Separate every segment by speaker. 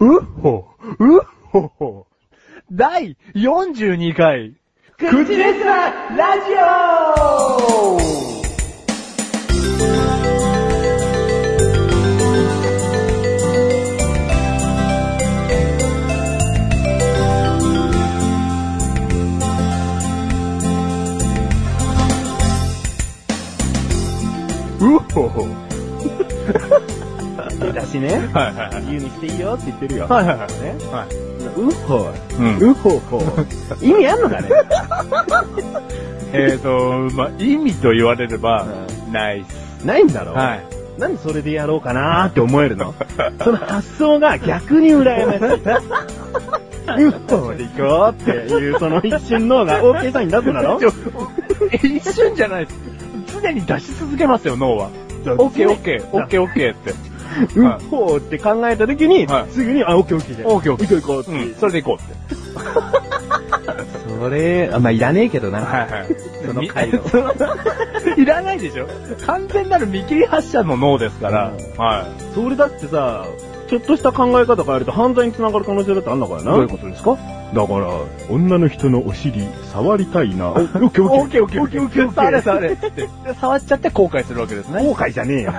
Speaker 1: うっほ、うっほほ。第42回、口レスラーラジオうっほほ。
Speaker 2: だし
Speaker 1: は
Speaker 2: ね、
Speaker 1: いはいはい。
Speaker 2: 自由にしていいよって言ってるよ。
Speaker 1: はいはいはい
Speaker 2: ね。
Speaker 1: は
Speaker 2: うっ
Speaker 1: い。
Speaker 2: ほ
Speaker 1: うん
Speaker 2: い。うっほほ。意味あんのかね
Speaker 1: えーと、まあ、意味と言われれば、
Speaker 2: う
Speaker 1: ないっす。
Speaker 2: ないんだろ
Speaker 1: はい。
Speaker 2: なんでそれでやろうかなーって思えるのその発想が逆に羨ましい。うっほで行こうっていう、その一瞬のが OK サイン出すな ろ
Speaker 1: ちょ 一瞬じゃないです。常に出し続けますよ、脳は。オッケーオッケー、オッケーオッケーって。
Speaker 2: うっほーって考えた時に、
Speaker 1: はい
Speaker 2: すぐに、あ、OK OK じゃん。
Speaker 1: オッケーオッケー。
Speaker 2: 行こう行こうって
Speaker 1: う
Speaker 2: い
Speaker 1: ん、
Speaker 2: う。
Speaker 1: それで行こうって。
Speaker 2: それ、あまあ、いらねえけどな。
Speaker 1: はいはい。
Speaker 2: その回路
Speaker 1: みそのいらないでしょ完全なる見切り発車の脳ですから。
Speaker 2: うん
Speaker 1: はい。
Speaker 2: それだってさ、ちょっとした考え方変えると犯罪に繋がる可能性だってあんだからな。
Speaker 1: どういうことですか
Speaker 2: だから、女の人のお尻、触りたい な。オッケー
Speaker 1: オ
Speaker 2: オ
Speaker 1: ッ
Speaker 2: ッ
Speaker 1: ケ
Speaker 2: ケ
Speaker 1: ー
Speaker 2: ー
Speaker 1: オ
Speaker 2: オ
Speaker 1: ッケ
Speaker 2: ッケ
Speaker 1: ー
Speaker 2: ー
Speaker 1: オ
Speaker 2: オ
Speaker 1: ッ
Speaker 2: ッ
Speaker 1: ケー
Speaker 2: ケー
Speaker 1: オッケー。触れ触
Speaker 2: オッケー。
Speaker 1: れって。で触っちゃって後悔するわけですね。
Speaker 2: 後悔じゃねえよ。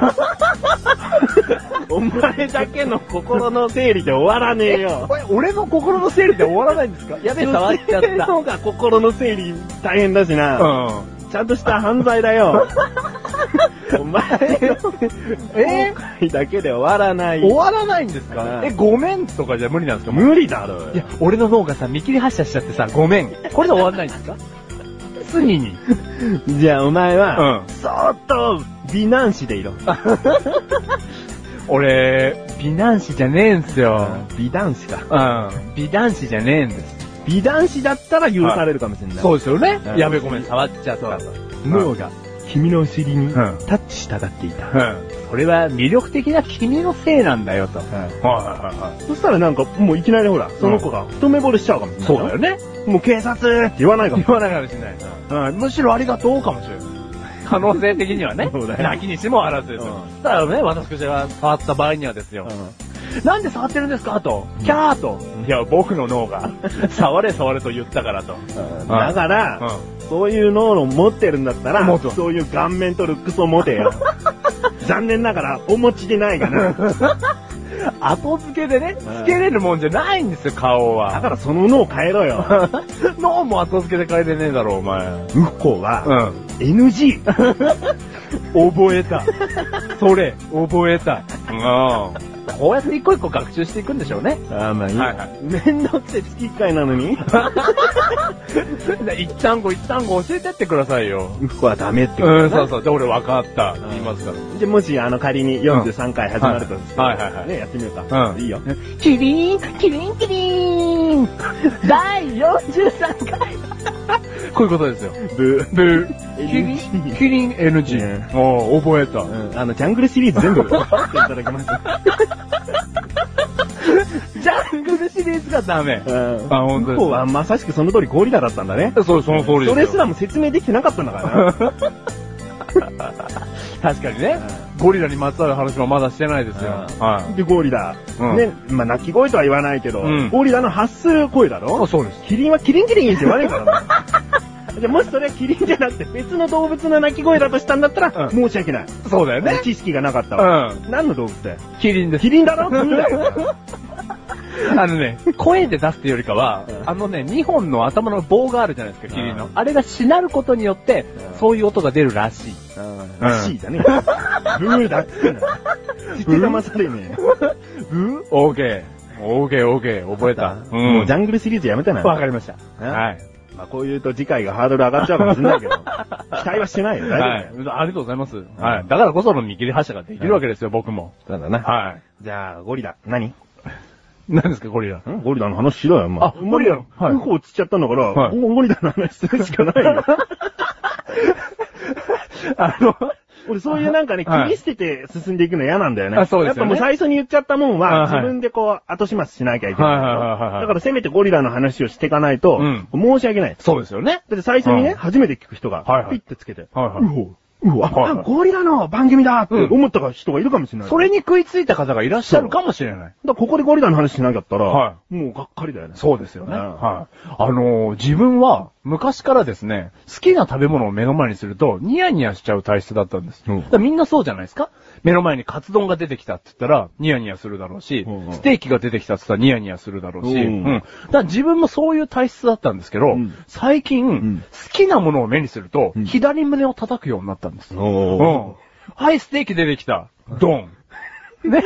Speaker 2: お前だけの心の整理で終わらねえよ。
Speaker 1: これ、俺の心の整理で終わらないんですかやべえ、触っちゃっ
Speaker 2: 女性
Speaker 1: た。
Speaker 2: の方が心の整理大変だしな。
Speaker 1: うん。
Speaker 2: ちゃんとした犯罪 だよ。お前の後
Speaker 1: え
Speaker 2: 悔だけで終わらない。
Speaker 1: 終わらないんですか
Speaker 2: うん
Speaker 1: え、ごめんとかじゃ無理なんですか
Speaker 2: 無理だろ
Speaker 1: いや、俺の脳がさ、見切り発車しちゃってさ、ごめん。これで終わんないんですか常に。
Speaker 2: じゃあお前
Speaker 1: う
Speaker 2: は、
Speaker 1: ん。
Speaker 2: そーっと美男子でいろ。
Speaker 1: 俺、美男子じゃねえんすよ。
Speaker 2: 美男子か。
Speaker 1: うん。美男子じゃねえんです。
Speaker 2: 美男子だったら許されるかもしれない。
Speaker 1: そうですよね
Speaker 2: う。ん
Speaker 1: やべ、ごめん、触っちゃった。
Speaker 2: 脳が君のお尻に
Speaker 1: うん
Speaker 2: タッチしたがっていた。
Speaker 1: うん。それは魅力的な君のせいなんだよ、と。はいはいはい。
Speaker 2: そしたらなんか、もういきなりほら、その子が一目惚れしちゃうかもしれない。
Speaker 1: そうだよね。
Speaker 2: もう警察って言わないかも
Speaker 1: 言。わないかもしれない。うん。むしろありがとうかもしれない。可能性的にはね。
Speaker 2: そうだよ
Speaker 1: 泣きにしもあらずですよ。
Speaker 2: うん
Speaker 1: そしたらね、私が触った場合にはですよ。なんで触ってるんですかと。キャーと。いや、僕の脳が、 触れ触れと言ったからと。
Speaker 2: うんだから、そういう脳の持ってるんだった
Speaker 1: 持
Speaker 2: ら、
Speaker 1: つわ
Speaker 2: そういう顔面とルックスを持 てよ。残念ながら、お持ちでないから。だ
Speaker 1: 後付けでね、付けれるもんじゃないんですよ、顔は。
Speaker 2: からその脳を変えろよ。
Speaker 1: 脳も後付けで変えてねえだろ、お前。
Speaker 2: ウッコ
Speaker 1: う
Speaker 2: は、
Speaker 1: ん。
Speaker 2: NG。
Speaker 1: 覚えた。 それ、覚えた。うん。こうやって一個一個学習していくんでしょうね。
Speaker 2: あーまあいい
Speaker 1: はいは
Speaker 2: めんどくせえ月1回なのに、
Speaker 1: 一単語一単語教えてってくださいよ。
Speaker 2: ウッコはダメってこと
Speaker 1: うん、
Speaker 2: だ
Speaker 1: そ
Speaker 2: な
Speaker 1: うそう。で、俺分かった。
Speaker 2: ん
Speaker 1: 言いますから。
Speaker 2: で、もし、あの、仮に43回始まるとして、
Speaker 1: はいはいはいはい
Speaker 2: ね、やってみようか。
Speaker 1: うん
Speaker 2: いいよ。
Speaker 1: キリン、キリン、キリン第43回こういうことですよ。
Speaker 2: ブー。
Speaker 1: ブー。
Speaker 2: NG
Speaker 1: キリン、キリン NG。
Speaker 2: ね
Speaker 1: お覚えた。
Speaker 2: うん、あの、ジャングルシリー ズ全部、いただきます。
Speaker 1: ジャングルシリーズがダメ。
Speaker 2: うん
Speaker 1: あ本当です
Speaker 2: 向こうはまさしくその通りゴリラだったんだね。
Speaker 1: そう、その通りですよ。
Speaker 2: それすらも説明できてなかったんだか らな。
Speaker 1: 確かにね。ゴリラにまつわる話もまだしてないですよ。
Speaker 2: うん
Speaker 1: は
Speaker 2: で、ゴリラ。
Speaker 1: うん
Speaker 2: ね、まあ、鳴き声とは言わないけど、
Speaker 1: うん
Speaker 2: ゴリラの発する声だ
Speaker 1: い。
Speaker 2: ろ
Speaker 1: そうです。
Speaker 2: キリンはキリンキリンって言わねえか らな。じゃあもしそれはキリンじゃなくて別の動物の鳴き声だとしたんだった
Speaker 1: う
Speaker 2: ら、
Speaker 1: ん
Speaker 2: 申し訳ない。
Speaker 1: そうだよね。
Speaker 2: 知識がなかった
Speaker 1: う
Speaker 2: わ。
Speaker 1: ん。
Speaker 2: 何の動物だよ
Speaker 1: キリンです。
Speaker 2: キリ ンだろキリンだよ。
Speaker 1: あのね、声で出すっていうよりかは
Speaker 2: う、ん
Speaker 1: あのね、2本の頭の棒があるじゃないですか、キリン
Speaker 2: う
Speaker 1: の
Speaker 2: ん。
Speaker 1: あれがしなることによって
Speaker 2: う、ん
Speaker 1: そういう音が出るらしい。
Speaker 2: らしいだね。ブーだっつってんだ。知って騙されねえよ。
Speaker 1: うオーケー。オーケーオーケー、覚えた。
Speaker 2: もうジャングルシリーズやめたな。
Speaker 1: わかりました。
Speaker 2: うん
Speaker 1: はい。
Speaker 2: まあこう言うと次回がハードル上がっちゃうかもしれないけど、期待はしてないよ、大
Speaker 1: は
Speaker 2: 丈
Speaker 1: い。ありがとうございます。はい。だからこその見切り発車ができるわけですよ、僕も。
Speaker 2: 夫だよ。そうだな。
Speaker 1: はい。
Speaker 2: じゃあ、ゴリラ。何
Speaker 1: 何ですか、ゴリラ。
Speaker 2: ゴリラの話しろよ、もう。
Speaker 1: あゴリラのはい
Speaker 2: うんこ落ちちゃったんだから、
Speaker 1: はい
Speaker 2: ゴリラの話するしかないよ。
Speaker 1: あの、
Speaker 2: 俺そういうなんかね、切
Speaker 1: はい
Speaker 2: り捨てて進んでいくの嫌なんだよね。
Speaker 1: あそうですよね
Speaker 2: やっぱもう最初に言っちゃったもんは、
Speaker 1: あはい
Speaker 2: 自分でこう、後始末しなきゃいけない。
Speaker 1: はいはいはいはい
Speaker 2: だからせめてゴリラの話をしていかないと、
Speaker 1: うん
Speaker 2: 申し訳ない。
Speaker 1: そうですよね。
Speaker 2: だって最初にね、
Speaker 1: うん
Speaker 2: 初めて聞く人が、
Speaker 1: はいはい
Speaker 2: ピッてつけて、
Speaker 1: はいはいう
Speaker 2: ほう、うわ、
Speaker 1: はい
Speaker 2: ゴリラの番組だって思った人がいるかもしれない。
Speaker 1: それに食いついた方がいらっしゃるかもしれない。
Speaker 2: だからここでゴリラの話しなかったら、
Speaker 1: は
Speaker 2: もうがっかりだよね。
Speaker 1: そうですよね。
Speaker 2: うん
Speaker 1: はい。あのー自分は昔からですね、好きな食べ物を目の前にするとニヤニヤしちゃう体質だったんです。
Speaker 2: うん
Speaker 1: だからみんなそうじゃないですか目の前にカツ丼が出てきたって言ったらニヤニヤするだろうし、
Speaker 2: うんうん
Speaker 1: ステーキが出てきたって言ったらニヤニヤするだろうし、
Speaker 2: うん
Speaker 1: だから自分もそういう体質だったんですけど、
Speaker 2: うん
Speaker 1: 最近、
Speaker 2: ん
Speaker 1: 好きなものを目にすると、
Speaker 2: うん
Speaker 1: 左胸を叩くようになったんです。
Speaker 2: おー
Speaker 1: うん。はい、ステーキ出てきた。ドン。ね。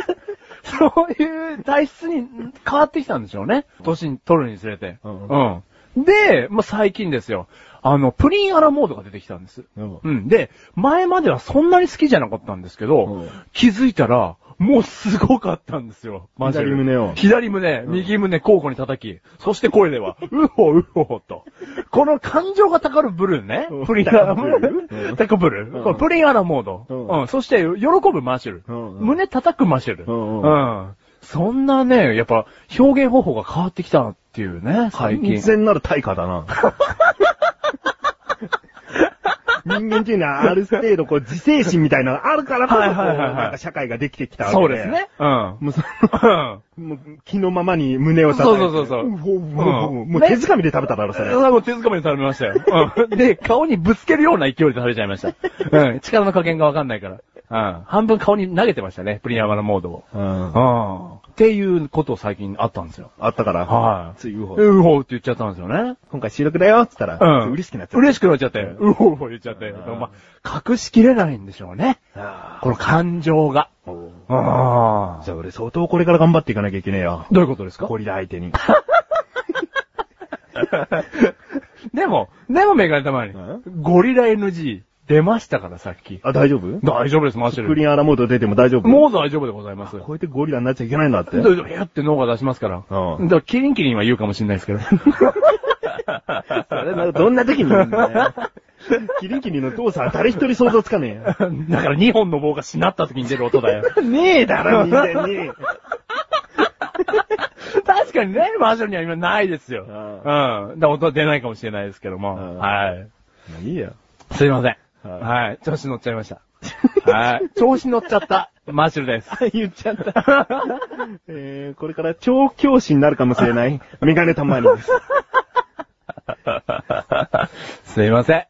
Speaker 1: そういう体質に変わってきたんでしょうね。年取るにつれて。
Speaker 2: うん
Speaker 1: うんで、まあ、最近ですよ。あの、プリンアラモードが出てきたんです。
Speaker 2: うん
Speaker 1: うん。で、前まではそんなに好きじゃなかったんですけど、
Speaker 2: うん
Speaker 1: 気づいたら、もうすごかったんですよ。マジで
Speaker 2: 左胸を
Speaker 1: 左胸、右胸交互に叩き、そして声では、うほうほと。この感情が高るブルーね
Speaker 2: うん。
Speaker 1: プリンアラモー
Speaker 2: うん
Speaker 1: ド。高ブル
Speaker 2: うん
Speaker 1: ー。これプリンアラモード。
Speaker 2: うん
Speaker 1: うん。そして、喜ぶマッシュル。
Speaker 2: うんうん
Speaker 1: 胸叩くマッシュル。
Speaker 2: うんう
Speaker 1: うん。そんなね、やっぱ、表現方法が変わってきたっていうね、最近
Speaker 2: 完。全なる対価だな。人間っていうのはある程度こう自制心みたいなのがあるからこそ、
Speaker 1: はいはいはいはい
Speaker 2: こうなんか社会ができてきたわけで。
Speaker 1: そうですね。うん。
Speaker 2: もうその
Speaker 1: うん。
Speaker 2: もう気のままに胸を叩いて。
Speaker 1: そうそうそうそう
Speaker 2: ほ
Speaker 1: う
Speaker 2: うほうほう
Speaker 1: ん
Speaker 2: もう手づかみで食べただろ、そ
Speaker 1: そ
Speaker 2: れ
Speaker 1: れ。はもう手づかみで食べましたよ。うん。で、顔にぶつけるような勢いで食べちゃいました。うん。力の加減がわかんないから。うん。半分顔に投げてましたね、プリンアマラモードを。
Speaker 2: うん
Speaker 1: うん。っていうことを最近あったんですよ。
Speaker 2: あったから。
Speaker 1: はい
Speaker 2: つい、うほう
Speaker 1: うほうって言っちゃったんですよね。
Speaker 2: 今回収録だよ、つったら、
Speaker 1: うん。
Speaker 2: 嬉しくなっちゃった。
Speaker 1: 嬉しくなっちゃって。うほうほう言っちゃって。
Speaker 2: うん
Speaker 1: まあ、隠しきれないんでしょうね。
Speaker 2: あ
Speaker 1: この感情が。
Speaker 2: ーおう
Speaker 1: あ
Speaker 2: じゃあ俺相当これから頑張っていかなきゃいけねえよ。
Speaker 1: どういうことですか
Speaker 2: ゴリラ相手に。
Speaker 1: でも、でもメガネたまに
Speaker 2: う、
Speaker 1: ゴリラ NG 出ましたからさっき。
Speaker 2: あ、大丈夫
Speaker 1: 大丈夫です、マッシュ
Speaker 2: ク
Speaker 1: ル。
Speaker 2: リーンアラモード出ても大丈夫
Speaker 1: もう大丈夫でございます。
Speaker 2: こうやってゴリラになっちゃいけないんだって。
Speaker 1: どうぞ、やって脳が出しますから。
Speaker 2: う
Speaker 1: うんん。だから、キリンキリンは言うかもしれないです けど。
Speaker 2: どんな時に言うんだよ。 キリンキリンの父さん、誰一人想像つかねえ
Speaker 1: だから、2本の棒がしなった時に出る音だよ。
Speaker 2: よ。 ねえだろ、みんなに。
Speaker 1: 確かにね、マーシャルには今ないですよ。
Speaker 2: う
Speaker 1: うんん。だから音は出ないかもしれないですけど
Speaker 2: うん
Speaker 1: も。はい。
Speaker 2: まあいいや。
Speaker 1: すいません。
Speaker 2: はい
Speaker 1: はい。調子乗っちゃいました。はい。 調子乗っちゃった、マーシャル です。
Speaker 2: 言っちゃった。 えー、これから超教師になるかもしれない。メガネたまにです。
Speaker 1: すいません。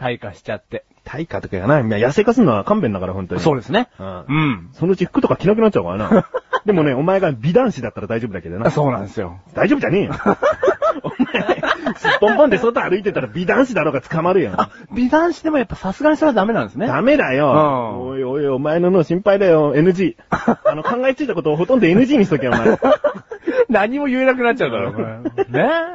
Speaker 1: 退化しちゃって。
Speaker 2: 対価とかやない。いや痩せかすのは勘弁だから、本当に。
Speaker 1: そうですね。
Speaker 2: う
Speaker 1: うんん。
Speaker 2: そのうち服とか着なくなっちゃうからな。でもね、お前が美男子だったら大丈夫だけど な。
Speaker 1: そうなんですよ。
Speaker 2: 大丈夫じゃねえよ。お前、すっぽんぽんで外歩いてたら美男子だろうが捕まるよ。
Speaker 1: あ、美男子でもやっぱさすがにそれはダメなんですね。
Speaker 2: ダメだよ。
Speaker 1: うん
Speaker 2: おいおい、お前の脳心配だよ。NG。あ の、考えついたことをほとんど NG にしとけよ、お前。
Speaker 1: 何も言えなくなっちゃうだろ、これ。ね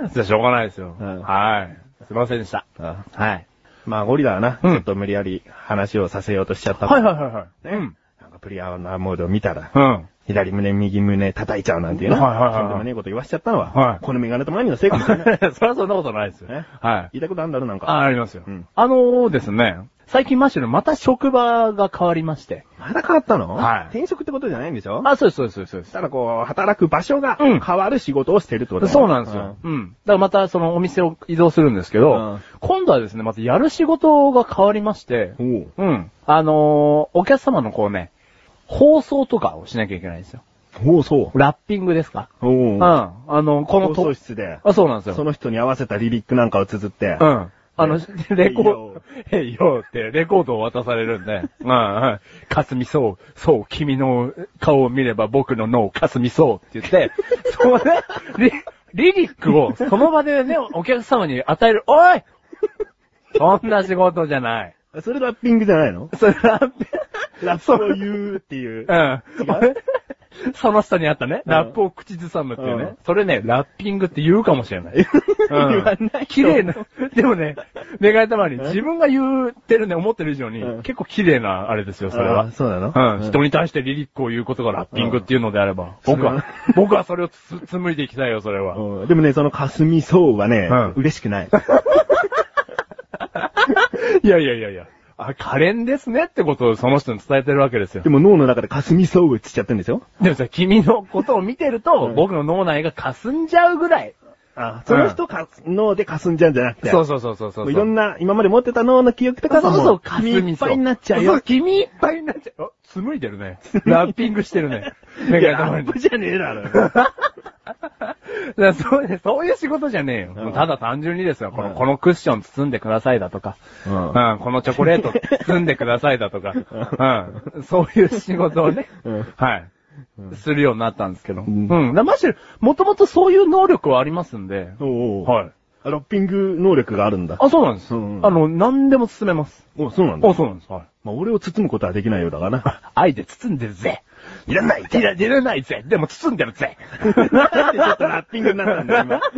Speaker 1: え。じゃあしょうがないですよ。
Speaker 2: うん
Speaker 1: はい。すいませんでした。
Speaker 2: あ
Speaker 1: はい。
Speaker 2: まあ、ゴリラはな、
Speaker 1: うん
Speaker 2: ちょっと無理やり話をさせようとしちゃった。
Speaker 1: はいはいはいはい。
Speaker 2: ねなんかプリアナモードを見たら、
Speaker 1: うん。うん。
Speaker 2: 左胸、右胸叩いちゃうなんていうな。
Speaker 1: はいはいはい
Speaker 2: とんでもねえこと言わしちゃったのは、
Speaker 1: はい
Speaker 2: このメガネとマニのせいかもしれ ない。
Speaker 1: そりゃそんなことないですよ。
Speaker 2: ね
Speaker 1: はい。
Speaker 2: 言いたいことあるんだろ、なん
Speaker 1: あ、
Speaker 2: か。
Speaker 1: ありますよ
Speaker 2: うん。
Speaker 1: あのーですね、最近マッシュルまた職場が変わりまして。
Speaker 2: まだ変わったの
Speaker 1: はい
Speaker 2: 転職ってことじゃないんでしょ
Speaker 1: あ、そうですそうですそうです
Speaker 2: た。だこう、働く場所が
Speaker 1: う
Speaker 2: 変
Speaker 1: ん
Speaker 2: わる仕事をしてるってことだ
Speaker 1: そうなんですよ。。うん。だからまたそのお店を移動するんですけ
Speaker 2: う
Speaker 1: ど
Speaker 2: ん、
Speaker 1: 今度はですね、またやる仕事が変わりまして、
Speaker 2: うんおう
Speaker 1: うん。あのー、お客様のこうね、放送とかをしなきゃいけないんですよ。
Speaker 2: おう、そ
Speaker 1: ラッピングですか
Speaker 2: う。お
Speaker 1: う。
Speaker 2: うん
Speaker 1: あの、この
Speaker 2: 放送
Speaker 1: と、
Speaker 2: 室で。
Speaker 1: あ、そうなんです
Speaker 2: そ
Speaker 1: よ。
Speaker 2: の人に合わせたリリックなんかを綴って、
Speaker 1: うん。あの、 レコー
Speaker 2: よ
Speaker 1: ド、えいよって、レコードを渡され るんで、うんうん。かすみそう、そう、君の顔を見れば僕の脳、かすみそうって言 って、そのね、リ、リリックを、その場でね、お客様に与える、おいそんな仕事じゃ ない。
Speaker 2: それラッピングじゃないの
Speaker 1: それは、
Speaker 2: ラップを言うっていう。
Speaker 1: うん。 その人にあったね、ラップを口ずさむっていうね。
Speaker 2: うん
Speaker 1: それね、ラッピングって言うかもしれない。 うん
Speaker 2: 言わな い
Speaker 1: 綺麗な、でもね、 願いたまに自分が言ってるね、思ってる以上に、
Speaker 2: うん
Speaker 1: 結構綺麗なあれですよ、それは
Speaker 2: あ。そうなの
Speaker 1: うん、人に対してリリックを言うことがラッピングっていうのであれば、
Speaker 2: うん
Speaker 1: 僕は、僕はそれをつ、紡いでいきたいよ、それは。
Speaker 2: うんでもね、その霞そうはね、
Speaker 1: うん
Speaker 2: 嬉しくない。
Speaker 1: いやいやいやいや。あ、可憐ですねってことをその人に伝えてるわけですよ
Speaker 2: で。も脳の中で霞そうって言っちゃってるんでしょ
Speaker 1: でもさ、君のことを見てると、
Speaker 2: うん
Speaker 1: 僕の脳内が霞んじゃうぐらい、
Speaker 2: あ、その人か、脳で霞んじゃうんじゃなくて。
Speaker 1: そうそうそうそうそう。
Speaker 2: もういろんな、今まで持ってた脳の記憶とかが
Speaker 1: そう
Speaker 2: も
Speaker 1: そうう、、
Speaker 2: 君いっぱいになっちゃう
Speaker 1: そ
Speaker 2: よ
Speaker 1: う、。君いっぱいになっちゃう。あ、紡いでる ね。ラッピングしてるね。
Speaker 2: いや、
Speaker 1: 頭
Speaker 2: ラ
Speaker 1: に
Speaker 2: ップじゃねえだろ。
Speaker 1: だからそうねそういう仕事じゃねえよ。
Speaker 2: うん
Speaker 1: ただ単純にですよ。この、
Speaker 2: うん
Speaker 1: このクッション包んでくださいだとか、
Speaker 2: うん
Speaker 1: うんこのチョコレート包んでくださいだとか、うんそういう仕事をね、
Speaker 2: うん
Speaker 1: はい、するようになったんですけど。うんん。だからまして、もともとそういう能力はありますんで、
Speaker 2: おお。
Speaker 1: はい。
Speaker 2: あラッピング能力があるんだ。
Speaker 1: あ、そうなんです。
Speaker 2: うんうん
Speaker 1: あの、何でも包めます。
Speaker 2: お、そうなんだ。
Speaker 1: あ、そうなんです。はい。
Speaker 2: まあ、俺を包むことはできないようだがな。
Speaker 1: 愛で包んでるぜ。いらない、いらいらないぜ。でも包んでるぜ。
Speaker 2: なんでちょっとラッピングになったんだ、今。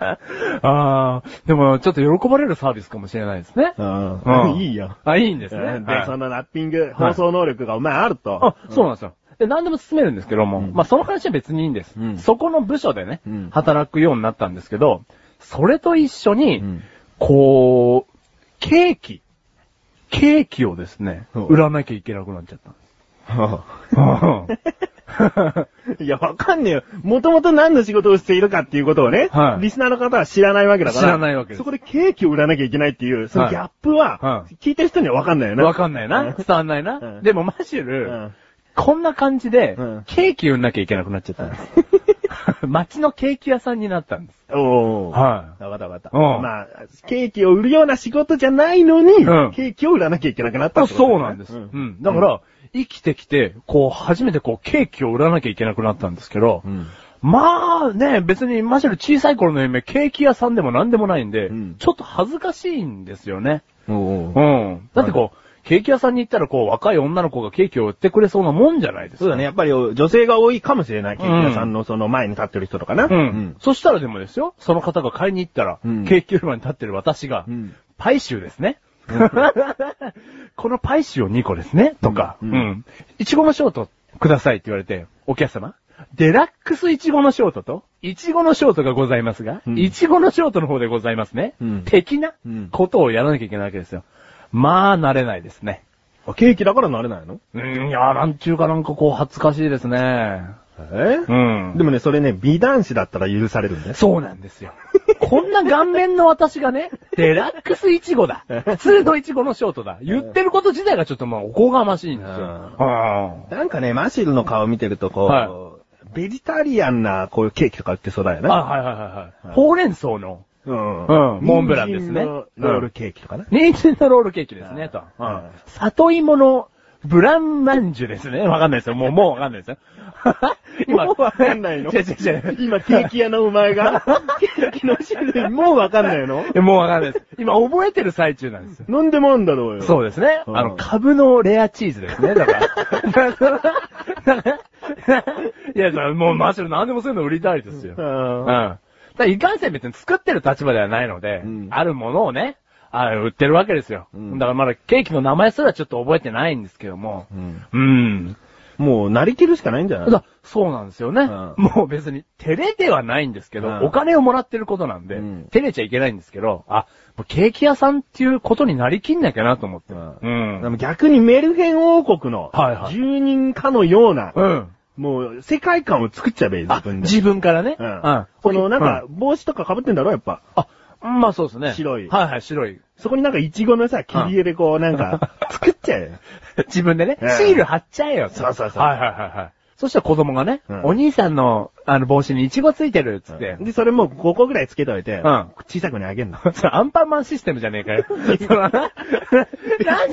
Speaker 1: ああ、でもちょっと喜ばれるサービスかもしれないですね。
Speaker 2: ああ、
Speaker 1: うん
Speaker 2: いいよ。
Speaker 1: あ、いいんですね。
Speaker 2: うん
Speaker 1: は
Speaker 2: で、
Speaker 1: い
Speaker 2: そのラッピング、放送能力がお前あると
Speaker 1: あ。、そうなんですよ。で、何でも進めるんですけども、まあ、その話は別にいいんです、
Speaker 2: うん
Speaker 1: そこの部署でね、
Speaker 2: うん
Speaker 1: 働くようになったんですけど、それと一緒に、
Speaker 2: うん
Speaker 1: こう、ケーキ、ケーキをですね、
Speaker 2: うん
Speaker 1: 売らなきゃいけなくなっちゃったんで
Speaker 2: は
Speaker 1: す。
Speaker 2: あ いや、わかんねえよ。もともと何の仕事をしているかっていうことをね、
Speaker 1: はい
Speaker 2: リスナーの方は知らないわけだから。
Speaker 1: 知らないわけです
Speaker 2: そこでケーキを売らなきゃいけないっていう、そのギャップは、
Speaker 1: はい
Speaker 2: 聞いてる人にはわかんないよな。
Speaker 1: わかん ないな。伝わんないな。
Speaker 2: うん
Speaker 1: でも、マシュル、
Speaker 2: うん
Speaker 1: こんな感じで、
Speaker 2: うん
Speaker 1: ケーキ売んなきゃいけなくなっちゃったんです。 街のケーキ屋さんになったんです。
Speaker 2: おお。。
Speaker 1: はい
Speaker 2: わかったわかった。
Speaker 1: うん
Speaker 2: まあ、ケーキを売るような仕事じゃないのに、
Speaker 1: うん
Speaker 2: ケーキを売らなきゃいけなくなった
Speaker 1: あ
Speaker 2: ってこと
Speaker 1: そう
Speaker 2: だよね
Speaker 1: なんです。うん。だか、ら、生きてきて、こう、初めてこう、ケーキを売らなきゃいけなくなったんですけど、
Speaker 2: うん
Speaker 1: まあね、別に、マシュル小さい頃の夢、ケーキ屋さんでも何でもないんで、
Speaker 2: うん
Speaker 1: ちょっと恥ずかしいんですよね。
Speaker 2: お
Speaker 1: う
Speaker 2: ー
Speaker 1: ん。だってこう、ケーキ屋さんに行ったら、こう、若い女の子がケーキを売ってくれそうなもんじゃないですか。
Speaker 2: そうだね。やっぱり女性が多いかもしれない。ケーキ屋さんのその前に立ってる人とかな。
Speaker 1: うん。そしたらでもですよ、その方が買いに行ったら、
Speaker 2: うん
Speaker 1: ケーキ売り場に立ってる私が、
Speaker 2: うん
Speaker 1: パイシューですね。 このパイシューを2個ですね、とか、
Speaker 2: う
Speaker 1: うんん。いちごのショートくださいって言われて、お客様、デラックスいちごのショートと、いちごのショートがございますが、
Speaker 2: うん
Speaker 1: いちごのショートの方でございますね、
Speaker 2: うん
Speaker 1: 的な
Speaker 2: うん
Speaker 1: ことをやらなきゃいけないわけですよ。まあ、慣れないですね。
Speaker 2: あケーキだからなれないの
Speaker 1: うん、いやー、なんちゅうかなんかこう、恥ずかしいですね。
Speaker 2: え
Speaker 1: うん。
Speaker 2: でもね、それね、美男子だったら許されるんだよ。
Speaker 1: そうなんです よ。こんな顔面の私がね、デラックスイチゴ だ。普通のイチゴのショートだ。言ってること自体がちょっとまあおこがましいんですよ。あ
Speaker 2: なんかね、マシルの顔見てるとこう、
Speaker 1: は
Speaker 2: ベジタリアンなこういうケーキとか売ってそうだよ
Speaker 1: あ、
Speaker 2: ね。
Speaker 1: はいはいはい
Speaker 2: は
Speaker 1: はいい。ほうれん草の、
Speaker 2: うん
Speaker 1: うんモンブランですね
Speaker 2: 人参のロールケーキとかね。
Speaker 1: 人参のロールケーキですね、と。
Speaker 2: う
Speaker 1: うんん里芋の、ブランマンジュですね。 わかんないですよ。もう、もうわかんない ですよ。
Speaker 2: もうわかんないの
Speaker 1: 違う違う違う。
Speaker 2: 今、ケーキ屋のお前 が、ケーキの種類もうわかんない の
Speaker 1: もうわかんないです。今覚えてる最中なんですよ。
Speaker 2: 飲んでもんだろうよ。
Speaker 1: そうですね。
Speaker 2: うん
Speaker 1: あの、株のレアチーズですね、だから。 いや、だからもうマシュル何でもそういうの売りたいですよ。
Speaker 2: う
Speaker 1: うん。だ
Speaker 2: ん。
Speaker 1: からいかんせん別に作ってる立場ではないので、
Speaker 2: うん
Speaker 1: あるものをね、あ売ってるわけですよ、
Speaker 2: うん
Speaker 1: だからまだケーキの名前すらちょっと覚えてないんですけども。
Speaker 2: うん
Speaker 1: うん。
Speaker 2: もう、なりきるしかないんじゃない
Speaker 1: だからそうなんですよね、
Speaker 2: うん
Speaker 1: もう別に照れではないんですけど、
Speaker 2: うん
Speaker 1: お金をもらってることなんで、
Speaker 2: うん
Speaker 1: 照れちゃいけないんですけど、あ、もうケーキ屋さんっていうことになりきんなきゃなと思って。
Speaker 2: うん。でも逆にメルヘン王国の
Speaker 1: はいはい
Speaker 2: 住人かのような、
Speaker 1: うん。
Speaker 2: もう世界観を作っちゃえばいい、自
Speaker 1: あ
Speaker 2: 分、で。
Speaker 1: 自分からね。
Speaker 2: うん。そのなんか、帽子とか被ってんだろ、やっぱ。
Speaker 1: あ、まあそうですね。
Speaker 2: 白い
Speaker 1: はいはい、白い。
Speaker 2: そこになんかイチゴのさ、切り絵でこうなんか、作っちゃえよ。
Speaker 1: 自分でね
Speaker 2: うん、
Speaker 1: シール貼っちゃえよ。
Speaker 2: そうそうそう
Speaker 1: はいはいはいはい。そしたら子供がね
Speaker 2: うん、
Speaker 1: お兄さんの、あの、帽子にイチゴついてる、つって。
Speaker 2: で、それも5個ぐらいつけておいて、
Speaker 1: うん
Speaker 2: 小さくにあげんの。
Speaker 1: それアンパンマンシステムじゃねえ かよ。そのななん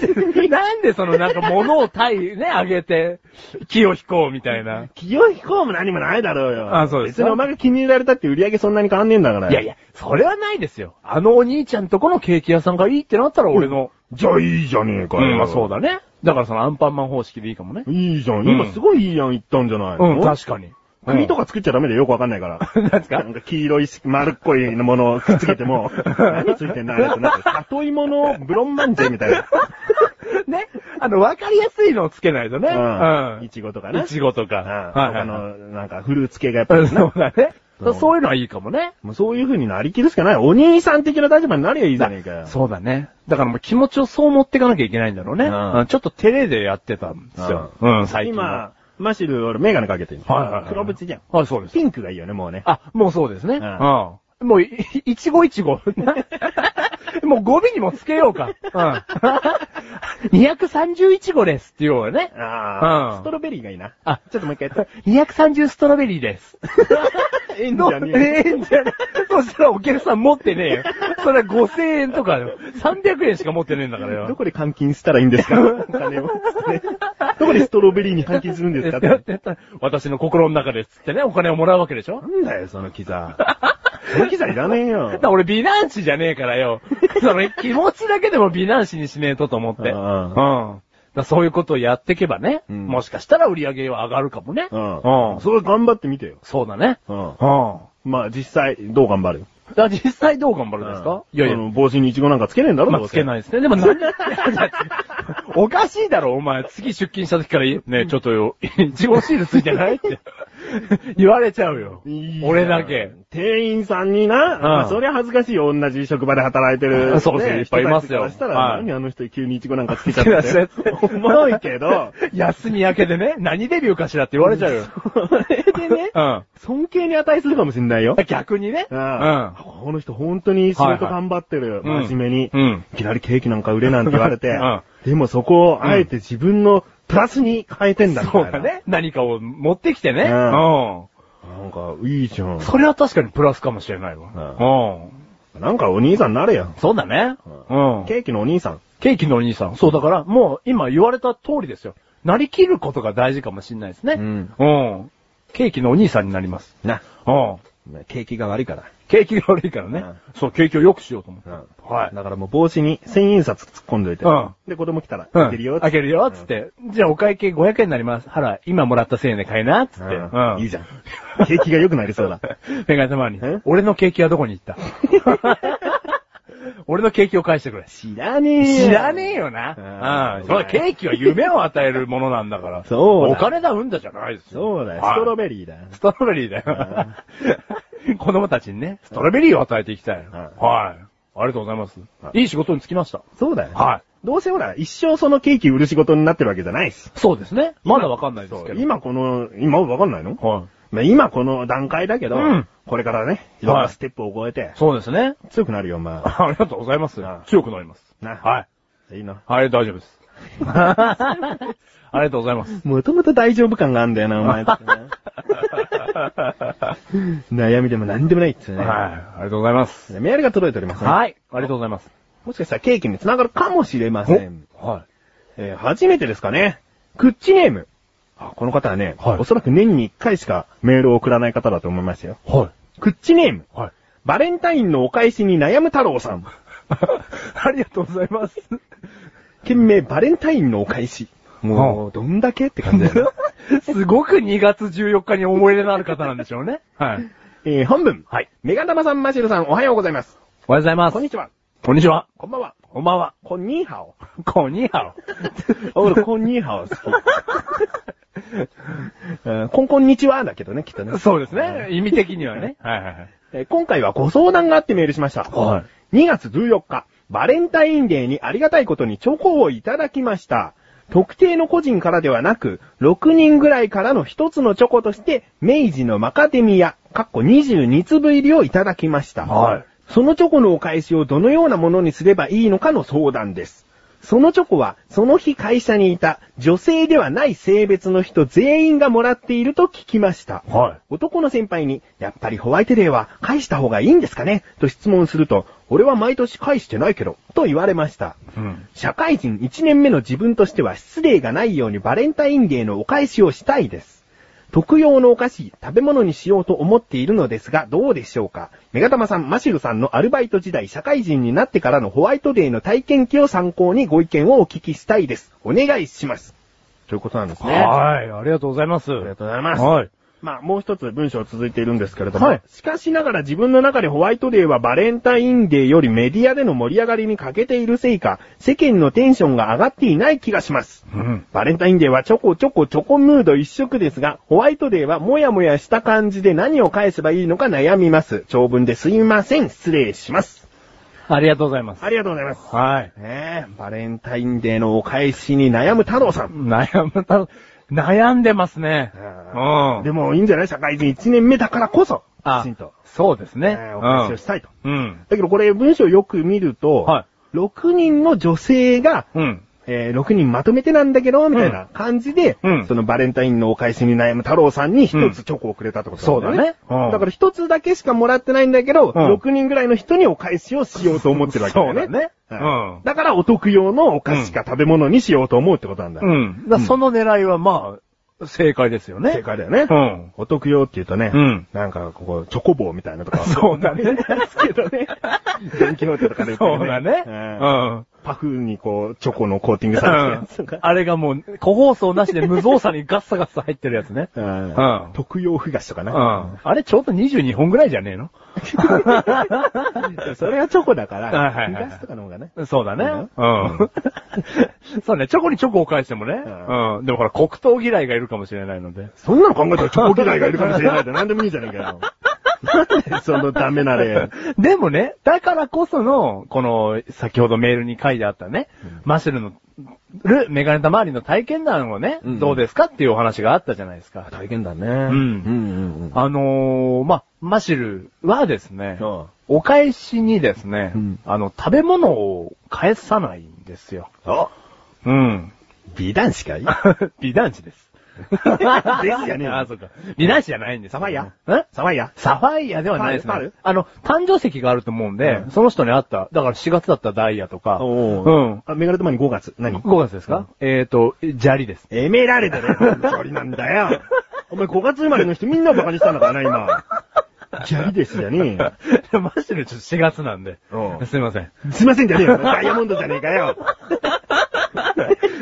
Speaker 1: で、なんでそのなんか物を対、ね、あげて、木を引こうみたいな。
Speaker 2: 清彦も何もないだろうよ。
Speaker 1: あそうです
Speaker 2: 別にお前が気に入られたって売り上げそんなに変わんねえんだから。
Speaker 1: いやいや、それはないですよ。あのお兄ちゃんとこのケーキ屋さんがいいってなったら俺の。
Speaker 2: じゃあいいじゃねえかよ。
Speaker 1: まあそうだね。だからそのアンパンマン方式でいいかもね。
Speaker 2: いいじゃん。
Speaker 1: ん
Speaker 2: 今すごいいいやん言ったんじゃない
Speaker 1: うん、
Speaker 2: の
Speaker 1: 確かに。
Speaker 2: 国と
Speaker 1: か、
Speaker 2: か作っちゃダメでよくわかんな いから。
Speaker 1: なんですか
Speaker 2: なんか黄色いし、丸っこいものをくっつけ ても、何ついてんだあれってなって、里芋のブロンマンジェみたいな。
Speaker 1: ね。あの、わかりやすいのをつけないとね。
Speaker 2: いち
Speaker 1: い
Speaker 2: ごとかね。
Speaker 1: ちごと
Speaker 2: うん
Speaker 1: か。
Speaker 2: 他
Speaker 1: はい
Speaker 2: の、なんかフルーツ系がやっぱ
Speaker 1: う
Speaker 2: り
Speaker 1: ん
Speaker 2: な
Speaker 1: そうだね。
Speaker 2: そう
Speaker 1: そういうのはいいかもね。
Speaker 2: もうそういう風になりきるしかない。お兄さん的な立場になりゃいいじゃねえかよ。
Speaker 1: そうだね。だからもう気持ちをそう持っていかなきゃいけないんだろうね。
Speaker 2: うん
Speaker 1: うんちょっと照れでやってたんですよ。うん、最近は。
Speaker 2: 今、マシル、俺、メガネかけてるの。
Speaker 1: はいはいはい
Speaker 2: 黒縁じゃん。
Speaker 1: はい、そうです。
Speaker 2: ピンクがいいよね、もうね。
Speaker 1: あ、もうそうですね。
Speaker 2: う
Speaker 1: うんん。もう、い、いちごいちご。 もう語尾にもつけようか。うん。230いちごですって言おうよね。
Speaker 2: あ
Speaker 1: うん
Speaker 2: あ、ストロベリーがいいな。
Speaker 1: あ、
Speaker 2: ちょっともう一回やって。
Speaker 1: 230ストロベリーです。
Speaker 2: え
Speaker 1: の、 ええんじゃねえ。そしたらお客さん持ってねえよ。それは5000円とかよ。300円しか持ってねえんだから
Speaker 2: ど
Speaker 1: よ。
Speaker 2: こで換金したらいいんですか お金を。 どこでストロベリーに換金するんですかって。
Speaker 1: 私の心の中ですってね、お金をもらうわけでしょ
Speaker 2: なんだよ、そのキザ。そのキザいらねえよ
Speaker 1: だか。ら俺美男子じゃねえから よ。その気持ちだけでも美男子にしねえとと思って。
Speaker 2: う
Speaker 1: うんん。だからそういうことをやってけばね、
Speaker 2: うん
Speaker 1: もしかしたら売り上げは上がるかもね。
Speaker 2: う
Speaker 1: う
Speaker 2: ん。
Speaker 1: ん
Speaker 2: それ頑張ってみてよ。
Speaker 1: そうだね。
Speaker 2: うん。
Speaker 1: うん。
Speaker 2: まあ実際、どう頑張る
Speaker 1: だから実際どう頑張るんですか、いやいや
Speaker 2: あ、の帽子にイチゴなんかつけねえんだろ
Speaker 1: まあ、つけ
Speaker 2: い。
Speaker 1: ない ですね。でも何いやだっておかしいだろ、お前。次出勤した時から、ね、ちょっとよ、 いちごシールついてないって。 言われちゃうよ
Speaker 2: いい。な
Speaker 1: 俺だけ。。
Speaker 2: 店員さんにな、まあそりゃ恥ずかしいよ。同じ職場で働いてる、
Speaker 1: うん そうですよ
Speaker 2: ね
Speaker 1: いっぱいいますよ
Speaker 2: 人たちからしたら、
Speaker 1: はい
Speaker 2: 何あの人急にイチゴなんかつけち ゃってって。重いけど、
Speaker 1: 休み明けでね、何デビューかしら って言われちゃ うよ。
Speaker 2: それでね、
Speaker 1: うん。
Speaker 2: 尊敬に値するかもしんないよ。
Speaker 1: 逆にね。
Speaker 2: う
Speaker 1: うんん。
Speaker 2: この人本当に仕事頑張ってる、
Speaker 1: いはいうん
Speaker 2: 真面目に、
Speaker 1: うん
Speaker 2: いきなりケーキなんか売れなんて言われて、
Speaker 1: うん
Speaker 2: でもそこをあえて自分のプラスに変えてんだみたい
Speaker 1: そ
Speaker 2: な
Speaker 1: うだ。ね。何かを持ってきてね。
Speaker 2: う
Speaker 1: うんん。
Speaker 2: なんか、いいじゃん。
Speaker 1: それは確かにプラスかもしれないわ。
Speaker 2: う
Speaker 1: う
Speaker 2: なんかお兄さんになれよ
Speaker 1: ん。。そうだね。うん。
Speaker 2: ケーキのお兄さん。
Speaker 1: ケーキのお兄さん。そう、だから、もう今言われた通りですよ。なりきることが大事かもしれないですね。
Speaker 2: うん
Speaker 1: うん。ケーキのお兄さんになります。
Speaker 2: な、
Speaker 1: うん。
Speaker 2: ケーキが悪いから。
Speaker 1: ケーキが悪いからね。
Speaker 2: うん
Speaker 1: そう、ケーキを良くしようと思って。
Speaker 2: は。
Speaker 1: はいい
Speaker 2: だからもう帽子に千円札突っ込んどいて。
Speaker 1: うん
Speaker 2: で、子供来たら、
Speaker 1: うん
Speaker 2: 開けるよ。
Speaker 1: 開けるよ、つって。じゃあお会計500円になります。はら、今もらった1000円で買いな、つ
Speaker 2: う
Speaker 1: っ
Speaker 2: ん。
Speaker 1: て。
Speaker 2: うんいいじゃん。ケーキが良くなりそうだ。
Speaker 1: メガネ様に
Speaker 2: え、
Speaker 1: 俺のケーキはどこに行っ た 俺のケーキを返してくれ。
Speaker 2: 知らね
Speaker 1: 知らねえ
Speaker 2: え
Speaker 1: よ
Speaker 2: あ
Speaker 1: な。
Speaker 2: ー
Speaker 1: うん。それケーキは夢を与えるものなんだから。
Speaker 2: そうだ
Speaker 1: お金だ、うんだじゃないですよ。
Speaker 2: そうだよ。
Speaker 1: はい
Speaker 2: ストロベリーだよ。
Speaker 1: ストロベリーだよ。 子供たちにね、ストロベリーを与えていきたい。
Speaker 2: はい
Speaker 1: はい。ありがとうございます
Speaker 2: は。い
Speaker 1: いい仕事に就きました。
Speaker 2: そうだよ。
Speaker 1: はい。
Speaker 2: どうせほら、一生そのケーキ売る仕事になってるわけじゃないし。
Speaker 1: そうですね。まだわかんないです
Speaker 2: そ
Speaker 1: け
Speaker 2: う
Speaker 1: ど。
Speaker 2: 今この、今わかんないの
Speaker 1: はい。
Speaker 2: まあ今この段階だけど、
Speaker 1: うん
Speaker 2: これからね、いろんなステップを超えて、
Speaker 1: そうですね。
Speaker 2: 強くなるよ、お前。
Speaker 1: ありがとうございます
Speaker 2: なあ。
Speaker 1: 強くなります。
Speaker 2: な
Speaker 1: はい。
Speaker 2: い。いいな。
Speaker 1: はい、大丈夫 です。ありがとうございます。
Speaker 2: もともと大丈夫感があんだよな、お前って ね。悩みでも何でもないっつうね。
Speaker 1: はい、ありがとうございます。
Speaker 2: い。メールが届いております、ね。
Speaker 1: はい、ありがとうございます。
Speaker 2: もしかしたらケーキに繋がるかもしれません。
Speaker 1: おはい。
Speaker 2: えー初めてですかね。クッチネーム。あこの方はね、
Speaker 1: はい
Speaker 2: おそらく年に1回しかメールを送らない方だと思いますよ。
Speaker 1: はい。
Speaker 2: クッチネーム。
Speaker 1: はい。
Speaker 2: バレンタインのお返しに悩む太郎さ ん。
Speaker 1: ありがとうございます。
Speaker 2: 件名バレンタインのお返し。もう、どんだけって感じ だよね。
Speaker 1: すごく2月14日に思い入れのある方なんでしょうね。はい。
Speaker 2: えー本文。
Speaker 1: はい。
Speaker 2: メガ玉さん、マシルさん、おはようございます。
Speaker 1: おはようございま
Speaker 2: こんにちは。
Speaker 1: こんにちは。
Speaker 2: こんばんは。
Speaker 1: こんばんは。
Speaker 2: こんにー は
Speaker 1: こんにちは。
Speaker 2: お。俺、こんにーはお 好き。えーこんこんにちはだけどね、きっと ね。
Speaker 1: そうですね。意味的にはね。 はいはいはい。
Speaker 2: えー今回はご相談があってメールしました。
Speaker 1: は
Speaker 2: 2月14日、バレンタインデーにありがたいことにチョコをいただきました。特定の個人からではなく、6人ぐらいからの一つのチョコとして、明治のマカデミア、かっこ22粒入りをいただきました。
Speaker 1: はい
Speaker 2: そのチョコのお返しをどのようなものにすればいいのかの相談です。そのチョコは、その日会社にいた女性ではない性別の人全員がもらっていると聞きました。
Speaker 1: はい。
Speaker 2: 男の先輩に、やっぱりホワイトデーは返した方がいいんですかねと質問すると、俺は毎年返してないけど、と言われました。
Speaker 1: うん。
Speaker 2: 社会人1年目の自分としては失礼がないようにバレンタインデーのお返しをしたいです。特用のお菓子、食べ物にしようと思っているのですが、どうでしょうかメガタマさん、マシルさんのアルバイト時代、社会人になってからのホワイトデーの体験記を参考にご意見をお聞きしたいです。お願いします。ということなんですね。
Speaker 1: はい。ありがとうございます。あり
Speaker 2: ありがとうございます。
Speaker 1: はい。
Speaker 2: まあ、もう一つ文章続いているんですけれども、
Speaker 1: はい
Speaker 2: しかしながら自分の中でホワイトデーはバレンタインデーよりメディアでの盛り上がりに欠けているせいか、世間のテンションが上がっていない気がします。
Speaker 1: うん。
Speaker 2: バレンタインデーはチョコチョコチョコムード一色ですが、ホワイトデーはもやもやした感じで何を返せばいいのか悩みます。長文ですいません。失礼します。
Speaker 1: ありがとうございます。
Speaker 2: ありがとうございます。
Speaker 1: はい。
Speaker 2: ねえ、バレンタインデーのお返しに悩む太郎さん。
Speaker 1: 悩むた、悩んでますね。
Speaker 2: あー
Speaker 1: うん
Speaker 2: でもいいんじゃない社会人1年目だからこそ、
Speaker 1: あ
Speaker 2: きちんと、
Speaker 1: そうですね。
Speaker 2: えーお話をしたいと。
Speaker 1: うん。うん。
Speaker 2: だけどこれ文章よく見ると、
Speaker 1: は
Speaker 2: 6人の女性が、
Speaker 1: うん。
Speaker 2: えー6人まとめてなんだけど、みたいな感じで、
Speaker 1: うん
Speaker 2: そのバレンタインのお返しに悩む太郎さんに一つチョコをくれたってことなんだよね。
Speaker 1: そうだねうん
Speaker 2: だから一つだけしかもらってないんだけ
Speaker 1: う
Speaker 2: ど、
Speaker 1: ん
Speaker 2: 6人ぐらいの人にお返しをしようと思ってるわけだよね。
Speaker 1: そうだね
Speaker 2: はい
Speaker 1: うん
Speaker 2: だからお得用のお菓子か食べ物にしようと思うってことなんだ。
Speaker 1: うん。だからその狙いはまあ、正解ですよね。
Speaker 2: 正解だよね。
Speaker 1: うん。
Speaker 2: お得用って言うとね、
Speaker 1: うん
Speaker 2: なんかここ、チョコ棒みたいなとか。
Speaker 1: そうだね。
Speaker 2: ですけど ね。電気ホテルとかで売ってる
Speaker 1: そうだね。
Speaker 2: うん
Speaker 1: うん。
Speaker 2: パフにこう、チョコのコーティング
Speaker 1: う
Speaker 2: されてるや
Speaker 1: ん
Speaker 2: つとか。
Speaker 1: あれがもう、個包装なしで無造作にガッサガッサ入ってるやつね。
Speaker 2: う
Speaker 1: うんん
Speaker 2: 特用ふ菓子とか
Speaker 1: う
Speaker 2: ね。
Speaker 1: ん。あれちょうど22本ぐらいじゃねえの
Speaker 2: それはチョコだから、
Speaker 1: はいはいはい
Speaker 2: ふ菓子とかの方がね。
Speaker 1: そうだね。
Speaker 2: う
Speaker 1: うん。 そうね、チョコにチョコを返してもね。
Speaker 2: ん
Speaker 1: うん。でもほら、黒糖嫌いがいるかもしれないので。
Speaker 2: そんなの考えたらチョコ嫌いがいるかもしれないって何でもいいじゃねえかよ。なんで そのダメな例。
Speaker 1: でもね、だからこその、この、先ほどメールに書いてあったね、マシュルの、る、メガネタ周りの体験談をね、
Speaker 2: うん
Speaker 1: どうですかっていうお話があったじゃないですか。
Speaker 2: 体験だね。うんん
Speaker 1: あのー、まあ、マシュルはですね、
Speaker 2: うん
Speaker 1: お返しにですね、
Speaker 2: うん
Speaker 1: あの、食べ物を返さないんですよ。
Speaker 2: あ、
Speaker 1: うん。
Speaker 2: 美男子かい
Speaker 1: 美男子 です。
Speaker 2: ですじゃねえ
Speaker 1: あ、
Speaker 2: よ。
Speaker 1: そうか。美男子じゃないんです
Speaker 2: サファイア
Speaker 1: ん
Speaker 2: サワイヤ
Speaker 1: サファイアではないです
Speaker 2: パール
Speaker 1: ね
Speaker 2: パール。
Speaker 1: あの、誕生石があると思うんで、
Speaker 2: うん
Speaker 1: その人に会った。だから4月だったらダイヤとか、
Speaker 2: お
Speaker 1: うん。
Speaker 2: あ、メガネとマに5月。何
Speaker 1: 5月ですか、えっ、ー、と、砂利です。
Speaker 2: エメラルドの距離なんだよ。お前5月生まれの人みんなバカにしたんだからな、今。ギャリですじゃねえ よ。
Speaker 1: マジでちょっと4月なんで
Speaker 2: うん。
Speaker 1: すいません。
Speaker 2: すいませんじゃねえ よ。ダイヤモンドじゃねえかよ。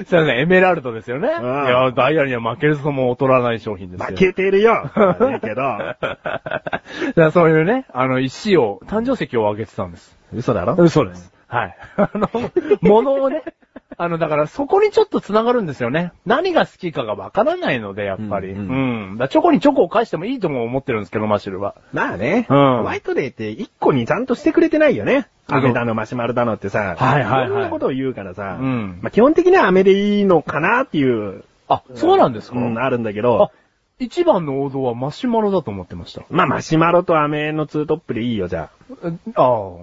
Speaker 1: すいません、エメラルドですよね。い
Speaker 2: ん
Speaker 1: や、ダイヤには負けるとも劣らない商品ですよ。
Speaker 2: 負けてるよ。悪いけど。
Speaker 1: だからそういうね、あの、石を、誕生石をあげてたんです。
Speaker 2: 嘘だろ
Speaker 1: そうです。はい。 あの、物をね、あの、だからそこにちょっと繋がるんですよね。何が好きかがわからないので、やっぱり。
Speaker 2: う
Speaker 1: うんん、だ
Speaker 2: う
Speaker 1: からチョコにチョコを返してもいいとも思ってるんですけど、マシュルは。
Speaker 2: まあね。
Speaker 1: うん
Speaker 2: ホワイトデーって1個にちゃんとしてくれてないよね。
Speaker 1: うん
Speaker 2: 飴だの、マシュマロだのってさ。
Speaker 1: はいはいはい
Speaker 2: ろんなことを言うからさ。
Speaker 1: うん
Speaker 2: まあ基本的には飴でいいのかなっていう、
Speaker 1: あ、そうなんです
Speaker 2: う
Speaker 1: か、
Speaker 2: ん、あるんだけ
Speaker 1: あ
Speaker 2: ど。、
Speaker 1: 一番の王道はマシュマロだと思ってました。
Speaker 2: まあマシュマロと飴のツートップでいいよ、じゃあ。
Speaker 1: ああ、は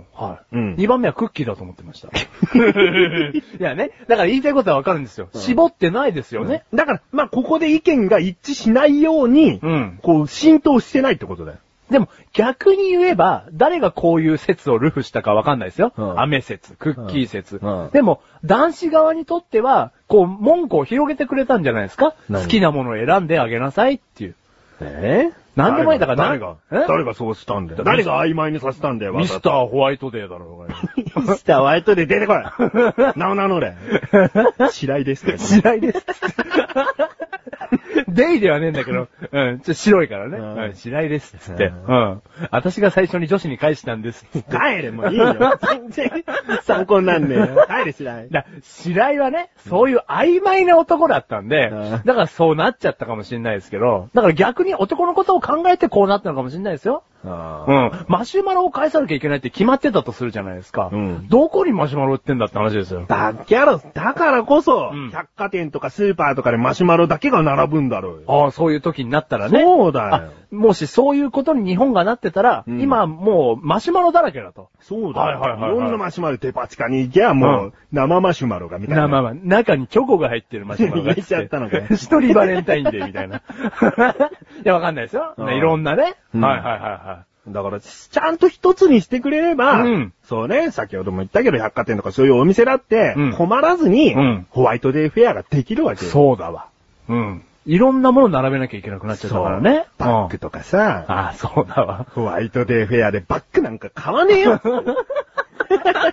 Speaker 1: い。
Speaker 2: うん
Speaker 1: 二番目はクッキーだと思ってました。 いやね、だから言いたいことはわかるんですよ。絞ってないですよね。
Speaker 2: だから、まあ、ここで意見が一致しないように、
Speaker 1: うん
Speaker 2: こう、浸透してないってことだよ。
Speaker 1: でも、逆に言えば、誰がこういう説をルフしたかわかんないですよ。
Speaker 2: うん
Speaker 1: 雨説、クッキー説。
Speaker 2: うんうん
Speaker 1: でも、男子側にとっては、こう、文句を広げてくれたんじゃないですか
Speaker 2: 何
Speaker 1: 好きなものを選んであげなさいっていう。
Speaker 2: え
Speaker 1: なんでもいいだから
Speaker 2: 誰
Speaker 1: な
Speaker 2: が
Speaker 1: え
Speaker 2: 誰がそうしたんだよ。誰
Speaker 1: 誰
Speaker 2: が曖昧にさせたんだよ、
Speaker 1: ミスターホワイトデーだ ろうがよ。
Speaker 2: ー。ミスターホワイトで出てこい。なおなお の俺。白井ですって。
Speaker 1: 嫌いです。デイではねえんだけど、うん、ちょ白いからね。
Speaker 2: うん
Speaker 1: うん、白いですっつって。
Speaker 2: う
Speaker 1: うんん。私が最初に女子に返したんですっつって。
Speaker 2: 帰れ、もういいよ。全然、参考になんねえよ。帰れ、白井。
Speaker 1: だ白井はね、そういう曖昧な男だったんで、
Speaker 2: うん
Speaker 1: だからそうなっちゃったかもしれないですけど、だから逆に男のことを考えてこうなったのかもしれないですよ。う
Speaker 2: あ
Speaker 1: ん。マシュマロを返さなきゃいけないって決まってたとするじゃないですか。
Speaker 2: うん
Speaker 1: どこにマシュマロ売ってんだって話ですよ。
Speaker 2: だけやろ、だからこそ、
Speaker 1: うん
Speaker 2: 百貨店とかスーパーとかでマシュマロだけが並ぶんだろうよ。
Speaker 1: ああ、そういう時になったらね。
Speaker 2: そうだよ。
Speaker 1: あもしそういうことに日本がなってたら、
Speaker 2: うん
Speaker 1: 今もうマシュマロだらけだと。
Speaker 2: そうだ。
Speaker 1: はいはいはいはい
Speaker 2: ろんなマシュマロデパ地下に行きゃ、もう、
Speaker 1: う
Speaker 2: 生マシュマロがみたいな。
Speaker 1: なまあまあ、中にチョコが入ってるマシュマロが入
Speaker 2: 入れちゃったのかね
Speaker 1: 一人バレンタインデーみたい な。いや、わかんないですよ。
Speaker 2: うん
Speaker 1: ねいろんなね。
Speaker 2: うん
Speaker 1: はいはいはいは
Speaker 2: だから、ちゃんと一つにしてくれれば、
Speaker 1: うん
Speaker 2: そうね、先ほども言ったけど、百貨店とかそういうお店だって
Speaker 1: うん、
Speaker 2: 困らずに、
Speaker 1: うん
Speaker 2: ホワイトデーフェアができるわけ
Speaker 1: い。
Speaker 2: よ。
Speaker 1: そうだわ。うん。いろんなもの並べなきゃいけなくなっちゃったからね。
Speaker 2: そうバッグ
Speaker 1: うん
Speaker 2: とかさ、
Speaker 1: ああ、そうだわ。
Speaker 2: ホワイトデーフェアでバッグなんか買わねえよ。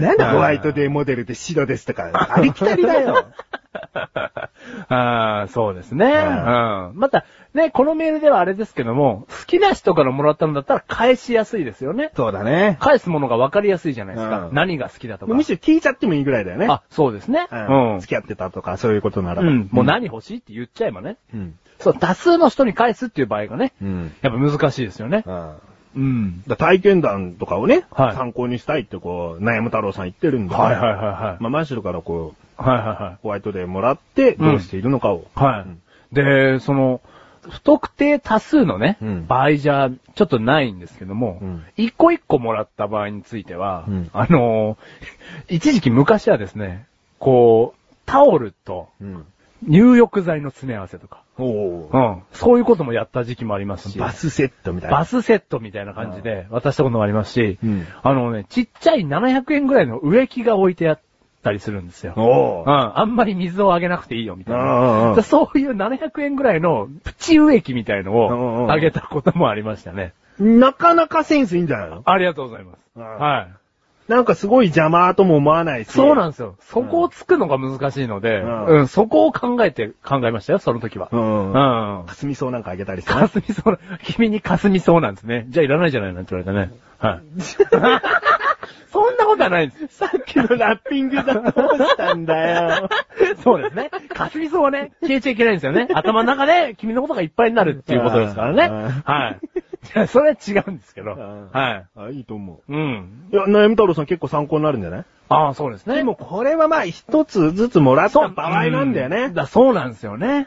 Speaker 2: なんでホワイトデーモデルで白ですとか、ありきたりだよ。
Speaker 1: ああ、そうですね。うんん。また、ね、このメールではあれですけども、好きな人からもらったのだったら返しやすいですよね。
Speaker 2: そうだね。
Speaker 1: 返すものが分かりやすいじゃないですか。
Speaker 2: うん
Speaker 1: 何が好きだとか。
Speaker 2: むしろ聞いちゃってもいいぐらいだよね。
Speaker 1: あ、そうですね。
Speaker 2: うん
Speaker 1: うん
Speaker 2: 付き合ってたとか、そういうことなら
Speaker 1: う
Speaker 2: ば。
Speaker 1: ん。もう何欲しいって言っちゃえばね。
Speaker 2: うん。
Speaker 1: そう、多数の人に返すっていう場合がね、
Speaker 2: うん。
Speaker 1: やっぱ難しいですよね。
Speaker 2: うん。
Speaker 1: うん。
Speaker 2: だ体験談とかをね、
Speaker 1: はい
Speaker 2: 参考にしたいってこう、悩む太郎さん言ってるんで、
Speaker 1: はいはいはいはい。
Speaker 2: まあ、マシュルからこう、
Speaker 1: はいは
Speaker 2: ホワイトデーもらって、どうしているのかを。
Speaker 1: いはい。はい。で、その、不特定多数のね、
Speaker 2: うん
Speaker 1: 場合じゃ、ちょっとないんですけども
Speaker 2: うん、
Speaker 1: 一、個一個もらった場合については、
Speaker 2: うん
Speaker 1: あの ー、一時期昔はですね、こう、タオルと
Speaker 2: うん。
Speaker 1: 入浴剤の詰め合わせとか、
Speaker 2: おー
Speaker 1: うん。そういうこともやった時期もありますし、
Speaker 2: バスセットみたいな。
Speaker 1: バスセットみたいな感じで渡したこともありますし、
Speaker 2: うん
Speaker 1: あのね、ちっちゃい700円ぐらいの植木が置いてあったりするんですよ。
Speaker 2: お
Speaker 1: う
Speaker 2: ー
Speaker 1: ん、あんまり水をあげなくていいよ、みたい
Speaker 2: うんうんう
Speaker 1: な。
Speaker 2: ん
Speaker 1: だそういう700円ぐらいのプチ植木みたいの
Speaker 2: うんうん
Speaker 1: をあげたこともありましたね。
Speaker 2: なかなかセンスいいんじゃないの
Speaker 1: ありがとうございます。
Speaker 2: うん
Speaker 1: はい。
Speaker 2: なんかすごい邪魔とも思わないし。
Speaker 1: そうなん
Speaker 2: ん
Speaker 1: ですよ。そこをつくのが難しいので、
Speaker 2: うん
Speaker 1: うん、そこを考えて考えましたよ、その時は
Speaker 2: う。ん。
Speaker 1: うん。
Speaker 2: かすみそうなんかあげたりして
Speaker 1: か
Speaker 2: な。
Speaker 1: すみそうな、君にかすみそうなんですね。じゃあいらないじゃないなんて言われたね。はい。 そんなことはないです。
Speaker 2: さっきのラッピングだどうしたんだ よ。
Speaker 1: そうですね。かすみそうはね、消えちゃいけないんですよね。頭の中で君のことがいっぱいになるっていうことですからね。はい。じゃあそれは違うんですけど。
Speaker 2: うん
Speaker 1: はい。
Speaker 2: あ、いいと思
Speaker 1: うん。
Speaker 2: う。いや、悩み太郎さん結構参考になるんじゃない
Speaker 1: ああ、そうですね。
Speaker 2: でもこれはまあ一つずつもらった場合なんだよ
Speaker 1: う
Speaker 2: ね。
Speaker 1: だそうなんですよね。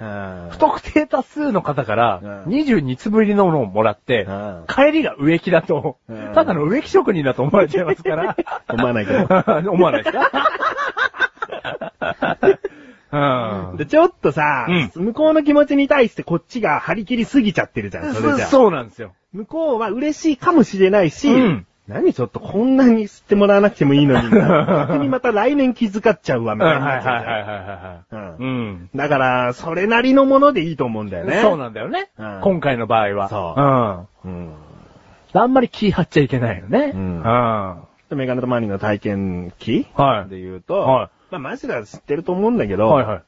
Speaker 1: 不特定多数の方から
Speaker 2: うん
Speaker 1: 22粒入りのものをもらって
Speaker 2: うん、
Speaker 1: 帰りが植木だと
Speaker 2: うん、
Speaker 1: ただの植木職人だと思われちゃいます から。
Speaker 2: 思わないけど。
Speaker 1: 思わないです かうん
Speaker 2: で、ちょっとさ、
Speaker 1: う
Speaker 2: 向こうの気持ちに対してこっちが張り切りすぎちゃってるじゃん、それじゃあ。
Speaker 1: そうなんですよ。
Speaker 2: 向こうは嬉しいかもしれないし、
Speaker 1: うん
Speaker 2: 何ちょっとこんなに吸ってもらわなくてもい いのに、逆にまた来年気遣っちゃうわ、み
Speaker 1: うん
Speaker 2: た
Speaker 1: はいいはい
Speaker 2: になっちゃう
Speaker 1: はい
Speaker 2: じゃん
Speaker 1: はいはい。
Speaker 2: う
Speaker 1: うん。
Speaker 2: だから、それなりのものでいいと思うんだよね。
Speaker 1: そうなんだよね
Speaker 2: うん。
Speaker 1: 今回の場合は。
Speaker 2: そう
Speaker 1: うん。
Speaker 2: うん。
Speaker 1: あんまり気張っちゃいけないよね。
Speaker 2: うん
Speaker 1: は
Speaker 2: でメガネとマニの体験記
Speaker 1: はい
Speaker 2: で言うと、
Speaker 1: はい
Speaker 2: まあ、マジで知ってると思うんだけ
Speaker 1: い
Speaker 2: ど、
Speaker 1: は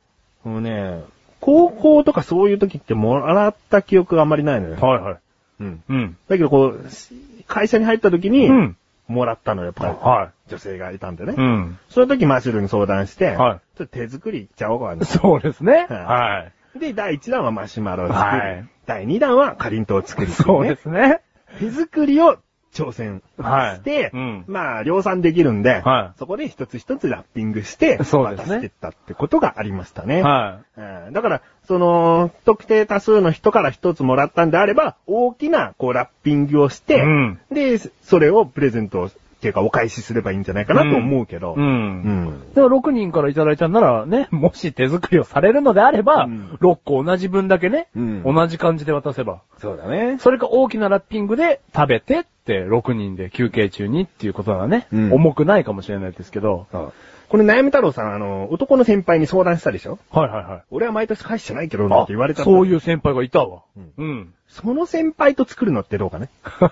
Speaker 2: もうね、高校とかそういう時ってもらった記憶があんまりないのよ。
Speaker 1: い。はいはい。
Speaker 2: うん。
Speaker 1: うん。
Speaker 2: だけどこう、し会社に入った時に、
Speaker 1: うん
Speaker 2: もらったのよ、やっぱり。
Speaker 1: は
Speaker 2: 女性がいたんで
Speaker 1: い。
Speaker 2: ね。
Speaker 1: うん。
Speaker 2: その時マシュルに相談して、
Speaker 1: はい
Speaker 2: ちょっと手作りいっちゃおうかな。
Speaker 1: そうですね。
Speaker 2: うん
Speaker 1: は
Speaker 2: で、第1弾はマシュマロを作り、
Speaker 1: はい
Speaker 2: 第2弾はかりんとうを作
Speaker 1: い。
Speaker 2: り、
Speaker 1: そうですね。
Speaker 2: 手作りを挑戦して、
Speaker 1: はいうん
Speaker 2: まあ、量産できるんで、
Speaker 1: はい
Speaker 2: そこで一つ一つラッピングして、
Speaker 1: そうですね
Speaker 2: 渡してったってことがありましたね。
Speaker 1: は
Speaker 2: うんだから、その、特定多数の人から一つもらったんであれば、大きな、こう、ラッピングをして、
Speaker 1: うん
Speaker 2: で、それをプレゼント、っていうか、お返しすればいいんじゃないかなと思うけど、
Speaker 1: い。う。
Speaker 2: うんん
Speaker 1: でも6人からいただいたんならね、もし手作りをされるのであれば、
Speaker 2: うん
Speaker 1: 6個同じ分だけね、
Speaker 2: うん
Speaker 1: 同じ感じで渡せば。
Speaker 2: そうだね。
Speaker 1: それか大きなラッピングで食べてって、6人で休憩中にっていうことならね、
Speaker 2: うん
Speaker 1: 重くないかもしれないですけど。
Speaker 2: そうこれ、悩み太郎さん、あの、男の先輩に相談したでしょ
Speaker 1: はいはいはい。
Speaker 2: 俺は毎年返してないけど、なんて言われた。
Speaker 1: そういうう先輩がいたわ。
Speaker 2: うん
Speaker 1: うん。
Speaker 2: その先輩と作るのってどうかね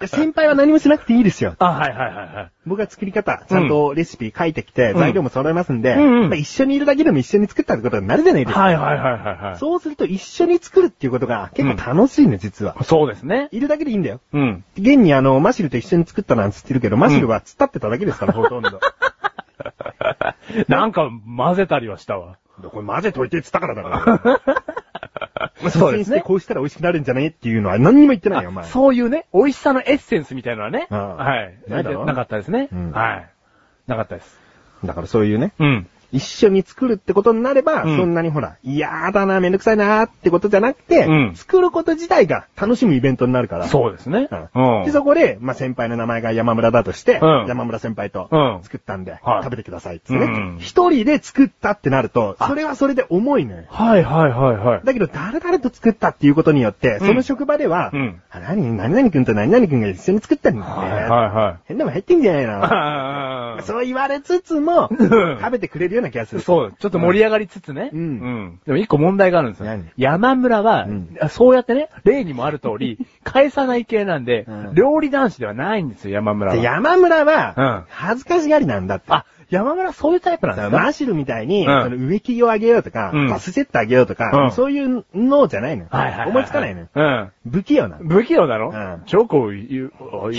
Speaker 2: いや先輩は何もしなくていいですよ。
Speaker 1: あ、はいはいはいはい。
Speaker 2: 僕が作り方、ちゃんとレシピ書いてきて、
Speaker 1: うん
Speaker 2: 材料も揃えますんで、
Speaker 1: うんうん
Speaker 2: まあ、一緒にいるだけでも一緒に作ったってことになるじゃないですか。
Speaker 1: はいはいはいはいはい。そ
Speaker 2: そうすると一緒に作るっていうことが結構楽しいね、実は。
Speaker 1: うですね。
Speaker 2: いるだけでいいんだよ。
Speaker 1: うん。
Speaker 2: 現にあの、マシルと一緒に作ったなんつってるけど、マシルは突っ立ってただけで すから、ほとんど。
Speaker 1: なんか混ぜたりはしたわ。
Speaker 2: これ混ぜといてって言ったからだ から。
Speaker 1: そ
Speaker 2: まあ、
Speaker 1: う
Speaker 2: そう
Speaker 1: で
Speaker 2: ですす
Speaker 1: ね
Speaker 2: ね。こうしたら美味しくなるんじゃねっていうのは何にも言ってないよ、お
Speaker 1: あ
Speaker 2: 前。
Speaker 1: そういうね、美味しさのエッセンスみたいなのはね。
Speaker 2: うん
Speaker 1: はい。
Speaker 2: ないだろ
Speaker 1: なかったですね、
Speaker 2: うん
Speaker 1: はい。なかったです。
Speaker 2: だからそういうね、
Speaker 1: うん。
Speaker 2: 一緒に作るってことになれば、
Speaker 1: うん
Speaker 2: そんなにほら、嫌だな、めんどくさいなってことじゃなくて、
Speaker 1: うん
Speaker 2: 作ること自体が楽しむイベントになるから。
Speaker 1: そうですね。
Speaker 2: うん。で、そこで、まあ、先輩の名前が山村だとして、
Speaker 1: うん
Speaker 2: 山村先輩と
Speaker 1: うん
Speaker 2: 作ったんで、
Speaker 1: はい
Speaker 2: 食べてくださいっつって
Speaker 1: うん
Speaker 2: ね。一、人で作ったってなると、それはそれで重いのよ。
Speaker 1: はいはいはいはい。
Speaker 2: だけど、誰々と作ったっていうことによって、
Speaker 1: うん
Speaker 2: その職場では、
Speaker 1: うん
Speaker 2: あ何、何々君と何々君が一緒に作ったんだよ、
Speaker 1: はいはいはい。
Speaker 2: 変なもん入ってんじゃないの
Speaker 1: あー
Speaker 2: そう言われつつも、
Speaker 1: ん
Speaker 2: 食べてくれるような気がする。
Speaker 1: そう、ちょっと盛り上がりつつね。
Speaker 2: うん
Speaker 1: んでも一個問題があるんですよ
Speaker 2: 何。
Speaker 1: 山村は、
Speaker 2: うん
Speaker 1: そうやってね、例にもある通り、 返さない系なんで、
Speaker 2: うん
Speaker 1: 料理男子ではないんですよ、山村は。
Speaker 2: で山村
Speaker 1: うん
Speaker 2: は、恥ずかしがりなんだって。
Speaker 1: あ、山村そういうタイプなんで
Speaker 2: さ
Speaker 1: す
Speaker 2: マ
Speaker 1: か
Speaker 2: ーシルみたいに、
Speaker 1: うん
Speaker 2: その植木をあげようとか、
Speaker 1: うん
Speaker 2: バスセットあげようとか、
Speaker 1: うん
Speaker 2: そういうのじゃないの、
Speaker 1: はいはいはい。
Speaker 2: 思いつかないの、
Speaker 1: うん。
Speaker 2: 不器用なの。
Speaker 1: 不器用だろ
Speaker 2: うん
Speaker 1: チョコい、い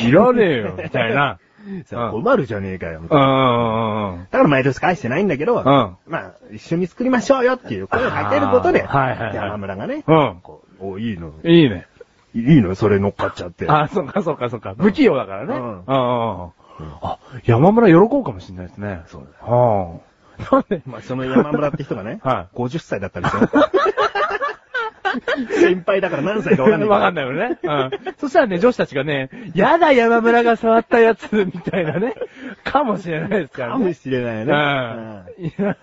Speaker 1: いらねえ よ、みたいな。
Speaker 2: さ
Speaker 1: うん
Speaker 2: 困るじゃねえかよ。み
Speaker 1: う
Speaker 2: たいな
Speaker 1: う
Speaker 2: ん
Speaker 1: んうん
Speaker 2: だから毎年返してないんだけど、
Speaker 1: ん
Speaker 2: まあ、一緒に作りましょうよっていう声をかけることで、
Speaker 1: あーはいはいはい
Speaker 2: 山村がね、
Speaker 1: うん。
Speaker 2: こう、お、いいの。
Speaker 1: うん。いいね。
Speaker 2: いいのよ、それ乗っかっちゃって。
Speaker 1: あ、そうか、そうか、そうか。不器用だからね。
Speaker 2: うん
Speaker 1: うんうんうんあ、山村喜ぶかもしれないですね。
Speaker 2: そうだ
Speaker 1: はあ。なんで、、
Speaker 2: まあ、その山村って人がね。
Speaker 1: はい
Speaker 2: 50歳だったんですよ。 先輩だから何歳かわかんない。
Speaker 1: わかんないよね。うん。そしたらね、女子たちがね、やだ山村が触ったやつ、みたいなね、かもしれないですから
Speaker 2: か
Speaker 1: ね。
Speaker 2: もしれないよね。
Speaker 1: うんいや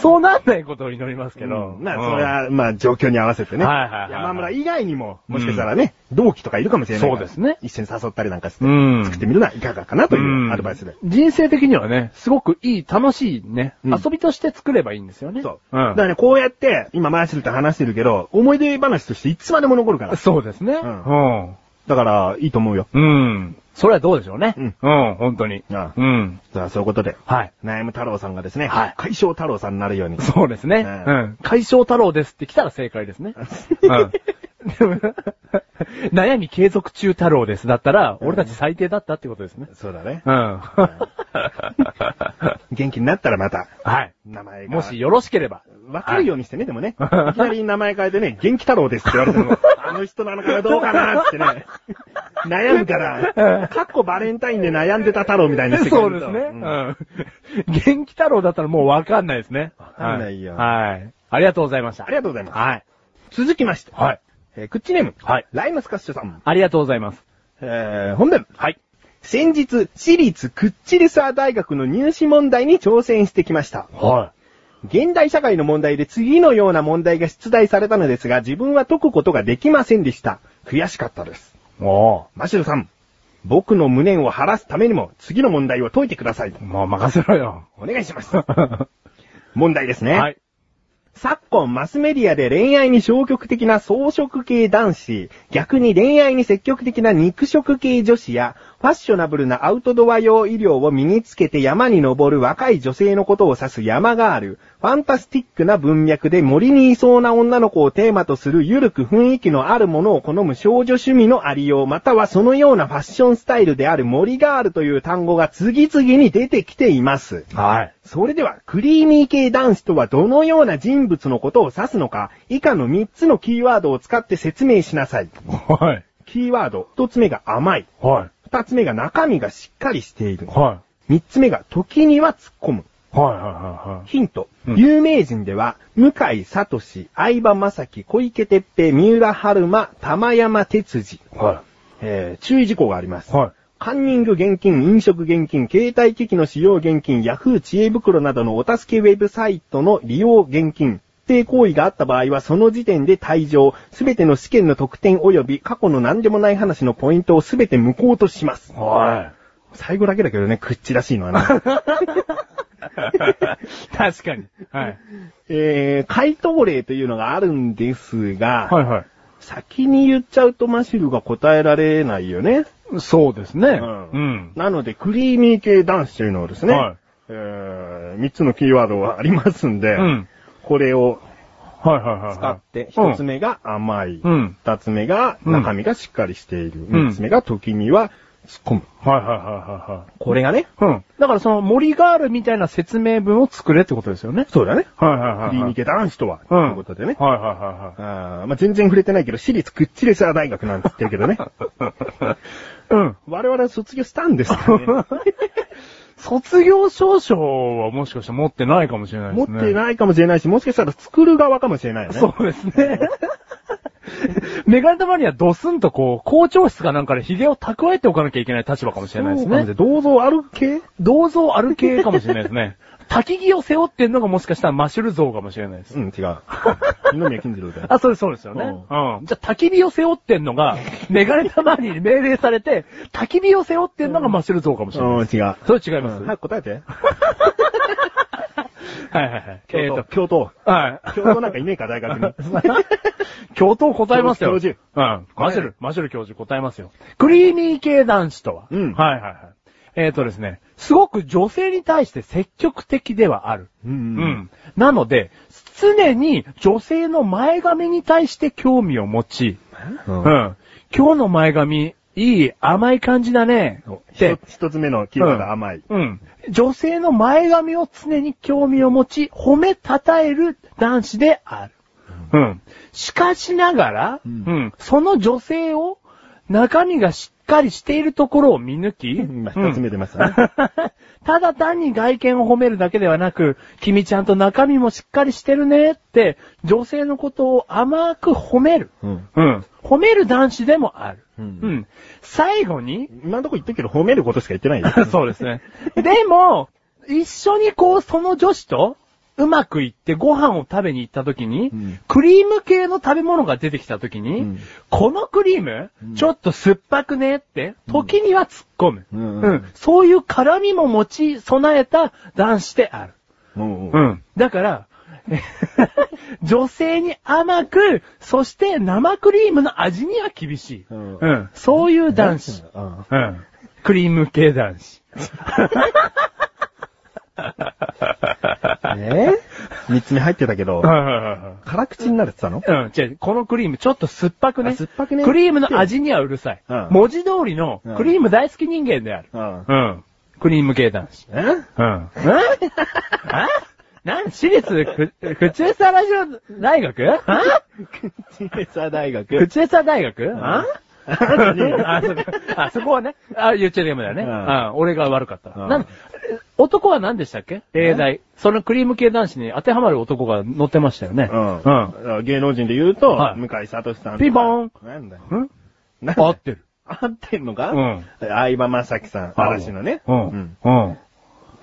Speaker 1: そうなんないことを祈りますけ
Speaker 2: け
Speaker 1: ど
Speaker 2: ど。、まあ、それは、まあ、状況に合わせてね。
Speaker 1: はいはいはい
Speaker 2: 山村以外にも、もしかしたらね、同期とかいるかもしれないから。
Speaker 1: そうですね
Speaker 2: 一緒に誘ったりなんかして
Speaker 1: う、ん、
Speaker 2: 作ってみるのはいかがかなというアドバイスで。
Speaker 1: うん人生的にはね、すごくいい、楽しいね、
Speaker 2: うん
Speaker 1: 遊びとして作ればいいんですよね。
Speaker 2: そう。
Speaker 1: ん
Speaker 2: だからね、こうやって、今、マーシルと話してるけど、思い出話としていつまでも残るから。
Speaker 1: そうですね。
Speaker 2: うん
Speaker 1: うん
Speaker 2: だから、いいと思うよ。
Speaker 1: うん。それはどうでしょうね。
Speaker 2: うん
Speaker 1: うん、本当に。
Speaker 2: ああ
Speaker 1: うん。
Speaker 2: じゃあ、そういうことで、
Speaker 1: はい。
Speaker 2: 悩む太郎さんがですね、
Speaker 1: はい
Speaker 2: 解消太郎さんになるように。
Speaker 1: そうですね。
Speaker 2: ね
Speaker 1: うん。解消太郎ですって来たら正解です ね。うん。でも悩み継続中太郎ですだったら、俺たち最低だったってことですね。
Speaker 2: そうだね。
Speaker 1: うん。は
Speaker 2: 元気になったらまた、
Speaker 1: い。
Speaker 2: 名前が。
Speaker 1: もし、よろしければ。
Speaker 2: わかるようにしてね、でもね。い
Speaker 1: はい
Speaker 2: きなり名前変え てね、元気太郎ですって言われても、あの人なのかなどうかなってね。悩むから、かっこバレンタインで悩んでた太郎みたいにしてく
Speaker 1: そう
Speaker 2: れ
Speaker 1: で
Speaker 2: ると
Speaker 1: すね。うん。元気太郎だったらもうわかんないですね。わ
Speaker 2: かんないよ
Speaker 1: はい。ありがとうございました。
Speaker 2: ありがとうございます。
Speaker 1: はい。
Speaker 2: 続きまして。
Speaker 1: はい。
Speaker 2: えー、クッチネーム。
Speaker 1: はい
Speaker 2: ライムスカッシュさん。
Speaker 1: ありがとうございます。
Speaker 2: えー、本文。
Speaker 1: はい。
Speaker 2: 先日、私立クッチレサー大学の入試問題に挑戦してきました。
Speaker 1: は
Speaker 2: 現代社会の問題で次のような問題が出題されたのですが、自分は解くことができませんでした。悔しかったです。
Speaker 1: い。お
Speaker 2: マシュルさん、僕の無念を晴らすためにも次の問題を解いてください。
Speaker 1: ー。もう任せろよ。
Speaker 2: お願いします。
Speaker 1: は
Speaker 2: 問題ですね。
Speaker 1: い。
Speaker 2: 昨今マスメディアで恋愛に消極的な草食系男子、逆に恋愛に積極的な肉食系女子や、ファッショナブルなアウトドア用医療を身につけて山に登る若い女性のことを指す山がある、ファンタスティックな文脈で森にいそうな女の子をテーマとするゆるく雰囲気のあるものを好む少女趣味のありよう、またはそのようなファッションスタイルである森ガールという単語が次々に出てきています。
Speaker 1: はい。
Speaker 2: それでは、クリーミー系男子とはどのような人物のことを指すのか、以下の3つのキーワードを使って説明しなさい。
Speaker 1: はい。
Speaker 2: キーワード、1つ目が甘い。
Speaker 1: はい。
Speaker 2: 2つ目が中身がしっかりしている。
Speaker 1: は
Speaker 2: 3つ目が時には突っ込む。
Speaker 1: い。はい。は
Speaker 2: ヒント。
Speaker 1: うん
Speaker 2: 有名人では、向井聡、相葉雅紀、小池徹平、三浦春馬、玉山哲司。
Speaker 1: い。は
Speaker 2: えー注意事項があります。
Speaker 1: い。はい。
Speaker 2: カンニング現金、飲食現金、携帯機器の使用現金、ヤフー知恵袋などのお助けウェブサイトの利用現金。不定行為があった場合はその時点で退場、すべての試験の得点及び過去の何でもない話のポイントをすべて無効とします。
Speaker 1: は
Speaker 2: 最後だけだけどね、クッチらしいのはね。
Speaker 1: い。確かに。はい。
Speaker 2: えー、回答例というのがあるんですが、
Speaker 1: はいは
Speaker 2: 先に言っちゃうとマシルが答えられないよね。
Speaker 1: い。そうですね。
Speaker 2: うん
Speaker 1: うん。
Speaker 2: なので、クリーミー系男子というのはですね、
Speaker 1: はい
Speaker 2: えー、3つのキーワードがありますんで、
Speaker 1: うん
Speaker 2: これを
Speaker 1: はいはいはい。
Speaker 2: 使って、
Speaker 1: うん
Speaker 2: 1つ。目が甘い、
Speaker 1: う
Speaker 2: 二
Speaker 1: ん。
Speaker 2: 2つ目が
Speaker 1: うん
Speaker 2: 中身がしっかりしている、
Speaker 1: うん
Speaker 2: 3つ目が時には突っ込む。
Speaker 1: はいはいはいは
Speaker 2: これがね、
Speaker 1: いはい。うん。だからその森ガールみたいな説明文を作れってことですよね。
Speaker 2: そうだね。
Speaker 1: はいはいはいはい。
Speaker 2: クリーミー系男子とは、
Speaker 1: うん。
Speaker 2: ということでね。
Speaker 1: はいはいは
Speaker 2: あーまあ、全然触れてないけど、私立クッチレサー大学なんて言ってるけど ね。
Speaker 1: いはい。うん。
Speaker 2: 我々は卒業した んですからね
Speaker 1: 卒業証書はもしかして持ってないかもしれないで
Speaker 2: 持っ
Speaker 1: すね。
Speaker 2: てないかもしれないし、もしかしたら作る側かもしれないよね。
Speaker 1: そうですね。 メガネ玉にはドスンとこう、校長室かなんかで髭を蓄えておかなきゃいけない立場かもしれないです
Speaker 2: そうかもしれ
Speaker 1: ね
Speaker 2: な。い銅像ある 系
Speaker 1: 銅像ある系かもしれないです ね。滝木を背負ってんのがもしかしたらマシュル像かもしれないです。
Speaker 2: うん、違う。二宮金次郎だよ。
Speaker 1: あ、そうです、そうですよね。うん。じゃあ、焚き火を背負ってんの が、メガネ玉に命令されて、焚き火を背負ってんのがマシュル像かもしれない。
Speaker 2: うん、違う。
Speaker 1: それ違います。
Speaker 2: 早く答えて。
Speaker 1: はいはいはい。え
Speaker 2: え
Speaker 1: っ
Speaker 2: っ
Speaker 1: と
Speaker 2: と、、教頭。
Speaker 1: はい。
Speaker 2: 教頭なんかいねえか、大学に。
Speaker 1: 教頭答えますよ。
Speaker 2: 教授
Speaker 1: うん。マシュル、マシュル教授答えますよ。クリーミー系男子とは。
Speaker 2: うん
Speaker 1: はいはいはい。えっ、とですね、すごく女性に対して積極的ではある。
Speaker 2: うん
Speaker 1: う
Speaker 2: うん
Speaker 1: ん。なので、常に女性の前髪に対して興味を持ち、うん。
Speaker 2: うん
Speaker 1: 今日の前髪、いい、甘い感じだね。って
Speaker 2: 一、つ一つ目のキーワード甘い。
Speaker 1: うん。女性の前髪を常に興味を持ち、褒めたたえる男子である。うん。しかしながら、
Speaker 2: う
Speaker 1: うんん、その女性を、中身がしっかりしているところを見抜き、
Speaker 2: 今一つ目出ましたね。
Speaker 1: ただ単に外見を褒めるだけではなく、君ちゃんと中身もしっかりしてるねって、女性のことを甘く褒める。
Speaker 2: うん。
Speaker 1: うん。褒める男子でもある。
Speaker 2: うん
Speaker 1: うん。最後 に、
Speaker 2: 今のとこ言ったけど褒めることしか言ってないよ
Speaker 1: そうですね。でも、一緒にこう、その女子と、うまくいってご飯を食べに行った時に、
Speaker 2: うん
Speaker 1: クリーム系の食べ物が出てきた時に、
Speaker 2: うん
Speaker 1: このクリーム、
Speaker 2: うん
Speaker 1: ちょっと酸っぱくねって、時には突っ込む、
Speaker 2: うん
Speaker 1: そういう絡みも持ち備えた男子である。
Speaker 2: う
Speaker 1: う
Speaker 2: んうん。
Speaker 1: ん。だから、 女性に甘く、そして生クリームの味には厳しい。
Speaker 2: うん
Speaker 1: うん、そういう男子。
Speaker 2: うん
Speaker 1: うん。クリーム系男子。
Speaker 2: えぇ三つ目入ってたけど、辛口になるって言ったの
Speaker 1: うん、違う、このクリームちょっと酸っぱくね。
Speaker 2: あ酸っぱくね
Speaker 1: クリームの味にはうるさい。
Speaker 2: うん
Speaker 1: 文字通りの
Speaker 2: うん
Speaker 1: クリーム大好き人間である。
Speaker 2: うん
Speaker 1: うん。クリーム系男子。
Speaker 2: え
Speaker 1: うん。あなん私立く、 くちゅうさラジオ大学あ
Speaker 2: チレサ 大
Speaker 1: く
Speaker 2: 学。
Speaker 1: ちゅうさ大学あ あそこあそこはね、あ、言っちゃダメだよね。
Speaker 2: うん
Speaker 1: うん、俺が悪かった。
Speaker 2: うん
Speaker 1: なん男は何でしたっけ例題。そのクリーム系男子に当てはまる男が乗ってましたよね。
Speaker 2: うん。うん。芸能人で言うと、
Speaker 1: はい
Speaker 2: 向井聡さんとか。
Speaker 1: ピンポン
Speaker 2: なんだよ。
Speaker 1: うん。
Speaker 2: なんだ
Speaker 1: 合
Speaker 2: よ
Speaker 1: ってる。
Speaker 2: 合ってんのか
Speaker 1: うん。
Speaker 2: 相葉雅紀さん、嵐のね。
Speaker 1: うん。うん。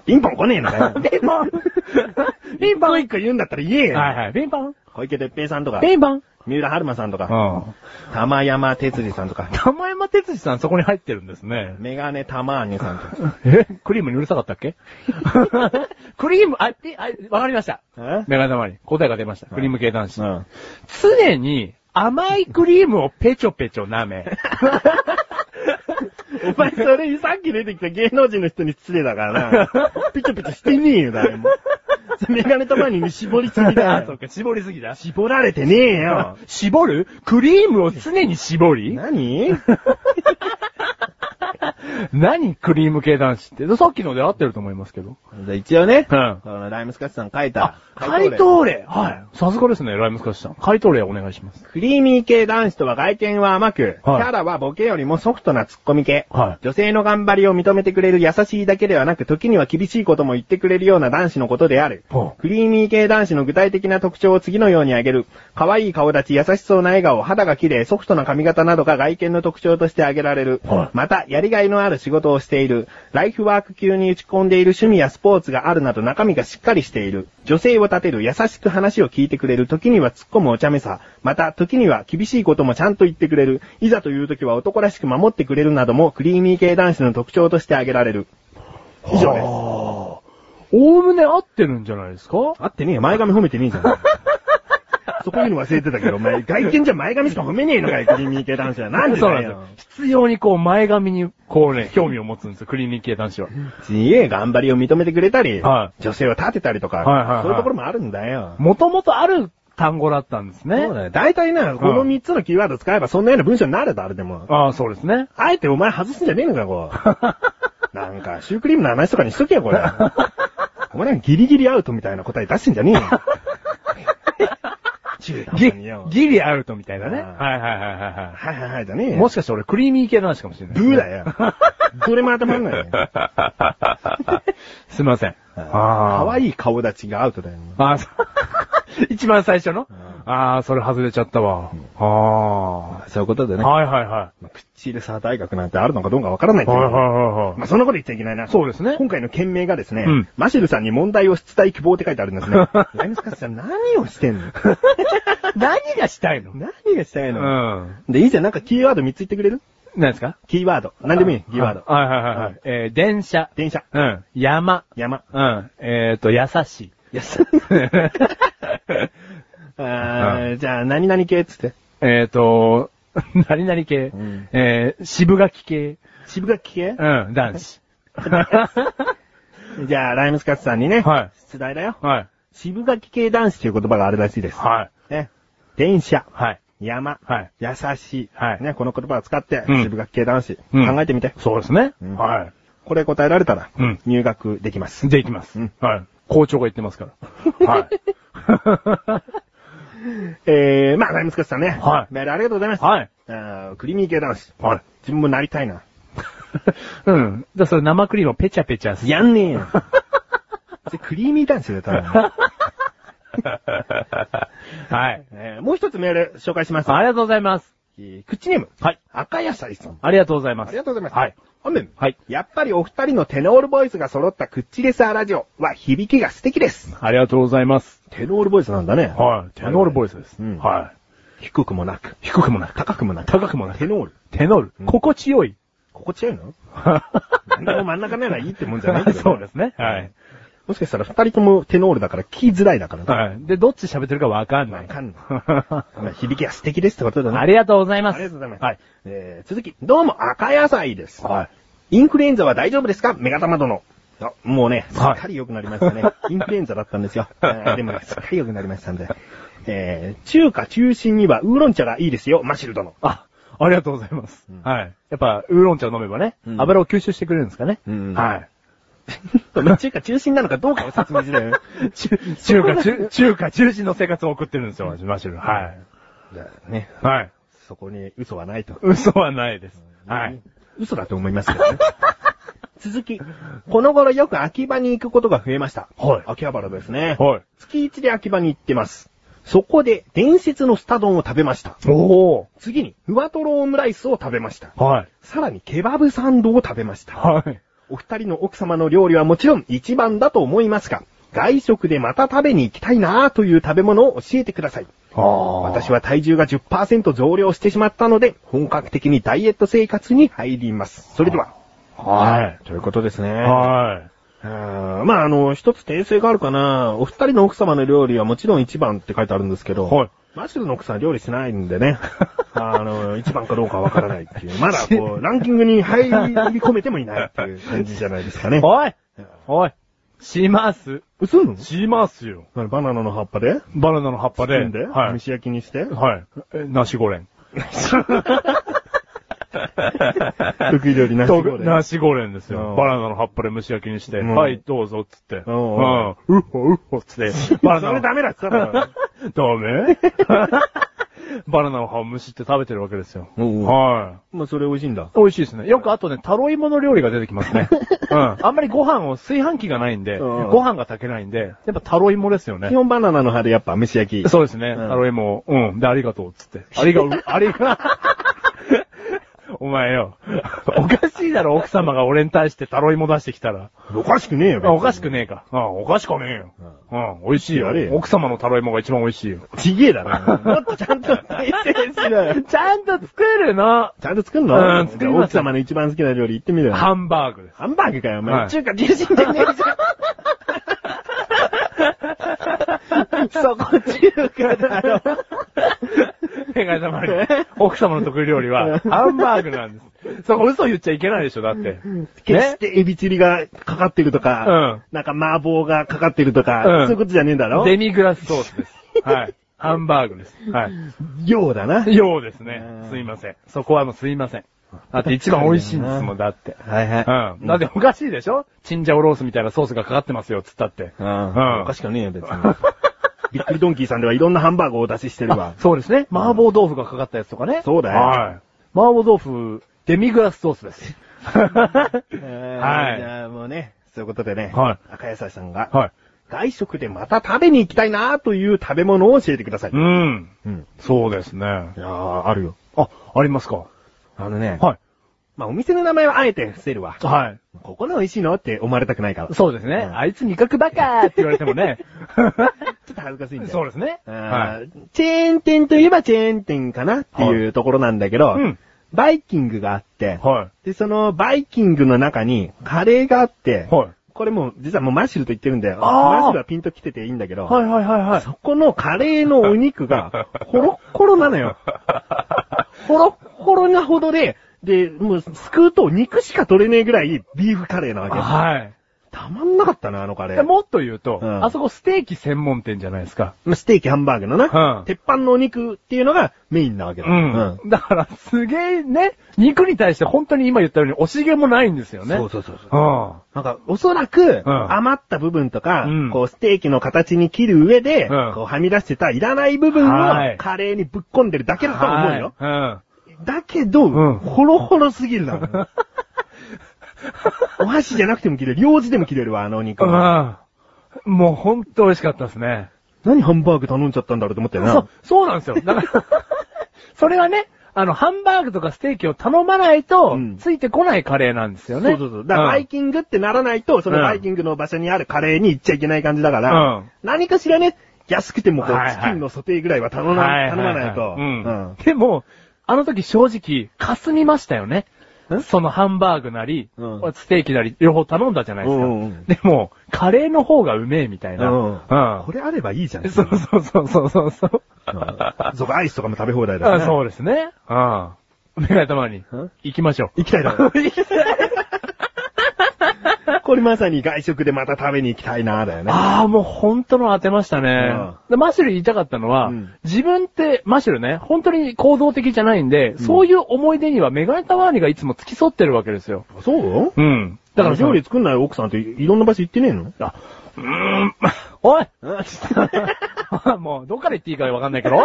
Speaker 2: ピンポン来ねえのか よ。
Speaker 1: ピンポ ンピンポン
Speaker 2: 一個一個言うんだったら言えよ。
Speaker 1: はいはい。ピンポン
Speaker 2: 小池徹平さんとか、
Speaker 1: ピンポン
Speaker 2: 三浦春馬さんとか、
Speaker 1: ん。
Speaker 2: 玉山哲司さんとか、
Speaker 1: 玉山哲司さんそこに入ってるんですね。
Speaker 2: メガネ玉ーニさんとか。
Speaker 1: えクリームにうるさかったっ けクリーム、あ、てあ、わかりました。
Speaker 2: え
Speaker 1: メガネ玉に答えが出ました。クリーム系男子。
Speaker 2: うん。
Speaker 1: 常に甘いクリームをペチョペチョ舐め。
Speaker 2: お前それさっき出てきた芸能人の人に失礼だから な。ピチピチしてねえよ、誰も。メガネ玉ーニに絞りすぎだ
Speaker 1: あ、そ
Speaker 2: よ
Speaker 1: っ。か、絞りすぎだ。
Speaker 2: 絞られてねえよ。
Speaker 1: 絞るクリームを常に絞り
Speaker 2: 何
Speaker 1: 何クリーム系男子って。さっきので合ってると思いますけど。
Speaker 2: じゃあ一応ね、
Speaker 1: うん
Speaker 2: そのライムスカッシュさん書いた
Speaker 1: あ、、回答例はい。さすがですね、ライムスカッシュさん。回答例お願いします。
Speaker 2: クリーミー系男子とは外見は甘く、
Speaker 1: はい
Speaker 2: キャラはボケよりもソフトなツッコミ系、
Speaker 1: はい
Speaker 2: 女性の頑張りを認めてくれる優しいだけではなく、時には厳しいことも言ってくれるような男子のことである。
Speaker 1: はあ
Speaker 2: クリーミー系男子の具体的な特徴を次のように挙げる。可愛い顔立ち、優しそうな笑顔、肌が綺麗、ソフトな髪型などが外見の特徴として挙げられる。
Speaker 1: はい
Speaker 2: また、やりがいのある仕事をしている。ライフワーク級に打ち込んでいる趣味やスポーツがあるなど中身がしっかりしている。女性を立てる、優しく話を聞いてくれる、時には突っ込むお茶目さ。また、時には厳しいこともちゃんと言ってくれる。いざという時は男らしく守ってくれるなども、クリーミー系男子の特徴として挙げられる。以上です。
Speaker 1: はあおおむね合ってるんじゃないですか
Speaker 2: あってねえよ前髪褒めて ねえじゃん。そこ言うの忘れてたけど、お前、外見じゃ前髪しか褒めねえのかよ、クリーミー系男子は。なんで
Speaker 1: そう
Speaker 2: だ
Speaker 1: なんですよ
Speaker 2: よ。。
Speaker 1: 必要にこう前髪にこうね、興味を持つんですよ、クリーミー系男子は。
Speaker 2: 自衛頑張りを認めてくれたり、
Speaker 1: は
Speaker 2: 女性を立てたりとか、
Speaker 1: はいはいはい
Speaker 2: そういうところもあるんだよ。
Speaker 1: もともとある単語だったんですね
Speaker 2: そう。だよ。大体な、この3つのキーワード使えばそんなような文章になる誰 でも。
Speaker 1: ああ、そうですね。
Speaker 2: あえてお前外すんじゃねえのかよ、こ う。なんか、シュークリームの話とかにしとけよ、これ。お前なんかギリギリアウトみたいな答え出してんじゃねえよ。中途
Speaker 1: ギ
Speaker 2: 半端によ
Speaker 1: ギリアウトみたいなね。
Speaker 2: ああ
Speaker 1: はいはいはいはいは
Speaker 2: はいはいはい、じゃねえ
Speaker 1: い。
Speaker 2: よ。
Speaker 1: もしかして俺クリーミー系男子かもしれない。
Speaker 2: ブーだよ。どれも頭にないよ。
Speaker 1: すいません。
Speaker 2: 可
Speaker 1: いい。
Speaker 2: 愛い顔立ちがアウトだよ。
Speaker 1: ああ、そう 一番最初の
Speaker 2: うん
Speaker 1: ああ、それ外れちゃったわ。あ
Speaker 2: そういうことで
Speaker 1: あ。。はいはいは
Speaker 2: まあ口でさ、大学なんてあるのかどうかわからない
Speaker 1: い。
Speaker 2: け
Speaker 1: はいはい
Speaker 2: ど。
Speaker 1: はい
Speaker 2: ま
Speaker 1: は
Speaker 2: あ、そんなこと言っちゃいけないな。
Speaker 1: い。そうですね。
Speaker 2: 今回の件名がですね、
Speaker 1: うん
Speaker 2: マシルさんに問題を出題希望って書いてあるんで すね。ライムスカスさん何をしてんの
Speaker 1: 何がしたいの
Speaker 2: 何がしたいの、
Speaker 1: うん。
Speaker 2: で、いいじゃん、なんかキーワード3つ言ってくれる
Speaker 1: 何ですか
Speaker 2: キーワード。何でもいい、キーワード。
Speaker 1: はいはいはいは
Speaker 2: うん
Speaker 1: い。えー、電車。
Speaker 2: 電車、
Speaker 1: うん。山。
Speaker 2: 山、
Speaker 1: うん。えっと、優しい。
Speaker 2: よし。 あーじゃあ、何々系っつって。
Speaker 1: えっと、 何々系
Speaker 2: うん。
Speaker 1: えー、渋垣系。
Speaker 2: 渋垣系
Speaker 1: うん、男子。
Speaker 2: じゃあ、ライムスカスさんにね、
Speaker 1: はい
Speaker 2: 出題だよ。
Speaker 1: はい。
Speaker 2: 渋垣系男子という言葉があるらしいです。
Speaker 1: はい。
Speaker 2: ね。電車、
Speaker 1: はい。
Speaker 2: 山、
Speaker 1: はい。
Speaker 2: 優しい。
Speaker 1: はい
Speaker 2: ね、この言葉を使って、
Speaker 1: うん
Speaker 2: 渋学系男子、
Speaker 1: うん
Speaker 2: 考えてみて。
Speaker 1: そうですね。
Speaker 2: うん
Speaker 1: は
Speaker 2: これ答えられたら、
Speaker 1: うん
Speaker 2: 入学できます。
Speaker 1: い。で、いきます
Speaker 2: うん。
Speaker 1: はい。校長が言ってますから。はい。
Speaker 2: えー、まあ、だいぶ疲れてたね。
Speaker 1: はい
Speaker 2: メールありがとうございます。
Speaker 1: はい。
Speaker 2: あークリーミー系男子。
Speaker 1: はい。
Speaker 2: 自分もなりたいな。
Speaker 1: うん。じゃあそれ生クリームをペチャペチャする。
Speaker 2: やんね えよ。それクリーミー男子だよ、多分。
Speaker 1: はい。
Speaker 2: えーもう一つメール紹介します。
Speaker 1: ありがとうございます。
Speaker 2: えー口ネーム。
Speaker 1: はい。
Speaker 2: 赤野菜さん。
Speaker 1: ありがとうございま
Speaker 2: あ
Speaker 1: す。
Speaker 2: りがとうございます。
Speaker 1: はい。
Speaker 2: 本文。
Speaker 1: はい。
Speaker 2: やっぱりお二人のテノールボイスが揃ったクッチレスアラジオは響きが素敵です。
Speaker 1: ありがとうございます。
Speaker 2: テノールボイスなんだね。
Speaker 1: はい。テノールボイスです。
Speaker 2: うん
Speaker 1: は
Speaker 2: 低くもなく、
Speaker 1: い。低くもなく。
Speaker 2: 高くもなく。
Speaker 1: 高くもなく
Speaker 2: テノール。
Speaker 1: テノール。
Speaker 2: うん
Speaker 1: 心地よい。
Speaker 2: 心地よいの何でも真ん中ならいいってもんじゃないけ ど。
Speaker 1: そうですね。はい。。
Speaker 2: もしかしたら二人ともテノールだから聞きづらいだからね。
Speaker 1: はい。で、どっち喋ってるかわかんな
Speaker 2: わ
Speaker 1: い。
Speaker 2: かん ない。まあ響きが素敵ですってことだね。
Speaker 1: ありがとうございます。
Speaker 2: ありがとうございます。
Speaker 1: はい。
Speaker 2: えー、続き、どうも赤野菜です。。
Speaker 1: はい
Speaker 2: インフルエンザは大丈夫ですかメガタマ殿。あ、もうね、す
Speaker 1: はい
Speaker 2: っかり良くなりました ね。インフルエンザだったんですよ。えーでもね、すっかり良くなりましたんで。えー、中華中心にはウーロン茶がいいですよ、マシル殿。
Speaker 1: あ、ありがとうございます。
Speaker 2: うん
Speaker 1: はい。やっぱ、ウーロン茶を飲めばね、
Speaker 2: うん
Speaker 1: 油を吸収してくれるんですかね。
Speaker 2: うん
Speaker 1: はい。
Speaker 2: 中華中心なのかどうかを説明しない よ。
Speaker 1: 中中華、中中華、中心の生活を送ってるんですよ、マシュル。は
Speaker 2: じゃあね、
Speaker 1: い。はい。
Speaker 2: そこに嘘はないと。
Speaker 1: 嘘はないです。はい。。
Speaker 2: 嘘だと思います けどね。続き。この頃よく秋葉に行くことが増えました。
Speaker 1: はい
Speaker 2: 秋葉原ですね。
Speaker 1: はい。
Speaker 2: 月1で秋葉に行ってます。そこで伝説のスタ丼を食べました。
Speaker 1: お
Speaker 2: 次に、ふわとろオムライスを食べました。
Speaker 1: ー。はい。
Speaker 2: さらに、ケバブサンドを食べました。
Speaker 1: はい。
Speaker 2: お二人の奥様の料理はもちろん一番だと思いますが、外食でまた食べに行きたいなぁという食べ物を教えてください。
Speaker 1: ああ
Speaker 2: 私。は体重が10%増量してしまったので、本格的にダイエット生活に入ります。それでは。
Speaker 1: は
Speaker 2: ということですね。
Speaker 1: い。は
Speaker 2: あーまあ、あの、一つ訂正があるかな。お二人の奥様の料理はもちろん一番って書いてあるんですけど、
Speaker 1: はい
Speaker 2: マシュルの奥さん料理しないん でね。あの、一番かどうかわからないっていう。まだこう、ランキングに入り込めてもいないっていう感じじゃないですかね
Speaker 1: い。。おいおいします。
Speaker 2: 薄いの
Speaker 1: しますよ。
Speaker 2: 何バナナの葉っぱで
Speaker 1: バナナの葉っぱで。
Speaker 2: 包んで、
Speaker 1: はい
Speaker 2: 蒸。し焼きにして
Speaker 1: はい。えナシゴレン。
Speaker 2: 得意料理なし
Speaker 1: と
Speaker 2: で。
Speaker 1: ナシゴレンです
Speaker 2: う
Speaker 1: よ
Speaker 2: ん。
Speaker 1: バナナの葉っぱで蒸し焼きにして、
Speaker 2: うん
Speaker 1: はい、どうぞ、つって。
Speaker 2: う
Speaker 1: うんん。うっほ、うっほ、つって。バ
Speaker 2: そ
Speaker 1: ナ
Speaker 2: れ
Speaker 1: ナ
Speaker 2: ダメだっ つったら。
Speaker 1: の、ダメ バナナの葉を蒸しって食べてるわけですよ。
Speaker 2: うんうん
Speaker 1: は
Speaker 2: まあ、それ美味しいんだ。
Speaker 1: い。美味しいですね。よくあとね、タロイモの料理が出てきます ね。うん。あんまりご飯を、炊飯器がないんで、
Speaker 2: うん
Speaker 1: ご飯が炊けないんで、やっぱタロイモですよね
Speaker 2: 基。本バナナの葉でやっぱ蒸し焼き。
Speaker 1: そうですね。
Speaker 2: うん
Speaker 1: タロイモを、うん。で、ありがとう、つって。ありがと う、ありが、 お前よ。おかしいだろ、奥様が俺に対してタロイモ出してきたら。
Speaker 2: おかしくねえよ。別
Speaker 1: あ
Speaker 2: に
Speaker 1: おかしくねえか。うん、おかしくはねえよ。うん、美味しいよ
Speaker 2: やれ。よ
Speaker 1: 奥様のタロイモが一番美味しい よ。
Speaker 2: ちげえだな。もっとちゃんと訂正しろよ。
Speaker 1: ちゃんと作るの
Speaker 2: ちゃんと作んの
Speaker 1: うん作ります
Speaker 2: 奥様の一番好きな料理言ってみるよ。
Speaker 1: ハンバーグ です。
Speaker 2: ハンバーグかよ、お前。
Speaker 1: はい
Speaker 2: 中華中心でねえじゃん。そこ中華だろ。
Speaker 1: ペガ様に。奥様の得意料理は、ハンバーグなんです。そこ嘘言っちゃいけないでしょ、だって。
Speaker 2: 決してエビチリがかかってるとか、なんか麻婆がかかってるとか、
Speaker 1: うん
Speaker 2: そういうことじゃねえんだろ
Speaker 1: デミグラスソースです。はい。ハンバーグです。はい。
Speaker 2: 量だな。
Speaker 1: ようです
Speaker 2: う
Speaker 1: ね
Speaker 2: ん。
Speaker 1: すいません。そこはもうすいません。だって一番美味しいんですもん、だって。
Speaker 2: はいは
Speaker 1: う
Speaker 2: い。
Speaker 1: ん。だっておかしいでしょチンジャオロースみたいなソースがかかってますよ、つったって。
Speaker 2: う
Speaker 1: う
Speaker 2: ん。
Speaker 1: ん
Speaker 2: おかしくねえよ、別に。 びっくりドンキーさんではいろんなハンバーグをお出ししてるわ
Speaker 1: あ。そうですね。麻婆豆腐がかかったやつとかね。
Speaker 2: そうだよ
Speaker 1: はい。麻婆豆腐、デミグラスソースです。
Speaker 2: は。
Speaker 1: はいい
Speaker 2: じゃあもうね、そういうことでね、
Speaker 1: はい
Speaker 2: 赤野菜さんが、
Speaker 1: はい。
Speaker 2: 外食でまた食べに行きたいなという食べ物を教えてください。
Speaker 1: うん。
Speaker 2: うん。
Speaker 1: そうですね。あ
Speaker 2: いやー、あるよ。、
Speaker 1: ありますか。
Speaker 2: あのね、
Speaker 1: は
Speaker 2: まあお店の名前はあえて伏せるわ
Speaker 1: い。。はい。
Speaker 2: ここの美味しいのって思われたくないから。ちょ
Speaker 1: そうですね。
Speaker 2: うん
Speaker 1: あいつ味覚バカーって言われてもね。
Speaker 2: っと恥ずかしいんだ よ。
Speaker 1: そうですね。
Speaker 2: あ
Speaker 1: は
Speaker 2: ーチェーン店といえばチェーン店かなっていうところなんだけど、
Speaker 1: うん
Speaker 2: バイキングがあって、
Speaker 1: い。は
Speaker 2: で、そのバイキングの中にカレーがあって
Speaker 1: い。、はい。
Speaker 2: これもう実はもうマッシュルと言ってるんだよ。
Speaker 1: あー
Speaker 2: マッシュルはピンと来てていいんだけど、
Speaker 1: はいはいはいはい。
Speaker 2: そこのカレーのお 肉が、ホロッコロなのよ。ホロッコロなほどで、で、もう、すくうと肉しか取れねえぐらいビーフカレーなわけ。
Speaker 1: はい。
Speaker 2: たまんなかったな、あのカレー。
Speaker 1: もっと言うと、
Speaker 2: うん
Speaker 1: あそこステーキ専門店じゃないですか。
Speaker 2: まあステーキ、ハンバーグのな、
Speaker 1: うん
Speaker 2: 鉄板のお肉っていうのがメインなわけだ。
Speaker 1: うん。だから、すげえね、肉に対して本当に今言ったように惜しげもないんですよね。
Speaker 2: そうそうそうそう。
Speaker 1: うん。
Speaker 2: なんか、おそらく、
Speaker 1: うん
Speaker 2: 余った部分とか、
Speaker 1: うん
Speaker 2: こう、ステーキの形に切る上
Speaker 1: う
Speaker 2: で、
Speaker 1: ん
Speaker 2: こう、はみ出してたいらない部分
Speaker 1: は
Speaker 2: を
Speaker 1: い、
Speaker 2: カレーにぶっ込んでるだけだとは思うよ。
Speaker 1: はい。
Speaker 2: だけど、
Speaker 1: ん
Speaker 2: ホロホロすぎるだ ろ。お箸じゃなくても切れる。両手でも切れるわ、あのお肉
Speaker 1: う
Speaker 2: は。
Speaker 1: ん。うん。もう本当美味しかったですね。
Speaker 2: 何ハンバーグ頼んじゃったんだろうと思ったよ
Speaker 1: そ
Speaker 2: な
Speaker 1: う。、そうなんですよ。だ から、それはね、あの、ハンバーグとかステーキを頼まないと
Speaker 2: うん、
Speaker 1: ついてこないカレーなんですよね。
Speaker 2: そうそうそう。だから、バイキングってならないと、その
Speaker 1: うん
Speaker 2: バイキングの場所にあるカレーに行っちゃいけない感じだから、
Speaker 1: うん
Speaker 2: 何かしらね、安くてもこう
Speaker 1: はいは、い
Speaker 2: チキンのソテーぐらいは頼
Speaker 1: うん
Speaker 2: な、
Speaker 1: はい
Speaker 2: 頼まないと。
Speaker 1: ははうん
Speaker 2: うん。
Speaker 1: でも、あの時正直、かすみましたよね
Speaker 2: ん。
Speaker 1: そのハンバーグなり、
Speaker 2: うん
Speaker 1: ステーキなり、両方頼んだじゃないですか。
Speaker 2: うんうんうん
Speaker 1: でも、カレーの方がうめえみたいな。
Speaker 2: うん。
Speaker 1: うん
Speaker 2: これあればいいじゃん。
Speaker 1: そうそうそうそうそうそう。
Speaker 2: うんそうか、アイスとかも食べ放題だ
Speaker 1: あ
Speaker 2: ね。。
Speaker 1: そううですね。うん。メガネたまに
Speaker 2: ん、
Speaker 1: 行きましょう。
Speaker 2: 行きた いだろ。これまさに外食でまた食べに行きたいな、だよね。
Speaker 1: ああ、もう本当の当てましたね。
Speaker 2: うん
Speaker 1: でマシュル言いたかったのは、
Speaker 2: うん
Speaker 1: 自分って、マシュルね、本当に行動的じゃないんで、そういう思い出にはメガネタワーニがいつも付き添ってるわけですよ。
Speaker 2: そう
Speaker 1: うん。
Speaker 2: だ
Speaker 1: だからら
Speaker 2: か料
Speaker 1: 料
Speaker 2: 理
Speaker 1: 理、
Speaker 2: 作んない奥さんっていろんな場所行ってねえの
Speaker 1: あ、うーん、 おい
Speaker 2: あ、作
Speaker 1: もう、どっから言っていいかわかんないけど、おい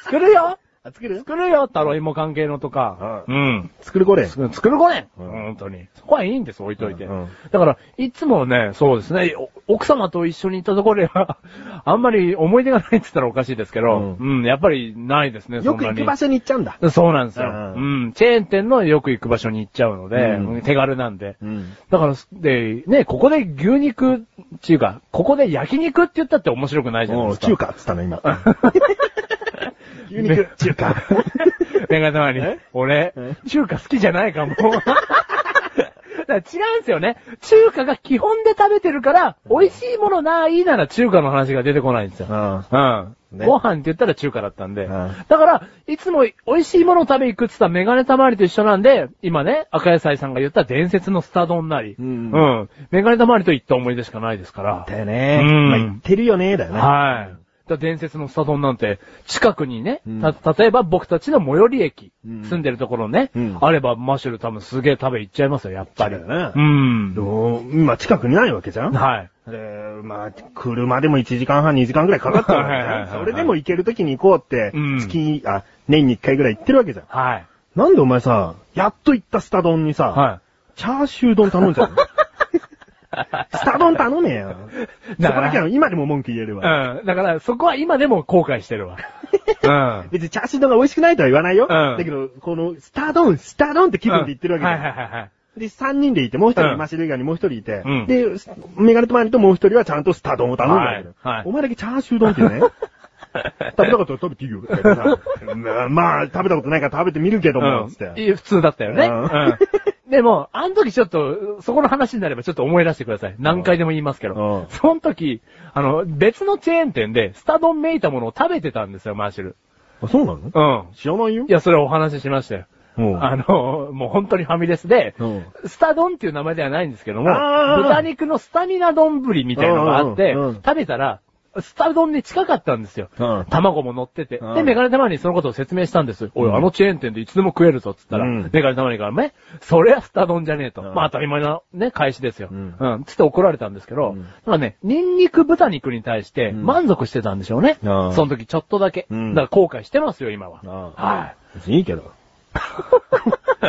Speaker 1: 作るよ
Speaker 2: る
Speaker 1: 作るよタロイモ関係のとか。
Speaker 2: う
Speaker 1: うん。
Speaker 2: 作るこれ。
Speaker 1: 作作るこね、
Speaker 2: うん
Speaker 1: 本当に。そこはいいんです、置いといて。
Speaker 2: うんうん
Speaker 1: だから、いつもね、そうですね、お奥様と一緒に行ったところでは、 あんまり思い出がないって言ったらおかしいですけど、う
Speaker 2: う
Speaker 1: ん、やっぱりないですね、
Speaker 2: よく行く場
Speaker 1: 所
Speaker 2: 所に行っちゃうんだ。
Speaker 1: そうなんですよ、
Speaker 2: う
Speaker 1: うんん。チェーン店のよく行く場所に行っちゃうので、
Speaker 2: うん
Speaker 1: うん手軽なんで。
Speaker 2: うん。
Speaker 1: だから、で、ね、ここで牛肉っていうか、ここで焼肉って言ったって面白くないじゃない
Speaker 2: も
Speaker 1: で
Speaker 2: う
Speaker 1: すか。
Speaker 2: 中華っつったの今。牛肉、中華。
Speaker 1: メガネ玉に
Speaker 2: え、
Speaker 1: 俺
Speaker 2: え、
Speaker 1: 中華好きじゃない かも。だから違うんですよね。中華が基本で食べてるから、美味しいものないなら中華の話が出てこないんですよ。
Speaker 2: あ
Speaker 1: うん。
Speaker 2: ね
Speaker 1: ご飯って言ったら中華だったんで。
Speaker 2: うん
Speaker 1: だから、いつも美味しいものを食べに行くって言ったらメガネたまわりと一緒なんで、今ね、赤野菜さんが言った伝説のスタ丼なり、
Speaker 2: うん
Speaker 1: うん。メガネたまわりと行った思い出しかないですから。
Speaker 2: だよね。
Speaker 1: うん
Speaker 2: まあ行ってるよね、だよね。
Speaker 1: はい。だから伝説のスタ丼なんて、近くにね、
Speaker 2: うん
Speaker 1: た、例えば僕たちの最寄り駅、
Speaker 2: うん
Speaker 1: 住んでるところね、
Speaker 2: うん
Speaker 1: あればマッシュル多分すげえ食べ行っちゃいますよ、やっぱり。
Speaker 2: そうだよね
Speaker 1: うん。
Speaker 2: でも今近くにないわけじゃん
Speaker 1: はい。
Speaker 2: で、まあ、車でも1時間半、2時間ぐらいかかったわけじ
Speaker 1: はいはい
Speaker 2: ゃ
Speaker 1: は
Speaker 2: ん
Speaker 1: いはい
Speaker 2: それでも行ける時に行こうって
Speaker 1: うん、
Speaker 2: 月、あ、年に1回ぐらい行ってるわけじゃん。
Speaker 1: はい。
Speaker 2: なんでお前さ、やっと行ったスタ丼にさ、
Speaker 1: は
Speaker 2: チャーシュー丼頼んじゃ うのスタ丼頼めよ。そこ
Speaker 1: だから
Speaker 2: だけは今でも文句言える
Speaker 1: い。
Speaker 2: わ。
Speaker 1: うん。だから、そこは今でも後悔して るわ。うん。
Speaker 2: 別にチャーシュー丼が美味しくないとは言わないよ。
Speaker 1: うん
Speaker 2: だけど、この、スタ丼、スタ丼って気分で言ってるわけ
Speaker 1: うん
Speaker 2: だ
Speaker 1: はいはいはいはい。
Speaker 2: で、3人でいて、もう1人、
Speaker 1: うん
Speaker 2: マシル以外にもう1人いて、
Speaker 1: うん
Speaker 2: で、メガネとマリともう1人はちゃんとスタ丼を頼んだんだけど、
Speaker 1: はいはい
Speaker 2: お前だけチャーシュー丼っ ていうね。食べたかったら食べていいよ。とか言ってさまあまあ、食べたことないから食べてみるけども、つって。
Speaker 1: うんいや普通だったよね。
Speaker 2: う
Speaker 1: うんん。 でも、あの時ちょっと、そこの話になればちょっと思い出してください。何回でも言いますけ
Speaker 2: うん
Speaker 1: ど。その時、あの、別のチェーン店で、スタ丼めいたものを食べてたんですよ、マーシュル。
Speaker 2: あ、そうなの
Speaker 1: うん。
Speaker 2: 知らないよ。
Speaker 1: いや、それはお話ししましたよ。
Speaker 2: うん
Speaker 1: あの、もう本当にファミレスで
Speaker 2: うん、
Speaker 1: スタ丼っていう名前ではないんですけども、
Speaker 2: あー
Speaker 1: 豚肉のスタミナ丼みたいなのがあって
Speaker 2: うんうんうん、
Speaker 1: 食べたら、スタ丼に近かったんですよ。
Speaker 2: うん
Speaker 1: 卵も乗ってて。
Speaker 2: うん
Speaker 1: で、メガネ玉にそのことを説明したんです。おい、あのチェーン店でいつでも食えるぞっつったら、
Speaker 2: うん
Speaker 1: メガネ玉にからね、そりゃスタ丼じゃねえと。
Speaker 2: うん
Speaker 1: まあ当たり前なね、返しですよ。
Speaker 2: う
Speaker 1: うんん。つって怒られたんですけど、
Speaker 2: うん
Speaker 1: だからね、ニンニク豚肉に対して
Speaker 2: うん
Speaker 1: 満足してたんでしょうね。
Speaker 2: あー
Speaker 1: その時ちょっとだけ。
Speaker 2: うん
Speaker 1: だから後悔してますよ、今は。
Speaker 2: あー
Speaker 1: はい。
Speaker 2: 別にいい けど。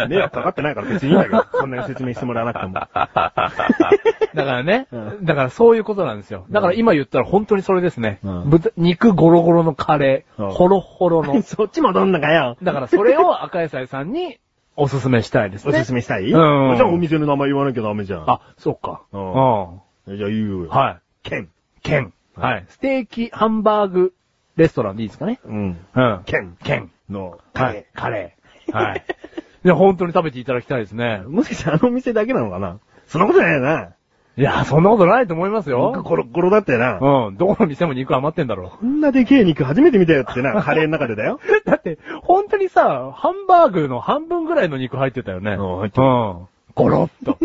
Speaker 2: 迷惑かかってないから別にいいんだけど、そんなに説明してもらわなくても。
Speaker 1: だからね、
Speaker 2: う
Speaker 1: だからそういうことなんですよ。だから今言ったら本当にそれですね。
Speaker 2: うん
Speaker 1: 豚肉ゴロゴロのカレー、
Speaker 2: うん。
Speaker 1: ホロホロ の
Speaker 2: そっちもどんなかよ。
Speaker 1: だからそれを赤野菜さんに おすすめしたいです
Speaker 2: お
Speaker 1: ね。
Speaker 2: すすめしたい、
Speaker 1: うん
Speaker 2: じゃあお店の名前言わなきゃダメじゃん。、
Speaker 1: あ、そうか。
Speaker 2: う
Speaker 1: うんん。
Speaker 2: じゃあ言うよ。。
Speaker 1: はい
Speaker 2: ケン。
Speaker 1: い。剣。
Speaker 2: うん
Speaker 1: はい。ステーキ、ハンバーグ、レストランでいいですかね。
Speaker 2: うん。
Speaker 1: うん。
Speaker 2: ケン。
Speaker 1: 剣。
Speaker 2: の、
Speaker 1: はい。カレー。はい。 いや、本当に食べていただきたいですね。
Speaker 2: もしかしてあの店だけなのかなそんなことないよな。
Speaker 1: いや、そんなことないと思います
Speaker 2: 肉
Speaker 1: よ。
Speaker 2: ゴロゴロだったよな。
Speaker 1: うん。どこの店も肉余ってんだろう。
Speaker 2: こんなでけえ肉初めて見たよって な、カレーの中でだよ。
Speaker 1: だって、本当にさ、ハンバーグの半分ぐらいの肉入ってたよね。
Speaker 2: うん入って
Speaker 1: うん。ゴロッと。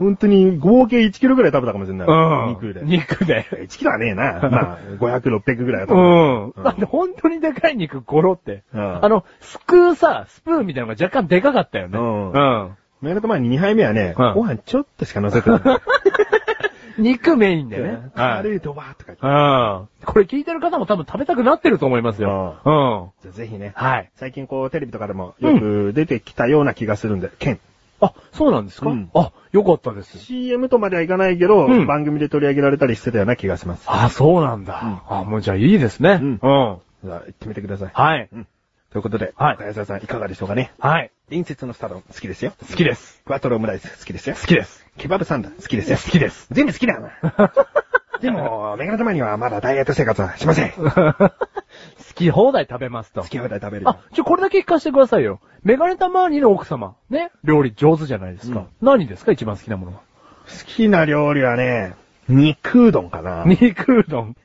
Speaker 2: 本当に合計1キロぐらい食べたかもしれない。
Speaker 1: うん。
Speaker 2: 肉で。
Speaker 1: 肉で。
Speaker 2: 1キロはね えな。まあ、500、600ぐらいは
Speaker 1: う
Speaker 2: 食べた。
Speaker 1: ん。だって本当にでかい肉ゴロって。
Speaker 2: うん
Speaker 1: あの、すくうさ、スプーンみたいなのが若干でかかったよね。
Speaker 2: う
Speaker 1: うん。
Speaker 2: んメガネと前に2杯目はね、
Speaker 1: うん
Speaker 2: ご飯ちょっとしか乗せてない。
Speaker 1: 肉メインでね。 はい
Speaker 2: 軽いドバーとか言って。
Speaker 1: うん。これ聞いてる方も多分食べたくなってると思いますよ。うん。
Speaker 2: じゃあぜひね、
Speaker 1: はい。
Speaker 2: 最近こうテレビとかでもよく出てきたような気がするんで、ケン。
Speaker 1: あ、そうなんですか、
Speaker 2: うん
Speaker 1: あ、よかったです。
Speaker 2: CM とまではいかないけど、
Speaker 1: うん
Speaker 2: 番組で取り上げられたりしてたような気がします。
Speaker 1: あ、そうなんだ。あ、もうじゃあいいですね。う
Speaker 2: うん
Speaker 1: ん。
Speaker 2: じゃあ、行ってみてください。
Speaker 1: はい。
Speaker 2: うん。ということで、
Speaker 1: はい
Speaker 2: 岡安さんいかがでしょうかね。
Speaker 1: はい。
Speaker 2: 隣接のスタロン好きですよ。
Speaker 1: 好きです。
Speaker 2: クワトロオムライス好きですよ。
Speaker 1: 好き です。
Speaker 2: ケバブサンダー好きですよ。
Speaker 1: 好きです。
Speaker 2: 全部好き だよな。でも、メガネ玉にはまだダイエット生活はしません。 好
Speaker 1: 好き放題食べますと。
Speaker 2: き放題食べるよ。
Speaker 1: あ、ちょ、これだけ聞かせてくださいよ。メガネたまーにの奥様。ね料理上手じゃないですか。何ですか一番好きなものは。
Speaker 2: 好きな料理はね、肉うどんかな。
Speaker 1: 肉う どん。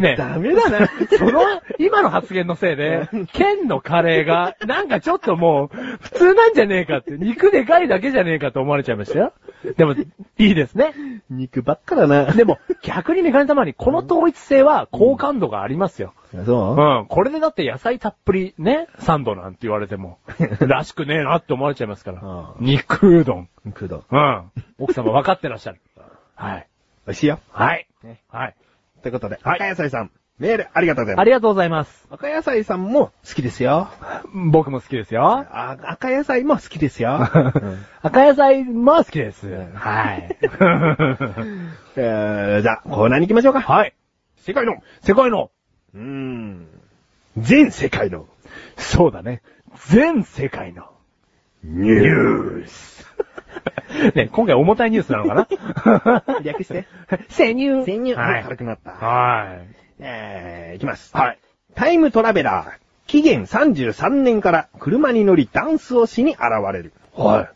Speaker 1: ねえ
Speaker 2: ダメだな。
Speaker 1: その、今の発言のせいで、県のカレーが、なんかちょっともう、普通なんじゃねえかって、肉でかいだけじゃねえかと思われちゃいましたよ。でも、いいですね。
Speaker 2: 肉ばっかだな。
Speaker 1: でも、逆にメガネたまに、この統一性は好感度がありますよ。
Speaker 2: そう
Speaker 1: うん。これでだって野菜たっぷりね、サンドなんて言われて も、らしくねえなって思われちゃいますから
Speaker 2: うん。
Speaker 1: 肉うどん。
Speaker 2: 肉うどん。
Speaker 1: うん。奥様分かってらっしゃる。はい。
Speaker 2: 美味しいよ。
Speaker 1: はい
Speaker 2: ね。
Speaker 1: はい。
Speaker 2: ということで、
Speaker 1: はい
Speaker 2: 赤野菜さん、メールありがとうござい
Speaker 1: あ
Speaker 2: ます。
Speaker 1: りがとうございます。
Speaker 2: 赤野菜さんも好きですよ。
Speaker 1: 僕も好きですよ。
Speaker 2: あ赤野菜も好きです よ。
Speaker 1: 赤野菜も好き です。
Speaker 2: ん
Speaker 1: はい。
Speaker 2: えーじゃあ、コーナーに行きましょうか。
Speaker 1: はい。
Speaker 2: 世界の。
Speaker 1: 世界の。
Speaker 2: うーん。全世界の
Speaker 1: そうだね。全世界 の。
Speaker 2: ニュース。
Speaker 1: ね、今回重たいニュースなのか な
Speaker 2: 略して。
Speaker 1: 潜入。
Speaker 2: 潜入。
Speaker 1: は
Speaker 2: あ軽
Speaker 1: い。
Speaker 2: くなった。
Speaker 1: はい。
Speaker 2: えー、いきます。
Speaker 1: はい。
Speaker 2: タイムトラベラー。紀元33年から車に乗りダンスをしに現れる。
Speaker 1: はい。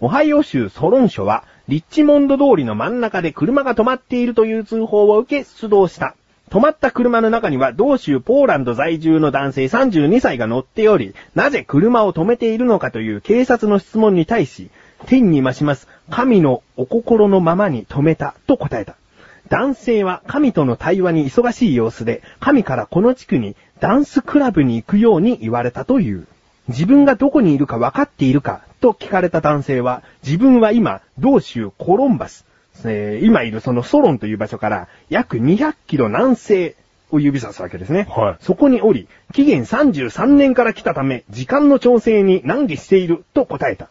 Speaker 2: オハイオ州ソロン署は、リッチモンド通りの真ん中で車が止まっているという通報を受け出動した。止まった車の中には、同州ポーランド在住の男性32歳が乗っており、なぜ車を止めているのかという警察の質問に対し、天に増します、神のお心のままに止めた、と答えた。男性は神との対話に忙しい様子で、神からこの地区にダンスクラブに行くように言われたという。自分がどこにいるか分かっているかと聞かれた男性は、自分は今、同州コロンバス、えー今いるそのソロンという場所から約200キロ南西を指さすわけですね。
Speaker 1: はい
Speaker 2: そこにおり、期限33年から来たため、時間の調整に難儀していると答えた。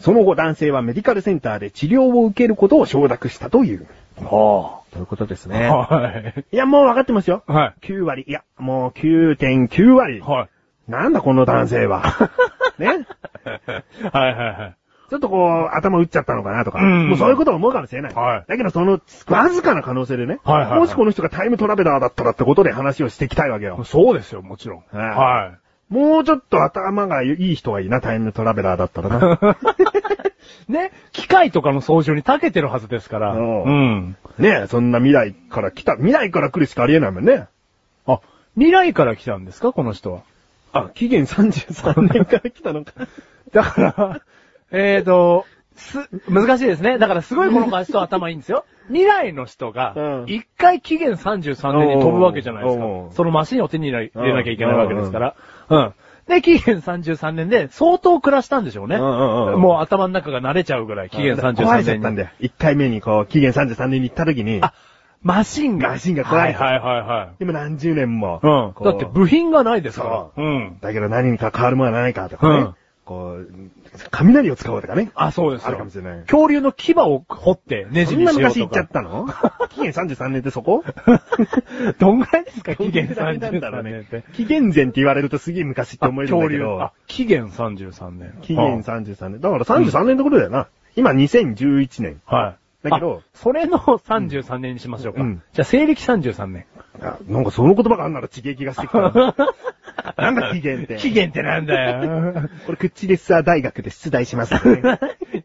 Speaker 2: その後男性はメディカルセンターで治療を受けることを承諾したという。
Speaker 1: は
Speaker 2: ということです
Speaker 1: あ。はい。
Speaker 2: いや、もう分かってますよ。
Speaker 1: は
Speaker 2: 9割。いや、もう9.9割
Speaker 1: い。。はい。
Speaker 2: なんだこの男性 は。ね
Speaker 1: はいは
Speaker 2: ちょっとこう、頭打っちゃったのかなとか、
Speaker 1: うん
Speaker 2: もうそういうことは思うかもしれない。
Speaker 1: はい
Speaker 2: だけどその、わずかな可能性でね、
Speaker 1: はいはいはい
Speaker 2: もしこの人がタイムトラベラーだったらってことで話をしていきたいわけ
Speaker 1: いはい。
Speaker 2: よ。
Speaker 1: そうですよ、もちろん。
Speaker 2: は
Speaker 1: は
Speaker 2: もうちょっと頭がいい人がいいな、タイムトラベラーだった らな。
Speaker 1: い。ね、機械とかの操縦に長けてるはずですから。
Speaker 2: うん
Speaker 1: うん。
Speaker 2: ねえ、そんな未来から来た、未来から来るしかありえないもんね。
Speaker 1: あ、未来から来たんですか、この人は。
Speaker 2: あ、期限33年から来たのか。
Speaker 1: だから、えーと、す、難しいですね。だからすごいこの人頭いいんですよ。 未来の人
Speaker 2: うん
Speaker 1: が、一回期限33年に飛ぶわけじゃないですか
Speaker 2: おうおう。
Speaker 1: そのマシンを手に入れ入れなきゃいけないわけですから。うん。で、期限33年で相当暮らしたんでしょうね。
Speaker 2: うんうんうん
Speaker 1: もう頭の中が慣れちゃうぐらい、期限33年に。
Speaker 2: 壊れちゃったんだよ。1回目にこう、期限33年に行った時に、
Speaker 1: あ、マシンが。
Speaker 2: マシンが壊れた
Speaker 1: はいはいはいはい。
Speaker 2: でも何十年も、
Speaker 1: うん。
Speaker 2: こ
Speaker 1: だって部品がないですから。うん。
Speaker 2: だけど何か変わるものはないかとかね。
Speaker 1: うん
Speaker 2: こう、雷を使おうとかね。
Speaker 1: あ、そうですよ。
Speaker 2: あるかもしれない
Speaker 1: 恐竜の牙を掘ってネ
Speaker 2: そ
Speaker 1: ジ
Speaker 2: ん
Speaker 1: にしよ
Speaker 2: な
Speaker 1: うとか。
Speaker 2: 昔行っちゃった の紀元33年ってそこ
Speaker 1: どんぐらいですか 期限
Speaker 2: なんだろ
Speaker 1: 33
Speaker 2: う
Speaker 1: 年っ
Speaker 2: ね
Speaker 1: て。。
Speaker 2: 紀元前って言われるとすげえ昔って
Speaker 1: あ
Speaker 2: 思えるんだけど
Speaker 1: あ、、期限33年。
Speaker 2: 紀元33年。だから33年のことだよな。今2011年。
Speaker 1: あはい。
Speaker 2: だけど
Speaker 1: あ、それの33年にしましょうか。
Speaker 2: うん
Speaker 1: じゃあ、西暦33年。
Speaker 2: あなんかその言葉があんなら地形気がしてきた な。なんだ紀元って。
Speaker 1: 期限ってなんだ よ。
Speaker 2: これクッチレッサー大学で出題しますね、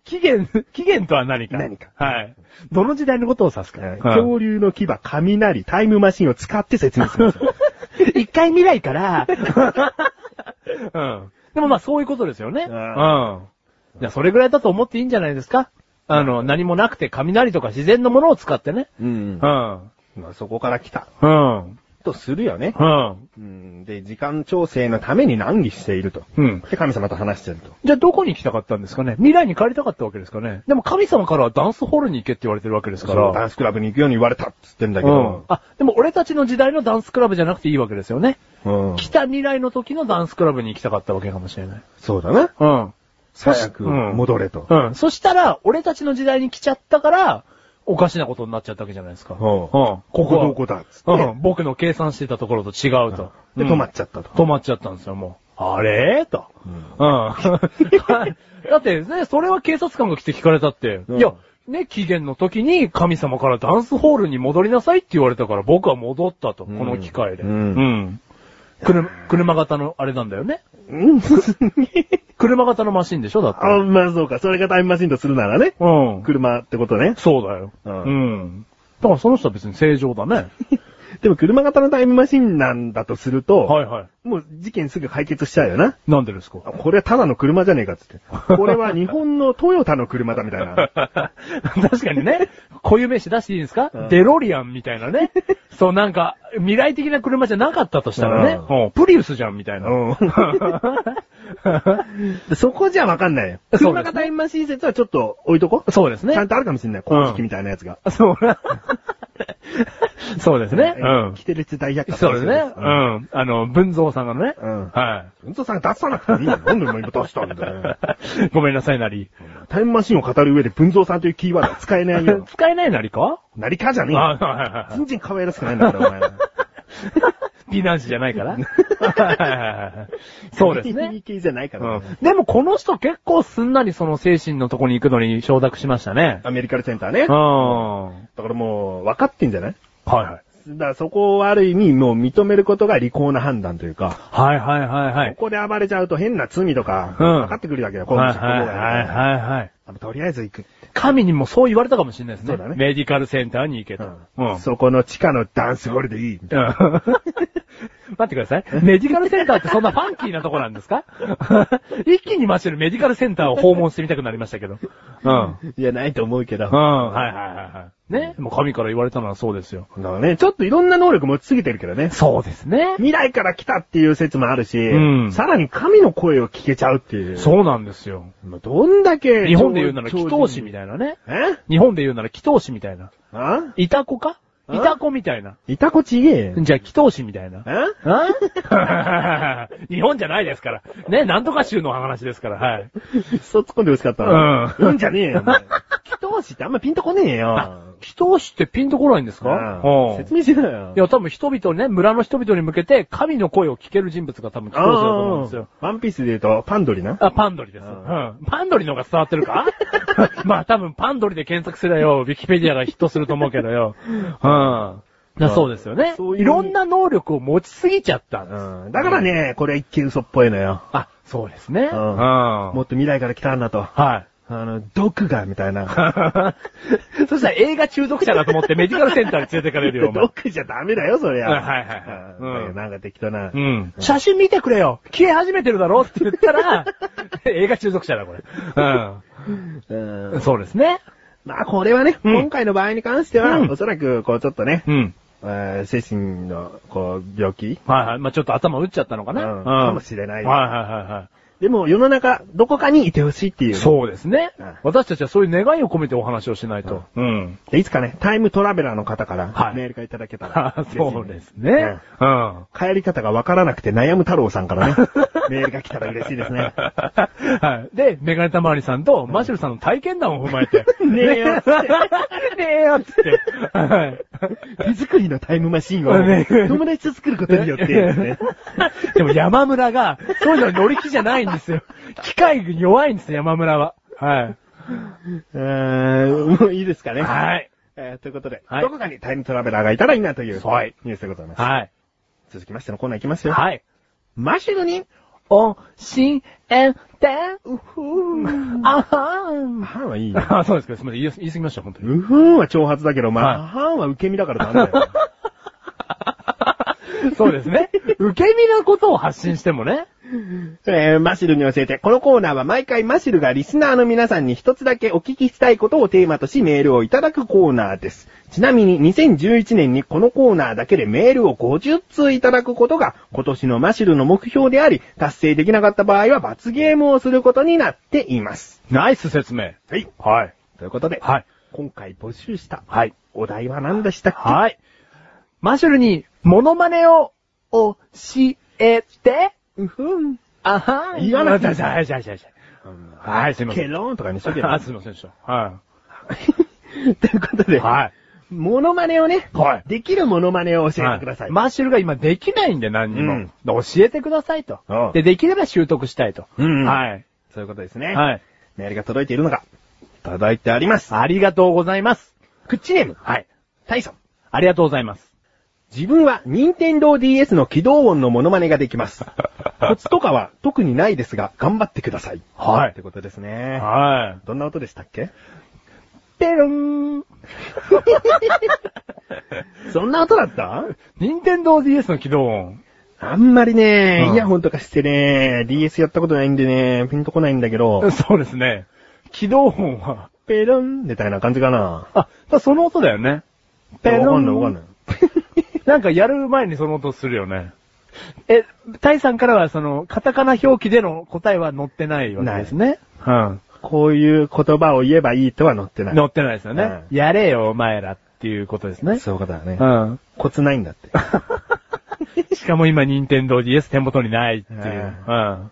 Speaker 1: 期限、期限とは何か。
Speaker 2: 何か
Speaker 1: はい。どの時代のことを指すか。
Speaker 2: はい
Speaker 1: 今
Speaker 2: 恐竜の牙、雷、タイムマシンを使って説明します。
Speaker 1: 日、 一回未来から。うん。でもまあ、そういうことですよね。
Speaker 2: う
Speaker 1: うんん。じゃあそれぐらいだと思っていいんじゃないですかあの、何もなくて雷とか自然のものを使ってね。
Speaker 2: うん
Speaker 1: うん。
Speaker 2: まあ、そこから来た。
Speaker 1: うん。
Speaker 2: とするよね。
Speaker 1: うん。
Speaker 2: うん。で、時間調整のために難儀していると。
Speaker 1: うん。
Speaker 2: で、神様と話してると。
Speaker 1: じゃあどこに行きたかったんですかね未来に帰りたかったわけですかねでも神様からはダンスホールに行けって言われてるわけですか
Speaker 2: そう、ダ
Speaker 1: ら。
Speaker 2: ンスクラブに行くように言われたっつってんだけ
Speaker 1: うん
Speaker 2: ど。。
Speaker 1: あ、でも俺たちの時代のダンスクラブじゃなくていいわけですよね。
Speaker 2: うん。
Speaker 1: 来た未来の時のダンスクラブに行きたかったわけかもしれない。
Speaker 2: そうだな。
Speaker 1: うん。そし
Speaker 2: 早く
Speaker 1: うん
Speaker 2: 戻れと。
Speaker 1: うん。そしたら、俺たちの時代に来ちゃったから、おかしなことになっちゃったわけじゃないですか。
Speaker 2: うん
Speaker 1: こ
Speaker 2: ここど
Speaker 1: こ
Speaker 2: こだっつって。
Speaker 1: は、うん。僕の計算してたところと違うと。
Speaker 2: で、
Speaker 1: うん
Speaker 2: 止まっちゃったと。
Speaker 1: 止まっちゃったんですよ、もう。あれと。
Speaker 2: うん
Speaker 1: うん。 だってね、それは警察官が来て聞かれたって。
Speaker 2: うん
Speaker 1: いや、ね、期限の時に神様からダンスホールに戻りなさいって言われたから僕は戻ったと、こ
Speaker 2: うん
Speaker 1: の機会で。
Speaker 2: うん
Speaker 1: うん。車、車型のあれなんだよね。
Speaker 2: うん。
Speaker 1: 車型のマシンでしょだって。
Speaker 2: あ、まあそうか。それがタイムマシンとするならね。
Speaker 1: うん。
Speaker 2: 車ってことね。
Speaker 1: そうだよ。
Speaker 2: うん
Speaker 1: うん。だからその人は別に正常だね。
Speaker 2: でも車型のタイムマシンなんだとすると、
Speaker 1: はいはい。
Speaker 2: もう事件すぐ解決しちゃうよな。
Speaker 1: なんでですか
Speaker 2: これはただの車じゃねえかっつって。これは日本のトヨタの車だみたいな。
Speaker 1: 確かにね、固有名詞出していいんですか、
Speaker 2: うん
Speaker 1: デロリアンみたいなね。 そうなんか、未来的な車じゃなかったとしたらね、
Speaker 2: う
Speaker 1: うんプリウスじゃんみたいな。
Speaker 2: うん。 そこじゃわかんないよ。
Speaker 1: そうですね
Speaker 2: 車型タイムマシン説はちょっと置いとこう。
Speaker 1: そうですね
Speaker 2: ちゃ。んとあるかもしんない。公式みたいなやつが。
Speaker 1: そう そうですね。う
Speaker 2: 来てる時代百
Speaker 1: ん。
Speaker 2: 科
Speaker 1: そうですね。う
Speaker 2: うん。
Speaker 1: ん。あの、文蔵さんがね。
Speaker 2: うん
Speaker 1: は
Speaker 2: うんとさん出さなくていいよ。なんで今出したんだよ。
Speaker 1: い。ごめんなさいなり。。
Speaker 2: タイムマシンを語る上で文蔵さんというキーワードは使えないよ
Speaker 1: 使えないなりか
Speaker 2: なりかじゃねえよ。
Speaker 1: あ、はいはいはい。
Speaker 2: 全然可愛らしくないんだから、お前。
Speaker 1: 美男子じゃないから。 そうですね。
Speaker 2: 系じゃないから、
Speaker 1: でもこの人結構すんなりその精神のとこに行くのに承諾しましたね。
Speaker 2: アメリカルセンターね。
Speaker 1: う
Speaker 2: だ
Speaker 1: ん。は
Speaker 2: からもう、分かってんじゃない
Speaker 1: いはい。
Speaker 2: だからそこをある意味もう認めることが利口な判断というか、
Speaker 1: はいはいはいはい。
Speaker 2: ここで暴れちゃうと変な罪とか、
Speaker 1: うん
Speaker 2: 分かってくるだけだよ、この
Speaker 1: はい
Speaker 2: 人こ
Speaker 1: は
Speaker 2: の
Speaker 1: いはい
Speaker 2: 人い。
Speaker 1: はいはい。
Speaker 2: あのとりあえず行く。
Speaker 1: 神にもそう言われたかもしれないですね。
Speaker 2: そうだね
Speaker 1: メディカルセンターに行けと。うん。
Speaker 2: そこの地下のダンスホールでいい。
Speaker 1: うん待ってくだ さい。メディカルセンターってそんなファンキーなとこなんですか 一気に増してるメディカルセンターを訪問してみたくなりましたけど。うん。
Speaker 2: いや、ないと思うけど。
Speaker 1: う
Speaker 2: だか
Speaker 1: ん、はいはいはいはい。ね。もう神から言われたのはそうですよ。
Speaker 2: らね、ちょっといろんな能力持ちすぎてるけどね。
Speaker 1: そうですね。
Speaker 2: 未来から来たっていう説もあるし、
Speaker 1: うん
Speaker 2: さらに神の声を聞けちゃうっていう。
Speaker 1: そうなんですよ。
Speaker 2: もうどんだけ。
Speaker 1: 日本で言うなら祈祷師み
Speaker 2: た
Speaker 1: たいなね。
Speaker 2: いな。え
Speaker 1: 日本で言うなら祈祷師みたいな。
Speaker 2: あ
Speaker 1: イタコかイ
Speaker 2: あ
Speaker 1: タコみたいな。
Speaker 2: いたこちげえよ。
Speaker 1: じゃあ祈祷師みたいな。
Speaker 2: え
Speaker 1: あ 日本じゃないですから。ね、なんとか州の話ですから、はい。
Speaker 2: そう突っ込んで欲しかったな。うん。うんじゃねえよ。お前祈祷師ってあんまピンとこねえよ。
Speaker 1: あ祈祷師ってピンとこないんですか
Speaker 2: うん
Speaker 1: うん
Speaker 2: 説明しろよ。
Speaker 1: いや、多分人々ね、村の人々に向けて神の声を聞ける人物が多分祈
Speaker 2: あ
Speaker 1: 祷師だと思うんです
Speaker 2: あ
Speaker 1: よ。、
Speaker 2: ワンピースで言うと、パンドリな。
Speaker 1: あ、パンドリです。う
Speaker 2: うん
Speaker 1: ん。パンドリの方が伝わってる かまあ多分パンドリで検索すればよ、ウィキペディアがヒットすると思うけどよ。うん。だそうですよね。
Speaker 2: そういう
Speaker 1: いろんな能力を持ちすぎちゃったんです。
Speaker 2: うん。だからね、これは一見嘘っぽいのよ。
Speaker 1: あ、そうですね。
Speaker 2: う
Speaker 1: うんん。
Speaker 2: もっと未来から来たんだと。
Speaker 1: はい。
Speaker 2: あの、毒が、みたいな。
Speaker 1: そしたら映画中毒者だと思ってメディカルセンターに連れてかれるよ、お前。
Speaker 2: 毒じゃダメだよ、そりゃ。
Speaker 1: はいはいはい
Speaker 2: うん
Speaker 1: うん
Speaker 2: だけどなんか適当な。
Speaker 1: うん。写真見てくれよ消え始めてるだろって言ったら、 映画中毒者だ、これ。
Speaker 2: うん
Speaker 1: うん。そうですね。
Speaker 2: まあ、これはね、
Speaker 1: うん
Speaker 2: 今回の場合に関しては、
Speaker 1: うん
Speaker 2: おそらく、こう、ちょっとね、
Speaker 1: うん。
Speaker 2: えー精神の、こう、病気
Speaker 1: はいはい。まあちょっと頭打っちゃったのかな。
Speaker 2: うん
Speaker 1: うん
Speaker 2: かもしれない
Speaker 1: はいはいはいはい。
Speaker 2: でも、世の中、どこかにいてほしいっていう。
Speaker 1: そうですね
Speaker 2: うん。
Speaker 1: 私たちはそういう願いを込めてお話をしないと。うん。
Speaker 2: でいつかね、タイムトラベラーの方から、
Speaker 1: はい
Speaker 2: メールがいただけたら
Speaker 1: あ。そうで
Speaker 2: 嬉しい
Speaker 1: すね。うん。
Speaker 2: 帰り方がわからなくて悩む太郎さんからね、メールが来たら嬉しいですね。
Speaker 1: はい。で、メガネたまわりさんとマシュルさんの体験談を踏まえて。
Speaker 2: ねえよっつって
Speaker 1: ねえよっつって。はい。
Speaker 2: 手作りのタイムマシンを
Speaker 1: ね
Speaker 2: 友達と作ることによってですね。
Speaker 1: でも山村が、そういうのに乗り気じゃないんです よ。機械に弱いんですよ、山村は。はい。
Speaker 2: うーんも ういいですかね。
Speaker 1: はい。
Speaker 2: えーということで、
Speaker 1: はい
Speaker 2: どこかにタイムトラベラーがいたらいいなという、
Speaker 1: はい
Speaker 2: ニュースでございます。
Speaker 1: はい。
Speaker 2: 続きましてのコーナーいきますよ。
Speaker 1: はい。
Speaker 2: マシュルに、
Speaker 1: お、し、え、て、
Speaker 2: うふーん。
Speaker 1: あはん。
Speaker 2: はんはいいよ。
Speaker 1: あ、そうですか。すみません。言い言い過ぎました、本当に。
Speaker 2: うふーんは挑発だけど、ま
Speaker 1: はい
Speaker 2: あ、はんは受け身だからダメだよ。
Speaker 1: そうですね。受け身なことを発信してもね。
Speaker 2: えー、マシルに教えて。このコーナーは毎回マシルがリスナーの皆さんに一つだけお聞きしたいことをテーマとしメールをいただくコーナーです。ちなみに2011年にこのコーナーだけでメールを50通いただくことが今年のマシルの目標であり、達成できなかった場合は罰ゲームをすることになっています。
Speaker 1: ナイス説明。
Speaker 2: はい。
Speaker 1: はい。
Speaker 2: ということで、
Speaker 1: はい。
Speaker 2: 今回募集した
Speaker 1: はい。
Speaker 2: お題は何でしたっけ
Speaker 1: はい。マシュルに、モノマネを、教えて、
Speaker 2: うふん。
Speaker 1: あは
Speaker 2: 言わなくていい
Speaker 1: じゃはい、じゃあ、じゃあ、じゃあはい、すいませ
Speaker 2: ケ
Speaker 1: ん。
Speaker 2: ローンとかにしとけば
Speaker 1: あ、。すいませんでした。は
Speaker 2: ということ
Speaker 1: い。
Speaker 2: で、
Speaker 1: はい。
Speaker 2: モノマネをね、
Speaker 1: はい
Speaker 2: できるモノマネを教えてください。
Speaker 1: マッシュルが今できないんで何にも。
Speaker 2: うん
Speaker 1: 教えてくださいと
Speaker 2: うん。
Speaker 1: で、できれば習得したいと。
Speaker 2: うんうん
Speaker 1: はい。
Speaker 2: そういうことですね。
Speaker 1: はい。
Speaker 2: メールが届いているのが、届いてあります。
Speaker 1: ありがとうございます。
Speaker 2: クッチネーム、
Speaker 1: はい。
Speaker 2: タイソン。
Speaker 1: ありがとうございます。
Speaker 2: 自分は、任天堂 DS の起動音のモノマネができ ます。コツとかは特にないですが、頑張ってください。
Speaker 1: はい
Speaker 2: ってことですね。
Speaker 1: は
Speaker 2: どんな音でしたっけ
Speaker 1: い。てるん。
Speaker 2: そんな音だった
Speaker 1: 任天堂 DS の起動音。
Speaker 2: あんまりね、
Speaker 1: うん
Speaker 2: イヤホンとかしてね、DS やったことないんでね、ピンとこないんだけど、
Speaker 1: そうですね。起動音は、
Speaker 2: ペロンみたいな感じかな。
Speaker 1: あ、その音だよね。ペロン
Speaker 2: わかんないわかんない。
Speaker 1: なんかやる前にその音するよね。え、タイさんからはその、カタカナ表記での答えは載ってないわけですね。うん。
Speaker 2: こういう言葉を言えばいいとは載ってない。
Speaker 1: 載ってないですよね。
Speaker 2: う
Speaker 1: やれよ、お前らっていうことですね。
Speaker 2: そういうことだね
Speaker 1: う。ん。
Speaker 2: コツないんだって。
Speaker 1: しかも今、任天堂 DS 手元にないっていう。
Speaker 2: うん
Speaker 1: うん。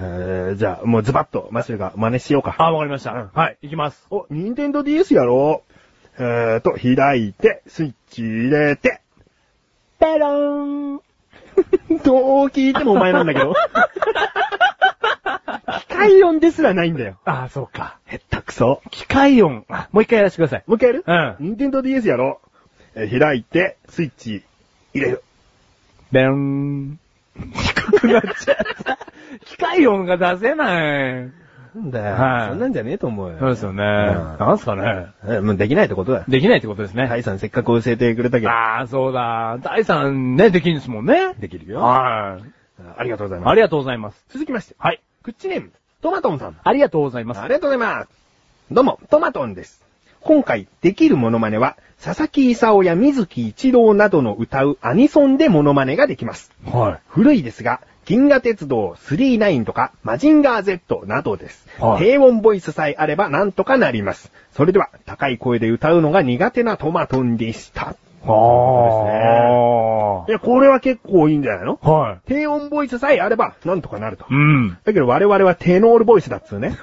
Speaker 2: えーじゃあ、もうズバッと、マシュルが真似しようか。
Speaker 1: あ、わかりました。
Speaker 2: うん
Speaker 1: はい、いきます。
Speaker 2: お、ニンテンド DS やろう。えーと、開いて、スイッチ入れて。
Speaker 1: ペロン
Speaker 2: どう聞いてもお前なんだ けど。機械音ですらないんだよ。
Speaker 1: あそうか。
Speaker 2: へったくそ。
Speaker 1: 機械音。あもう一回やらせてください。
Speaker 2: もう一回やる
Speaker 1: うん
Speaker 2: ニンテンド DS やろう。えー開いて、スイッチ入れる。
Speaker 1: ペロン。低くなっちゃった。機械音が出せない。
Speaker 2: なんだ
Speaker 1: よそんなん
Speaker 2: じゃねえと思うよ
Speaker 1: そうですよね。
Speaker 2: ん
Speaker 1: なんすかね。
Speaker 2: え、もうできないってことだ。
Speaker 1: できないってことですね。
Speaker 2: タイさんせっかく教えてくれたけど。
Speaker 1: ああ、そうだ。第三ね、できるんですもんね。
Speaker 2: できるよ。
Speaker 1: はい。
Speaker 2: ありがとうございます。
Speaker 1: ありがとうございます。
Speaker 2: 続きまして、
Speaker 1: はい。
Speaker 2: クッチネーム、トマトンさん。
Speaker 1: ありがとうございます。
Speaker 2: ありがとうございます。どうも、トマトンです。今回、できるモノマネは、佐々木勲や水木一郎などの歌うアニソンでモノマネができます。
Speaker 1: はい。
Speaker 2: 古いですが、銀河鉄道39とか、マジンガー Z などです。
Speaker 1: はい
Speaker 2: 低音ボイスさえあればなんとかなります。それでは、高い声で歌うのが苦手なトマトンでした。
Speaker 1: あ
Speaker 2: いや、これは結構いいんじゃないの
Speaker 1: あ。はい。
Speaker 2: 低音ボイスさえあれば、なんとかなると。
Speaker 1: うん。
Speaker 2: だけど我々はテノールボイスだっつ うね。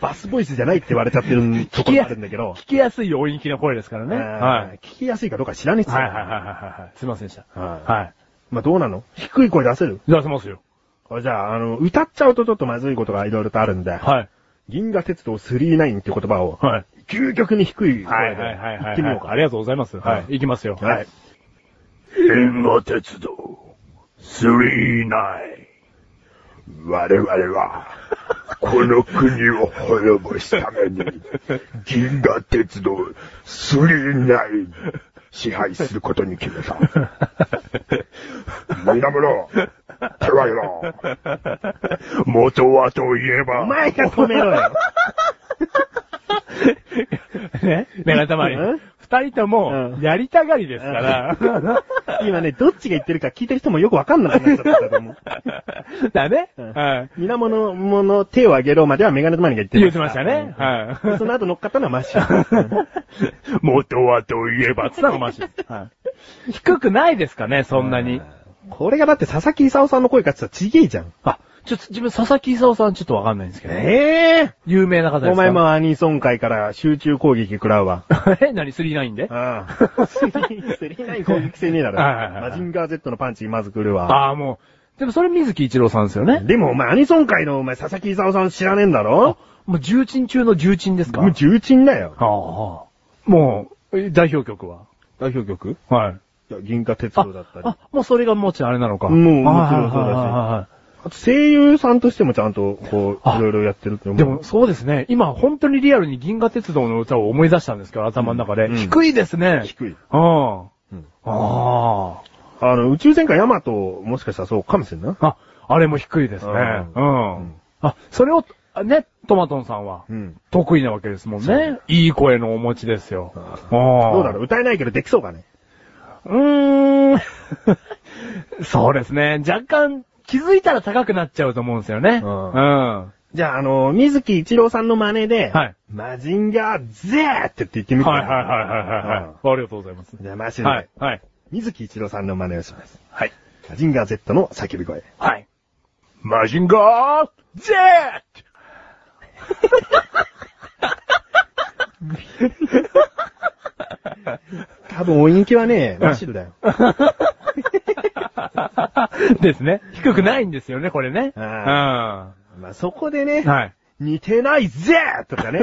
Speaker 2: バスボイスじゃないって言われちゃってるところがあるんだけど。
Speaker 1: 聞きやすい音域の声ですからね。
Speaker 2: えー
Speaker 1: はい。
Speaker 2: 聞きやすいかどうか知らねえっつうの
Speaker 1: はいはいはいはいはい。すいませんでした。
Speaker 2: はい
Speaker 1: はい。
Speaker 2: まあどうなの低い声出せる
Speaker 1: 出せますよ。
Speaker 2: あじゃあ、あの、歌っちゃうとちょっとまずいことがいろいろとあるんで、
Speaker 1: はい。
Speaker 2: 銀河鉄道39っていう言葉を、
Speaker 1: はい。
Speaker 2: 究極に低い
Speaker 1: は
Speaker 2: 声
Speaker 1: い
Speaker 2: で
Speaker 1: はいはいはい。
Speaker 2: 言ってみようか。
Speaker 1: ありがとうございます。
Speaker 2: は
Speaker 1: はいい。いきますよ。
Speaker 2: はい。
Speaker 1: 銀河鉄道、39。
Speaker 3: 我々 は、この国を滅ぼすために、銀河鉄道39支配することに決めた。皆村、手を挙げろ。元はといえば、
Speaker 2: お前が止めろよ。
Speaker 1: ね、目がたまり
Speaker 2: うん。
Speaker 1: 二人とも
Speaker 2: うん、
Speaker 1: やりたがりですから。
Speaker 2: 今ね、どっちが言ってるか聞いてる人もよくわかんなくなっちゃったと思 う。
Speaker 1: だね。
Speaker 2: ん
Speaker 1: はい。
Speaker 2: 皆物もの手を挙げろまではメガネとマニが言って
Speaker 1: 言
Speaker 2: ま
Speaker 1: っ
Speaker 2: してた。
Speaker 1: ました
Speaker 2: うん
Speaker 1: ね。は
Speaker 2: でその後乗っかったのはマッシュ。
Speaker 3: 元はといえ
Speaker 1: い。バ
Speaker 3: ば、
Speaker 1: ツなのマジ。はい。低くないですかね、そんなに。
Speaker 2: これがだって佐々木勲さんの声かって言ったらちげえじゃん。
Speaker 1: あ、ちょっと自分、佐々木勲さんちょっとわかんないんですけど。
Speaker 2: ええ
Speaker 1: 有名な方ですか
Speaker 2: お前。もアニソン界から集中攻撃食らうわ。
Speaker 1: え何 ?39 で
Speaker 2: ああ。スリーナイン攻撃性ねえだろ。
Speaker 1: はいはいはい
Speaker 2: マジンガー Z のパンチまず来るわ。
Speaker 1: ああ、もう。でもそれ水木一郎さんですよね。
Speaker 2: でもお前アニソン界のお前佐々木勲さん知らねえんだろ
Speaker 1: もう重鎮中の重鎮ですか
Speaker 2: もう重鎮だよ。
Speaker 1: ああ。もう、え代表曲は
Speaker 2: 代表曲
Speaker 1: はい。
Speaker 2: 銀河鉄道だったり。
Speaker 1: あ、もうそれがもちろんあれなのか。
Speaker 2: もうもちろんそうだ
Speaker 1: はいはいは
Speaker 2: し
Speaker 1: いはい
Speaker 2: あと声優さんとしてもちゃんとこう、
Speaker 1: あ
Speaker 2: いろいろやってるって思う。
Speaker 1: でも、そうですね。今、本当にリアルに銀河鉄道の歌を思い出したんですけど、頭の中で。
Speaker 2: うん
Speaker 1: 低いですね。
Speaker 2: 低い。
Speaker 1: うん。あ
Speaker 2: うん
Speaker 1: あ。
Speaker 2: あの、宇宙戦艦ヤマト、もしかしたらそうかもしれんな。
Speaker 1: あ、あれも低いですね。
Speaker 2: う
Speaker 1: うん。
Speaker 2: うん
Speaker 1: あ、それを、あね、トマトンさんは、
Speaker 2: うん
Speaker 1: 得意なわけですもんね。いい声のお持ちですよ。ああ
Speaker 2: どうだろう歌えないけどできそうかね。
Speaker 1: うーん。 そうですね。若干、気づいたら高くなっちゃうと思うんですよね。
Speaker 2: う
Speaker 1: うんん。
Speaker 2: じゃあ、あの、水木一郎さんの真似で、
Speaker 1: はい
Speaker 2: マジンガーゼーって言ってみて。
Speaker 1: はいはいはいはいはい、はいありがとうございます。
Speaker 2: じゃあ、マシルで、
Speaker 1: はい。はい。
Speaker 2: 水木一郎さんの真似をします。
Speaker 1: はい。
Speaker 2: マジンガー Z の叫び声。
Speaker 1: はい。
Speaker 3: マジンガー
Speaker 1: ジェット
Speaker 2: 多分音域はね、マシルだよ。
Speaker 1: ですね。低くないんですよね、これね。う
Speaker 2: う
Speaker 1: んん。
Speaker 2: まあ、そこ でね、
Speaker 1: はい。
Speaker 2: 似てないぜーとか ね。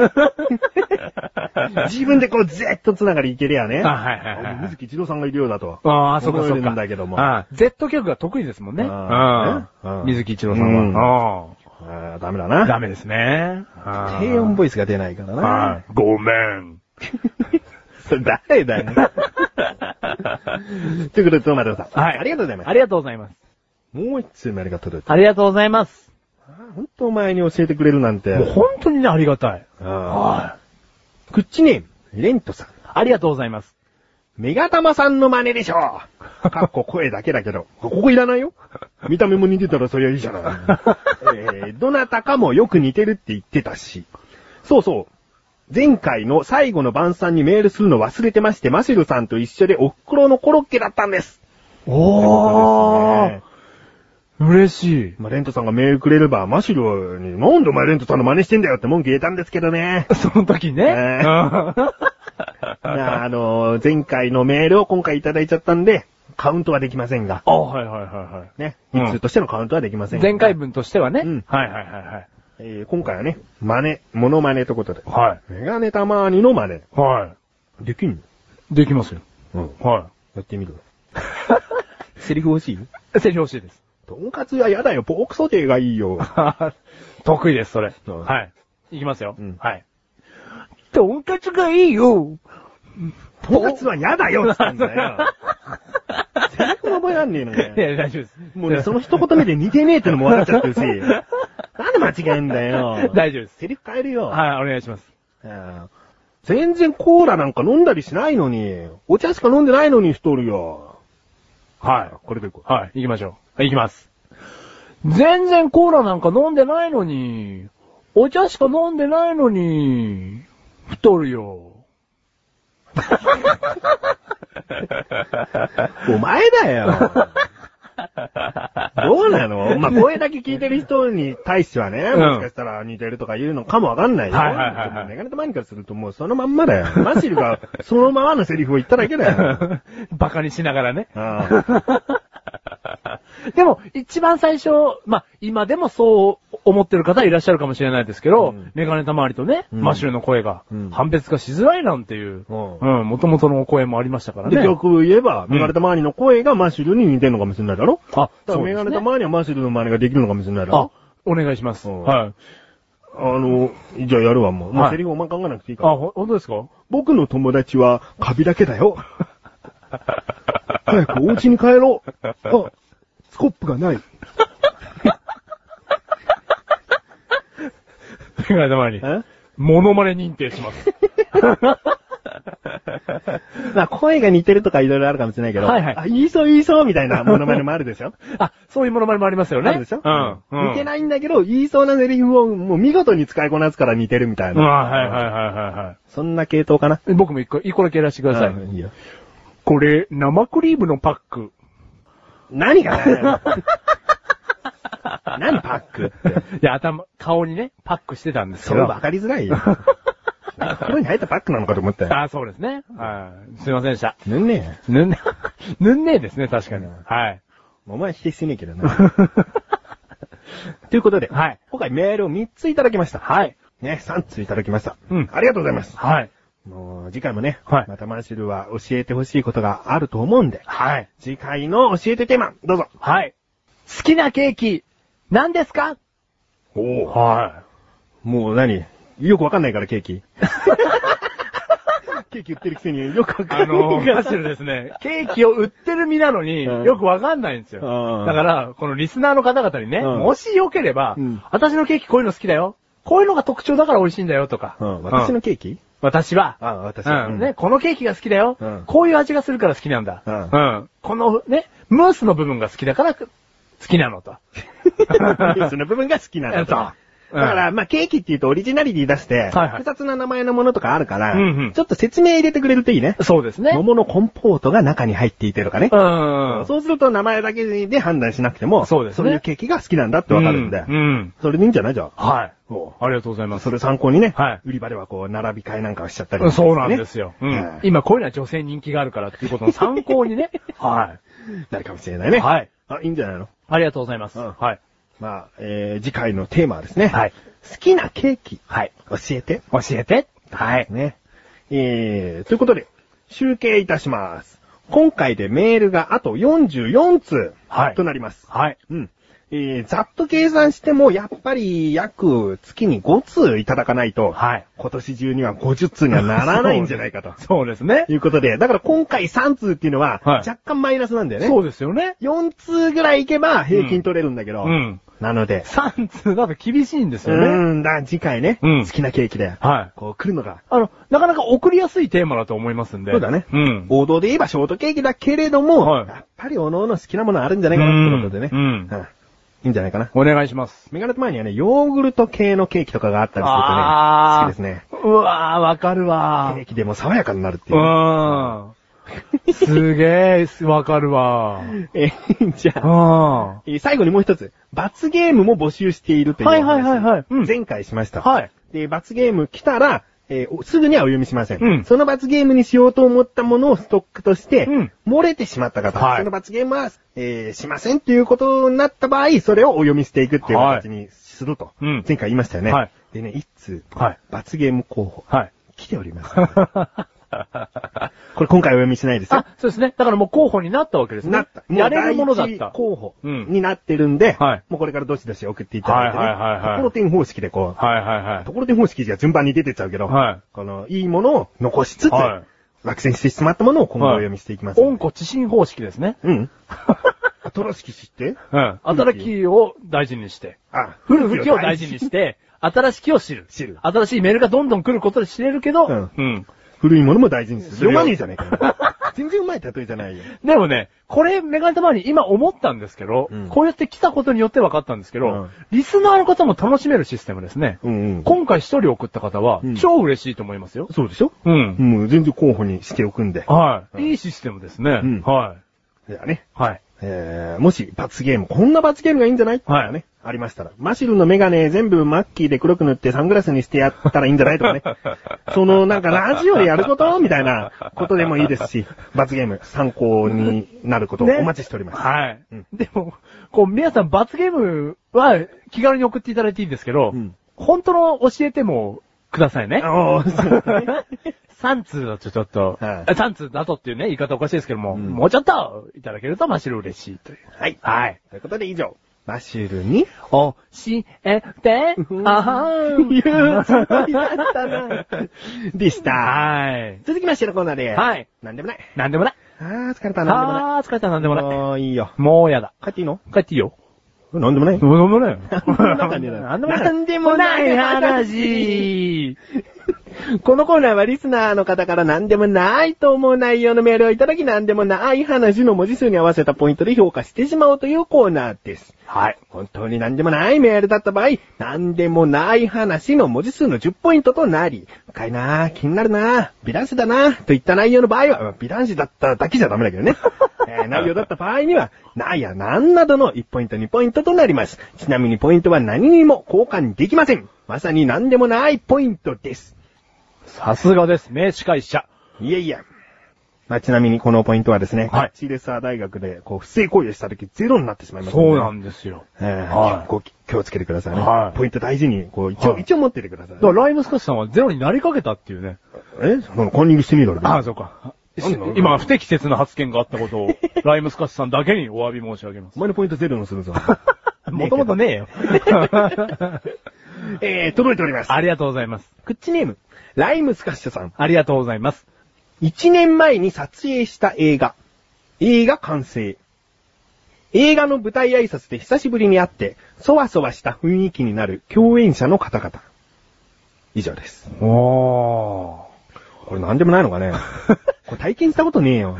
Speaker 2: 自分でこう、Z つながりいけりゃね。
Speaker 1: あはいはいはいはい
Speaker 2: あ水木一郎さんがいるようだと。
Speaker 1: ああ、そこそ
Speaker 2: 思え
Speaker 1: こ。
Speaker 2: るんだけども。
Speaker 1: あー Z 曲が得意ですもんね。
Speaker 2: あーね
Speaker 1: う
Speaker 2: うん
Speaker 1: ん。水木一郎さんは。
Speaker 2: あーダメだ
Speaker 1: うん。
Speaker 2: な。
Speaker 1: ダメですね。あー
Speaker 2: 低音ボイスが出ないから
Speaker 1: は
Speaker 2: な。
Speaker 1: い。ごめん。
Speaker 2: それ誰だ よ。ということで、トマトさん。
Speaker 1: はい
Speaker 2: ありがとうございます
Speaker 1: あ。りがとうございます。
Speaker 2: もう一通メールが届いた。
Speaker 1: ありがとうございます。
Speaker 2: ほんとお前に教えてくれるなんて。
Speaker 1: もう本当にね、ありがたい。
Speaker 2: あ
Speaker 1: は
Speaker 2: ークッチネーム、レントさん。
Speaker 1: い。ありがとうございます。
Speaker 2: メガタマさんの真似でしょうかっこ声だけだけど。ここいらないよ見た目も似てたらそりゃいいじゃ ない。えー、どなたかもよく似てるって言ってたし。そうそう。前回の最後の晩餐にメールするの忘れてまして、マシルさんと一緒でお袋のコロッケだったんです。
Speaker 1: お
Speaker 2: ということですね
Speaker 1: 嬉しい。
Speaker 2: まあ、レントさんがメールくれれば、マシルに、なんでお前レントさんの真似してんだよって文句言えたんですけどね。
Speaker 1: その時 ね。
Speaker 2: ねまあ、あのー前回のメールを今回いただいちゃったんで、カウントはできませんが。
Speaker 1: あ、はいはいはいはい。
Speaker 2: ね。
Speaker 1: うん
Speaker 2: 一通としてのカウントはできませんが。
Speaker 1: 前回分としてはね。
Speaker 2: うん
Speaker 1: はいはいはいはい。
Speaker 2: えー今回はね、真似、モノマネということで。
Speaker 1: は
Speaker 2: メガネたまーにの真似。
Speaker 1: い。は
Speaker 2: できん
Speaker 1: い。できますよ。
Speaker 2: のうん。
Speaker 1: は
Speaker 2: やってみる。 セリフ欲しい
Speaker 1: い。セリフ欲しいです。
Speaker 2: とんかつは嫌だよ、ポークソテーがいいよ。
Speaker 1: 得意です、それ。
Speaker 2: そう
Speaker 1: はい。いきますよ。
Speaker 2: うん
Speaker 1: はい。とんかつがいいよ。
Speaker 2: とんかつは嫌だよって言ったんだよ。セリフ覚えらんねえの
Speaker 1: い や、
Speaker 2: ね。
Speaker 1: 大丈夫です。
Speaker 2: もうね、その一言目で似てねえってのも分かっちゃってるし。なんで間違えんだよ。
Speaker 1: 大丈夫です
Speaker 2: セリフ変えるよ。
Speaker 1: はい、お願いします。
Speaker 2: うん全然コーラなんか飲んだりしないのに、お茶しか飲んでないのにしとるよ。
Speaker 1: はい。
Speaker 2: これでいこう。
Speaker 1: はい、行きましょう。はい、行きます。全然コーラなんか飲んでないのに、お茶しか飲んでないのに、太るよ。
Speaker 2: お前だよ。どうなのまあ、声だけ聞いてる人に対してはね、
Speaker 1: ん
Speaker 2: もしかしたら似てるとか言うのかもわかんないよ。
Speaker 1: はいはいはいはい
Speaker 2: でもメガネとマニからするともうそのまんまだよ。マシルがそのままのセリフを言っただけ だよ。
Speaker 1: バカにしながらね。
Speaker 2: ああ
Speaker 1: でも、一番最初、まあ、今でもそう思ってる方いらっしゃるかもしれないですけど、
Speaker 2: うん
Speaker 1: メガネたまわりとね、
Speaker 2: うん
Speaker 1: マッシュルの声が、
Speaker 2: うん
Speaker 1: 判別がしづらいなんていう、
Speaker 2: うん
Speaker 1: うん、元々のお声もありましたから
Speaker 2: で、
Speaker 1: ね。
Speaker 2: よく言えば、
Speaker 1: うん
Speaker 2: メガネとマニの声がマシルに似てるのかもしれないだろ
Speaker 1: あ、
Speaker 2: だか
Speaker 1: そ
Speaker 2: ら
Speaker 1: う
Speaker 2: メ
Speaker 1: で
Speaker 2: ガ
Speaker 1: す
Speaker 2: ネ
Speaker 1: ね
Speaker 2: と。マニはマシルの真似ができるのかもしれないだ
Speaker 1: あ
Speaker 2: ろ、
Speaker 1: お願いします。
Speaker 2: うん
Speaker 1: はい。
Speaker 2: あの、じゃあやるわ、もう。も
Speaker 1: は
Speaker 2: う
Speaker 1: い
Speaker 2: セリフお前考えなくていいから。
Speaker 1: あ、ほ、本当ですか
Speaker 2: 僕の友達はカビだけだよ。 早くお家に帰ろう。あ、スコップがない。
Speaker 1: メガネたまわり。モノマネ認定します。
Speaker 2: まあ、声が似てるとかいろいろあるかもしれないけど、
Speaker 1: はいはい
Speaker 2: あ、言いそう言いそうみたいなモノマネもある でしょ
Speaker 1: あ、そういうモノマネもありますよね。
Speaker 2: あるでしょ
Speaker 1: うん。うん
Speaker 2: 似てないんだけど、言いそうなセリフをもう見事に使いこなすから似てるみたい
Speaker 1: うん、
Speaker 2: な。
Speaker 1: はいはいはいはいは
Speaker 2: そんな系統かな。
Speaker 1: い。僕も一個、一個だけやらせてください。
Speaker 2: うんいいよ。
Speaker 1: これ、生クリームのパック。
Speaker 2: 何がだよ何パックっ て。
Speaker 1: いや、頭、顔にね、パックしてたんです
Speaker 2: そ
Speaker 1: け
Speaker 2: れ
Speaker 1: ど。
Speaker 2: 分かりづらい よ。なんか袋に入ったパックなのかと思ったよ。
Speaker 1: あ、そうですね。はい。すいませんでした。
Speaker 2: ねんねえ。
Speaker 1: ぬんね、 ぬんねえですね、確かに。 はい。
Speaker 2: お前否定してねえけ どな。ということで、
Speaker 1: はい。
Speaker 2: 今回メールを3ついただきました。
Speaker 1: はい。
Speaker 2: ね、3ついただきました。
Speaker 1: うん
Speaker 2: ありがとうございます。
Speaker 1: はい。
Speaker 2: もう、次回もね、
Speaker 1: はい
Speaker 2: またマーシルは教えてほしいことがあると思うんで、
Speaker 1: はい。
Speaker 2: 次回の教えてテーマ、どうぞ。
Speaker 1: はい。好きなケーキ、何ですか
Speaker 2: お
Speaker 1: は
Speaker 2: もう何よくわかんないから、ケーキ。 ケーキ売ってるくせによくわか
Speaker 1: あ
Speaker 2: んない。
Speaker 1: の、マ ッシュルですね、ケーキを売ってる身なのに、
Speaker 2: うん
Speaker 1: よくわかんないんですよ。だ
Speaker 2: うん
Speaker 1: から、このリスナーの方々にね、
Speaker 2: うん
Speaker 1: もしよければ、
Speaker 2: うん
Speaker 1: 私のケーキこういうの好きだよ。こういうのが特徴だから美味しいんだよとか。
Speaker 2: うん、私
Speaker 1: う
Speaker 2: の
Speaker 1: ん
Speaker 2: ケーキ
Speaker 1: 私は、
Speaker 2: あ、私
Speaker 1: うんね、このケーキが好きだよ、
Speaker 2: うん
Speaker 1: こういう味がするから好きなんだ。
Speaker 2: うん
Speaker 1: うんこのね、ムースの部分が好きだから好きなの と。
Speaker 2: その部分が好きな
Speaker 1: え
Speaker 2: の
Speaker 1: っ
Speaker 2: と。
Speaker 1: と
Speaker 2: だから、まあ、ケーキって言うとオリジナリティ出して、
Speaker 1: はいはい
Speaker 2: 複雑な名前のものとかあるから、
Speaker 1: うんうん
Speaker 2: ちょっと説明入れてくれるといいね。
Speaker 1: そうですね。
Speaker 2: 桃のコンポートが中に入っていてとかね
Speaker 1: う。ん。
Speaker 2: そうすると名前だけで判断しなくても、
Speaker 1: そうですね
Speaker 2: いうケーキが好きなんだってわかるんで、
Speaker 1: うん。うん
Speaker 2: それでいいんじゃないじゃん。
Speaker 1: はい。
Speaker 2: そ
Speaker 1: ありがとうございま
Speaker 2: う
Speaker 1: す
Speaker 2: そ。れ参考にね、
Speaker 1: はい
Speaker 2: 売り場ではこう、並び替えなんかをしちゃったり、
Speaker 1: うんそうなんですよ。う
Speaker 2: うん
Speaker 1: ん。今こういうのは女性人気があるからっていうことの参考にね。は
Speaker 2: なるかもしれないね。
Speaker 1: はい。
Speaker 2: あ、いいんじゃない の
Speaker 1: い。ありがとうございます。
Speaker 2: うん
Speaker 1: はい。
Speaker 2: まあ、えー、次回のテーマはですね、
Speaker 1: はい。
Speaker 2: 好きなケーキ、
Speaker 1: はい。
Speaker 2: 教えて。
Speaker 1: 教えて。はい。
Speaker 2: ね。えー、ということで、集計いたします。今回でメールがあと44通
Speaker 1: はい
Speaker 2: となります。
Speaker 1: はい。
Speaker 2: うん。えー、ざっと計算しても、やっぱり約月に5通いただかないと、
Speaker 1: はい。
Speaker 2: 今年中には50通にはならないんじゃない かと。
Speaker 1: そうですね。
Speaker 2: いうことで、だから今回3通っていうのは、
Speaker 1: はい
Speaker 2: 若干マイナスなんだよね。
Speaker 1: そうですよね。
Speaker 2: 4通ぐらいいけば平均取れるんだけど、
Speaker 1: うん。
Speaker 2: なので、
Speaker 1: 3通だと厳しいんです
Speaker 2: う
Speaker 1: よね。
Speaker 2: ーん、だ、次回ね、
Speaker 1: うん
Speaker 2: 好きなケーキで、
Speaker 1: はい。
Speaker 2: こう来るのが、
Speaker 1: あの、なかなか送りやすいテーマだと思いますんで。
Speaker 2: そうだね
Speaker 1: うん。
Speaker 2: 王道で言えばショートケーキだけれども、
Speaker 1: はい
Speaker 2: やっぱりおのの好きなものあるんじゃないかなってことでね。
Speaker 1: うんうん
Speaker 2: いいんじゃないかな。
Speaker 1: お願いします。
Speaker 2: メガネと前にはね、ヨーグルト系のケーキとかがあったりするとね、
Speaker 1: あー
Speaker 2: 好きですね。
Speaker 1: うわー、わかるわ
Speaker 2: ケーキでも爽やかになるって
Speaker 1: ー。
Speaker 2: いうう。
Speaker 1: ーん。すげー、わかるわー。
Speaker 2: えーじゃ
Speaker 1: う
Speaker 2: あ、
Speaker 1: ん。
Speaker 2: えー最後にもう一つ、罰ゲームも募集しているというお話。
Speaker 1: はいはいはいはいうん
Speaker 2: 前回しました。
Speaker 1: はい。
Speaker 2: で、罰ゲーム来たら、えーおすぐにはお読みしません。
Speaker 1: うん
Speaker 2: その罰ゲームにしようと思ったものをストックとして、
Speaker 1: うん
Speaker 2: 漏れてしまった方、
Speaker 1: はい
Speaker 2: その罰ゲームは、えーしませんということになった場合、それをお読みしていくっていう
Speaker 1: はい
Speaker 2: 形にすると、
Speaker 1: うん
Speaker 2: 前回言いましたよね。
Speaker 1: はい
Speaker 2: でね、一通、
Speaker 1: はい
Speaker 2: 罰ゲーム候補、
Speaker 1: はい。
Speaker 2: 来ております。これ今回お読みしないですよ
Speaker 1: あ。、そうですね。だからもう候補になったわけですね。
Speaker 2: なった。
Speaker 1: やれるものだっ
Speaker 2: もう第
Speaker 1: た。
Speaker 2: 一候補
Speaker 1: うん
Speaker 2: になってるんで、
Speaker 1: はい
Speaker 2: もうこれからどしどし送っていただいて、ね。
Speaker 1: はいはいはいはい
Speaker 2: ところてん方式でこう、
Speaker 1: はいはいはい
Speaker 2: と。ころてん方式じゃ順番に出てっちゃうけど、
Speaker 1: はい
Speaker 2: この、いいものを残しつつ、
Speaker 1: はい
Speaker 2: 落選してしまったものを今後お読みしていきます、
Speaker 1: 温故知新方式ですね。
Speaker 2: うん。新しき知って
Speaker 1: うん。新しきを大事にして。
Speaker 2: あ、
Speaker 1: 古きを大事にし。て、新しきを知る。
Speaker 2: 知る
Speaker 1: 新しいメールがどんどん来ることで知れるけど、
Speaker 2: うん
Speaker 1: うん。
Speaker 2: 古いものも大事にする。
Speaker 1: するよ
Speaker 2: 読まねえじゃねえかよ。全然うまい例えじゃな いよ。
Speaker 1: でもね、これ、メガネたまに今思ったんですけど、
Speaker 2: うん
Speaker 1: こうやって来たことによって分かったんですけど、
Speaker 2: うん
Speaker 1: リスナーの方も楽しめるシステムですね。
Speaker 2: うんうん
Speaker 1: 今回一人送った方は、
Speaker 2: うん
Speaker 1: 超嬉しいと思いますよ。
Speaker 2: そうでしょ
Speaker 1: うん。
Speaker 2: もう全然候補にしておくんで。
Speaker 1: はい、いいシステムですね。
Speaker 2: うん
Speaker 1: はい。
Speaker 2: じゃあね。
Speaker 1: はい。
Speaker 2: えー、もし罰ゲーム、こんな罰ゲームがいいんじゃない
Speaker 1: はい
Speaker 2: とかね。ありましたら。マシルのメガネ全部マッキーで黒く塗ってサングラスにしてやったらいいんじゃないと かね。その、なんかラジオでやることみたいなことでもいいですし、罰ゲーム参考になることを
Speaker 1: ね
Speaker 2: お待ちしております。
Speaker 1: はい。
Speaker 2: うん
Speaker 1: でも、こう、皆さん罰ゲームは気軽に送っていただいていいんですけど、
Speaker 2: うん
Speaker 1: 本当の教えてもください ね。
Speaker 2: おー
Speaker 1: 3通だとちょっと、
Speaker 2: はい
Speaker 1: あ三通だとっていうね、言い方おかしいですけども、
Speaker 2: ん
Speaker 1: もうちょっといただけるとマシル嬉しいという。
Speaker 2: はい。
Speaker 1: はい。
Speaker 2: ということで以上、マシルに、
Speaker 1: 教えて
Speaker 2: う、ん
Speaker 1: あは
Speaker 2: 言うつもりだ
Speaker 1: ん。
Speaker 2: ったな。でし た。
Speaker 1: はい。
Speaker 2: 続きましてのコーナーで。
Speaker 1: はい。
Speaker 2: なんでもない。
Speaker 1: なんでもない。
Speaker 2: あー、疲れた。なんでもない。
Speaker 1: あー、疲れた、なんでもない。
Speaker 2: もういいよ。
Speaker 1: もうやだ。
Speaker 2: 帰っていいの
Speaker 1: 帰っていいよ。
Speaker 2: なんでもない。
Speaker 1: なんでもないよ。
Speaker 2: なんでも ない
Speaker 1: なんでもない話。
Speaker 2: このコーナーはリスナーの方から何でもないと思う内容のメールをいただき何でもない話の文字数に合わせたポイントで評価してしまおうというコーナーです。
Speaker 1: はい。
Speaker 2: 本当に何でもないメールだった場合、何でもない話の文字数の10ポイントとなり、深いなぁ、気になるなぁ、美男子だなぁ、といった内容の場合は、美男子だっただけじゃダメだ けどね。えー内容だった場合には、ないやなんなどの1ポイント2ポイントとなります。ちなみにポイントは何にも交換できません。まさに何でもないポイントです。
Speaker 1: さすがです、名司会者。
Speaker 2: いやいや。まあ、ちなみにこのポイントはですね、
Speaker 1: はい
Speaker 2: シーレサー大学で、こう、不正行為をした時ゼロになってしまいます
Speaker 1: そうなん
Speaker 2: で。
Speaker 1: んですよ。
Speaker 2: えー
Speaker 1: はい
Speaker 2: ご気をつけてくださいね。
Speaker 1: はい
Speaker 2: ポイント大事に、こう、一応、
Speaker 1: はい
Speaker 2: 一応持っててください、
Speaker 1: だからライムスカッシュさんはゼロになりかけたっていうね。
Speaker 2: えその、コンニングしてみろよ。
Speaker 1: ああ、そうか。
Speaker 2: なんだ
Speaker 1: 今、不適切な発言があったこと を、ライムスカッシュさんだけにお詫び申し上げます
Speaker 2: お。前のポイントゼロにするぞ。
Speaker 1: もともとねえよ。
Speaker 2: えー、届いております。
Speaker 1: ありがとうございます。
Speaker 2: クッチネーム、ライムスカッシュさん。
Speaker 1: ありがとうございます。
Speaker 2: 1年前に撮影した映画。映画完成。映画の舞台挨拶で久しぶりに会って、そわそわした雰囲気になる共演者の方々。以上です。
Speaker 1: お
Speaker 2: これなんでもないのか ねこれ体験したことねえよ。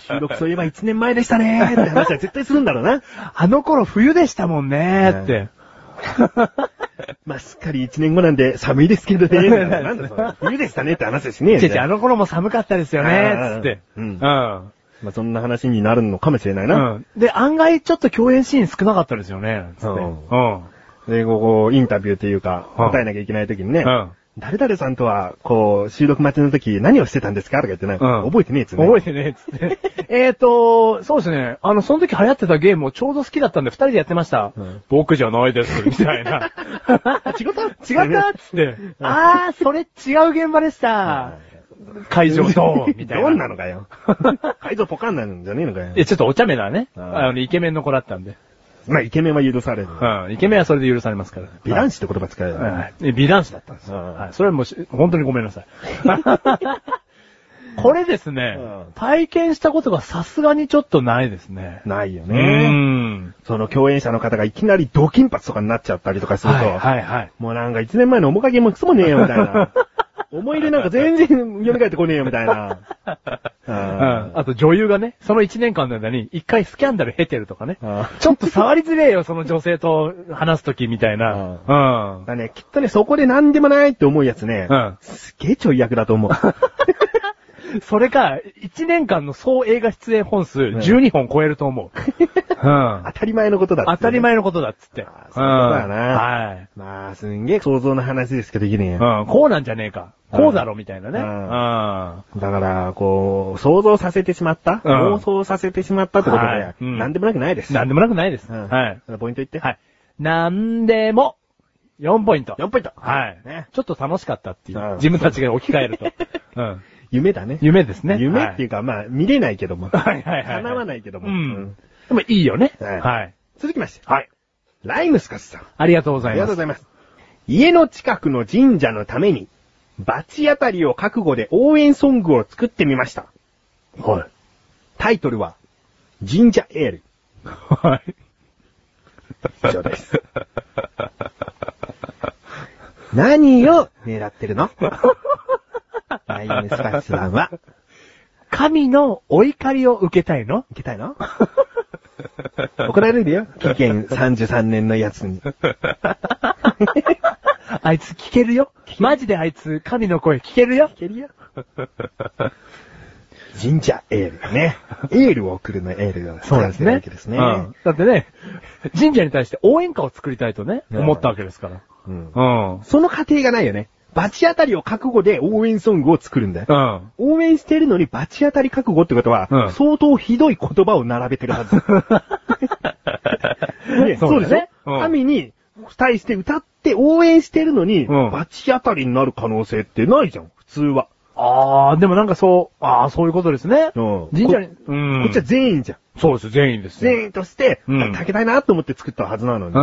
Speaker 2: 収録そういえば1年前でしたねーって話は絶対するんだろうな。
Speaker 1: あの頃冬でしたもんねーって。
Speaker 2: まあ、すっかり1年後なんで寒いですけどね。なんだそれ冬でしたねって話はしねえよ
Speaker 1: ちぇちぇ、あの頃も寒かったですよねーっつって。
Speaker 2: う
Speaker 1: うんん。うん。
Speaker 2: まあ、そんな話になるのかもしれないな。
Speaker 1: で、案外ちょっと共演シーン少なかったですよね。つって
Speaker 2: うん
Speaker 1: うん。
Speaker 2: で、ここ、インタビューというか、
Speaker 1: うん
Speaker 2: 答えなきゃいけない時にね、
Speaker 1: うん
Speaker 2: 誰々さんとは、こう、収録待ちの時何をしてたんですかとか言ってね、
Speaker 1: うん
Speaker 2: 覚えてねえっつうね。
Speaker 1: 覚えてね、つって。 えーと、そうですね。あの、その時流行ってたゲームをちょうど好きだったんで、二人でやってました。
Speaker 2: ん
Speaker 1: 僕じゃないです、みたい な。違った違ったっつって。あー、それ違う現場でした。会場ど うみたいな。
Speaker 2: どんなのかよ。会場ポカンなんじゃねえのかよ。
Speaker 1: え、ちょっとお茶目なね。
Speaker 2: うん
Speaker 1: あの、イケメンの子だったんで。
Speaker 2: まあ、イケメンは許される。
Speaker 1: うん。イケメンはそれで許されますから。
Speaker 2: 美男
Speaker 1: 子
Speaker 2: 子って言葉使えよ。
Speaker 1: はい。え美男子だったんですよ。
Speaker 2: うん
Speaker 1: はい。それはもうし、本当にごめんな さい。これですね
Speaker 2: うん、
Speaker 1: 体験したことがさすがにちょっとないですね。
Speaker 2: ないよ
Speaker 1: う
Speaker 2: ね。
Speaker 1: ん。
Speaker 2: その共演者の方がいきなりドキンパツとかになっちゃったりとかすると、
Speaker 1: はいはいはい。
Speaker 2: もうなんか1年前の面影もくそもねえよみた いな。思い入れなんか全然蘇ってこねえよみたいな。う
Speaker 1: うん
Speaker 2: ん。
Speaker 1: あと女優がね、その1年間の間に1回スキャンダル経てるとかね。
Speaker 2: うん
Speaker 1: ちょっと触りづれえよ、その女性と話すときみたいな。うん。
Speaker 2: だね、きっとね、そこで何でもないって思うやつね、
Speaker 1: うん
Speaker 2: すげえちょい役だ と思う。
Speaker 1: それか、1年間の総映画出演本数12本超えると 思う。うん
Speaker 2: 当。たり前のことだっつってね
Speaker 1: 当たり。前のことだっつって。うん
Speaker 2: あーそういうことだな
Speaker 1: はい。
Speaker 2: まあ、すんげえ想像の話ですけど、いいね。
Speaker 1: うん、こうなんじゃねえか。こうだろ、みたいなね。
Speaker 2: う
Speaker 1: うんん。
Speaker 2: だから、こう、想像させてしまった、
Speaker 1: うん
Speaker 2: 妄想させてしまったってことで、
Speaker 1: はいうん
Speaker 2: 何でもなくないです。
Speaker 1: なんで
Speaker 2: も。
Speaker 1: もなくないです。
Speaker 2: うん、
Speaker 1: はい。。
Speaker 2: ポイント言って。
Speaker 1: はい。なんでも、4ポイント。
Speaker 2: 4ポイント。
Speaker 1: はい、
Speaker 2: ね。
Speaker 1: ちょっと楽しかったっていう
Speaker 2: うん。
Speaker 1: 自分たちが置き換えると。 うん。
Speaker 2: 夢だね。
Speaker 1: 夢ですね。
Speaker 2: 夢っていううか、まあ、見れないけども。
Speaker 1: はいはいはいはい。
Speaker 2: 叶わないけども
Speaker 1: う
Speaker 2: うん
Speaker 1: ん。でもいいよね。
Speaker 2: はい
Speaker 1: はい。
Speaker 2: 続きまして。
Speaker 1: はい。
Speaker 2: ライムスカスさん。
Speaker 1: ありがとうござ
Speaker 2: あ
Speaker 1: い
Speaker 2: りが
Speaker 1: ま
Speaker 2: とう
Speaker 1: す。
Speaker 2: ございます。家の近くの神社のために、罰当たりを覚悟で応援ソングを作ってみました。
Speaker 1: はい。
Speaker 2: タイトルは、神社エール。
Speaker 1: はい。
Speaker 2: 以上です。何を狙ってるのライムスカスさんは、
Speaker 1: 神のお怒りを受けたいの
Speaker 2: いけたいの怒られるよ。期限33年のやつに。
Speaker 1: あいつ聞けるよ。マジであいつ、神の声聞けるよ。
Speaker 2: けるよ。神社エールね。エールを送るのエールが使われてるわけですね。
Speaker 1: うんだってね、神社に対して応援歌を作りたいとね、
Speaker 2: うん
Speaker 1: 思ったわけですから。
Speaker 2: うん
Speaker 1: うん。
Speaker 2: その過程がないよね。罰当たりを覚悟で応援ソングを作るんだよ。
Speaker 1: うん。
Speaker 2: 応援してるのに罰当たり覚悟ってことは、
Speaker 1: うん
Speaker 2: 相当ひどい言葉を並べてる はず。ねそうでしょ、
Speaker 1: うん
Speaker 2: 神に対して歌って応援してるのに、
Speaker 1: うん
Speaker 2: 罰当たりになる可能性ってないじゃん、普通は。
Speaker 1: あー、でもなんかそう、あー、そういうことですね。
Speaker 2: うん
Speaker 1: 神社に、う
Speaker 2: こ
Speaker 1: ん
Speaker 2: っちは全員じゃん。
Speaker 1: そうですよ、全員ですよ。
Speaker 2: 全員として、
Speaker 1: うん
Speaker 2: かけたいなと思って作ったはずなのに、
Speaker 1: うー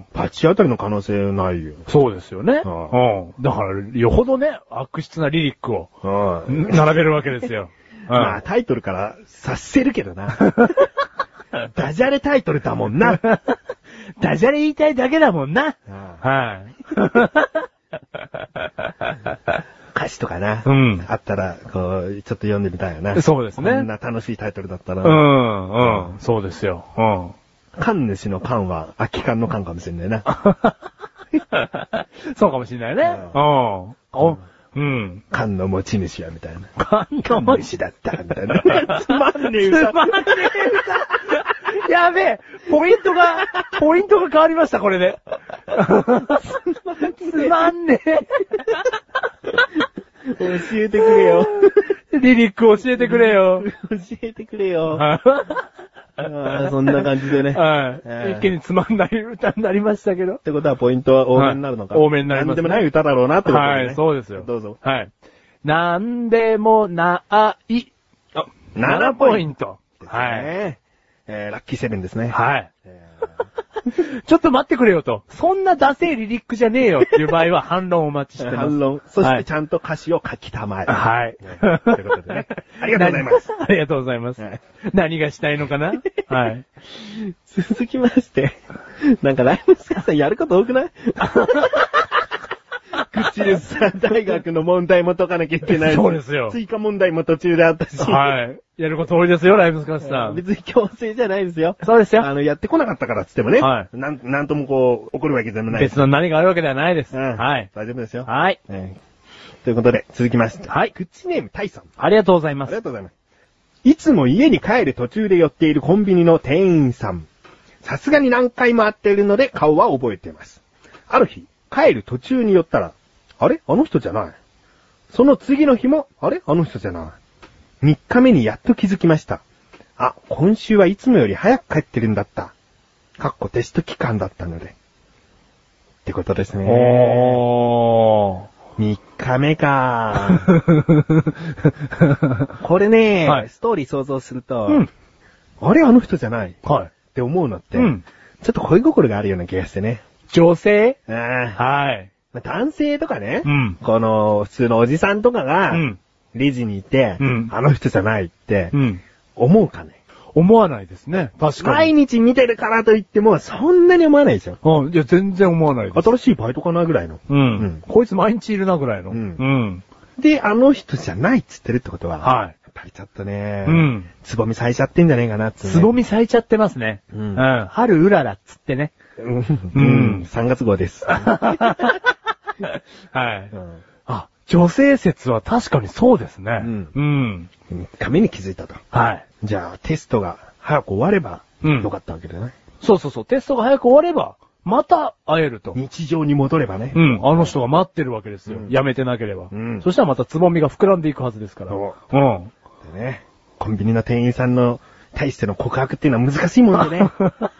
Speaker 1: ん。
Speaker 2: 罰当たりの可能性ないよ。
Speaker 1: そうですよね。
Speaker 2: う
Speaker 1: うん。だから、よほどね、悪質なリリックを、
Speaker 2: はい
Speaker 1: ん並べるわけです よ。うん。
Speaker 2: まあ、タイトルから察せるけ どな。ダジャレタイトルだもんな。
Speaker 1: ダジャレ言いたいだけだもんな。
Speaker 2: 歌
Speaker 1: はい。
Speaker 2: 詞とかな。
Speaker 1: うん
Speaker 2: あったら、こう、ちょっと読んでみたいよな。
Speaker 1: そうですね
Speaker 2: こんな楽しいタイトルだった
Speaker 1: う
Speaker 2: な。
Speaker 1: ん、うん、そうですよ。うん。
Speaker 2: 缶主の缶は、空き缶の缶かもしれないな。
Speaker 1: そうかもしれないね。
Speaker 2: う
Speaker 1: うん。お、うん。
Speaker 2: 缶の持ち主や、みたいな。
Speaker 1: 感動
Speaker 2: 缶主だった、みた いな。つまんねえ歌。
Speaker 1: やべえポイントが、ポイントが変わりました、これ で。つまんね
Speaker 2: 教えてくれよ。
Speaker 1: え。 リリック教えてくれ よ。
Speaker 2: 教えてくれよ。
Speaker 1: は
Speaker 2: ああそんな感じでね。
Speaker 1: い。一見につまんない歌になりましたけど
Speaker 2: っ。てことはポイントは多めになるのか。
Speaker 1: はい多めになりますね
Speaker 2: なんでもない歌だろうなってことだ
Speaker 1: は
Speaker 2: よね。
Speaker 1: い、そうですよ。
Speaker 2: どうぞ。
Speaker 1: はい。なんでもない。あ、
Speaker 2: 7
Speaker 1: 7ポイント。
Speaker 2: です
Speaker 1: はい。
Speaker 2: ね。えー、ラッキーセブンですね。
Speaker 1: はい。
Speaker 2: えー
Speaker 1: ちょっと待ってくれよと。そんなダセいリリックじゃねえよっていう場合は反論をお待ちしてます。
Speaker 2: 反論。そ
Speaker 1: は
Speaker 2: し
Speaker 1: い
Speaker 2: てちゃんと歌詞を書きたまえ。
Speaker 1: はい。
Speaker 2: ということ でね。 ありがとうございます。
Speaker 1: 何。ありがとうございます。
Speaker 2: はい
Speaker 1: 何がしたいのかな はい。
Speaker 2: 続きまして、なんかライムスカさんやること多 くない口ルさん大学の問題も解かなきゃいけない。
Speaker 1: そうですよ
Speaker 2: 追加問題も途中であったし。
Speaker 1: はい。やること多いですよ、ライブスカッシュさん。
Speaker 2: 別に強制じゃないですよ。
Speaker 1: そうです
Speaker 2: あ
Speaker 1: よ。
Speaker 2: の、やってこなかったからっつってもね。
Speaker 1: はい
Speaker 2: なん、なんともこう、怒るわけでもない。
Speaker 1: 別の何があるわけではないです。
Speaker 2: うん。
Speaker 1: はい。
Speaker 2: 大丈夫ですよ。
Speaker 1: はい。
Speaker 2: えーということで、続きまして。
Speaker 1: はい
Speaker 2: クッチネーム、タイさん。
Speaker 1: ありがとうございま
Speaker 2: あり
Speaker 1: す。
Speaker 2: がとうございます。いつも家に帰る途中で寄っているコンビニの店員さん。さすがに何回も会っているので顔は覚えています。ある日、帰る途中に寄ったら、あれあの人じゃない。その次の日も、あれあの人じゃない。3日目にやっと気づきました。あ、今週はいつもより早く帰ってるんだった。かっこテスト期間だったので。ってことですね。
Speaker 1: お
Speaker 2: 3日目か。
Speaker 1: ー。
Speaker 2: これね、
Speaker 1: はい
Speaker 2: ストーリー想像すると、
Speaker 1: うん
Speaker 2: あれあの人じゃないっ
Speaker 1: はい。
Speaker 2: て思うのって、
Speaker 1: うん
Speaker 2: ちょっと恋心があるような気がしてね。
Speaker 1: 女性
Speaker 2: あー
Speaker 1: はい。
Speaker 2: まあ男性とかね、
Speaker 1: うん
Speaker 2: この普通のおじさんとかが、
Speaker 1: うん
Speaker 2: レジにいて、
Speaker 1: うん
Speaker 2: あの人じゃないって
Speaker 1: うん。
Speaker 2: 思うかね。
Speaker 1: 思わないですね。確か
Speaker 2: 毎
Speaker 1: に。
Speaker 2: 日見てるからといっても、そんなに思わないでしょ。
Speaker 1: うん。いや、全然思わないです。
Speaker 2: 新しいバイトかなぐらいの。
Speaker 1: うん。
Speaker 2: うん
Speaker 1: こいつ毎日いるなぐらいの。
Speaker 2: うん
Speaker 1: うん。
Speaker 2: で、あの人じゃないっつってるってことは、
Speaker 1: はい
Speaker 2: やっぱりちょっとね、
Speaker 1: うん。
Speaker 2: つぼみ咲いちゃってんじゃねえかなっつうね
Speaker 1: つぼみ咲いちゃってますね。
Speaker 2: うん
Speaker 1: うん。春うららっつってね。
Speaker 2: うん。
Speaker 1: ん
Speaker 2: 3月号 です。
Speaker 1: はい
Speaker 2: うん
Speaker 1: あ、女性説は確かにそうですね。
Speaker 2: うん
Speaker 1: うん。
Speaker 2: 3日目に気づいたと。
Speaker 1: はい。
Speaker 2: じゃあ、テストが早く終われば、
Speaker 1: うん
Speaker 2: よかったわけだね。
Speaker 1: そうそうそう。テストが早く終われば、また会えると。
Speaker 2: 日常に戻ればね。
Speaker 1: うん。あの人が待ってるわけですよ。
Speaker 2: うん
Speaker 1: やめてなければ。
Speaker 2: うん
Speaker 1: そしたらまたつぼみが膨らんでいくはずですから。
Speaker 2: そ
Speaker 1: うん。
Speaker 2: でね、コンビニの店員さんの対しての告白っていうのは難しいも んでね。あ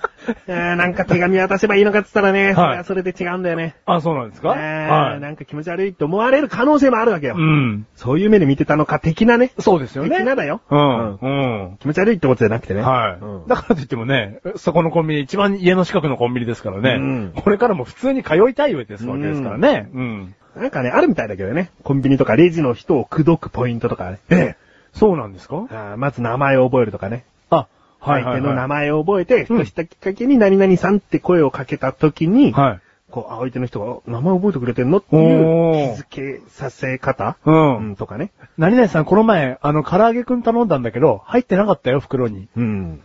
Speaker 2: ーなんか手紙渡せばいいのかって言ったらね、
Speaker 1: い
Speaker 2: それはそれで違うんだよね。
Speaker 1: あ、そうなんですか
Speaker 2: あー
Speaker 1: は。
Speaker 2: ないんか気持ち悪いって思われる可能性もあるわけよ。
Speaker 1: うん。
Speaker 2: そういう目で見てたのか的なね。
Speaker 1: そうですよね。
Speaker 2: 的なだよ。
Speaker 1: うん。うん。
Speaker 2: 気持ち悪いってことじゃなくてね。
Speaker 1: はい、
Speaker 2: うん
Speaker 1: だからといってもね、そこのコンビニ、一番家の近くのコンビニですからね、
Speaker 2: うん
Speaker 1: これからも普通に通いたいわけですからね。うん。
Speaker 2: なんかね、あるみたいだけどね。コンビニとかレジの人を口説くポイントとかね。
Speaker 1: ええ。そうなんですか
Speaker 2: あーまず名前を覚えるとかね。
Speaker 1: あ、はい
Speaker 2: 相
Speaker 1: はい、はい。
Speaker 2: 手の名前を覚えて、ふ
Speaker 1: うん
Speaker 2: としたきっかけに何々さんって声をかけた時に、
Speaker 1: はい。
Speaker 2: こう、あ相手の人が、あ名前覚えてくれてんのっていう
Speaker 1: おー
Speaker 2: 気づけさせ方
Speaker 1: うん
Speaker 2: うんとかね。
Speaker 1: 何々さん、この前、あの、唐揚げくん頼んだんだけど、入ってなかったよ、袋に。
Speaker 2: うん。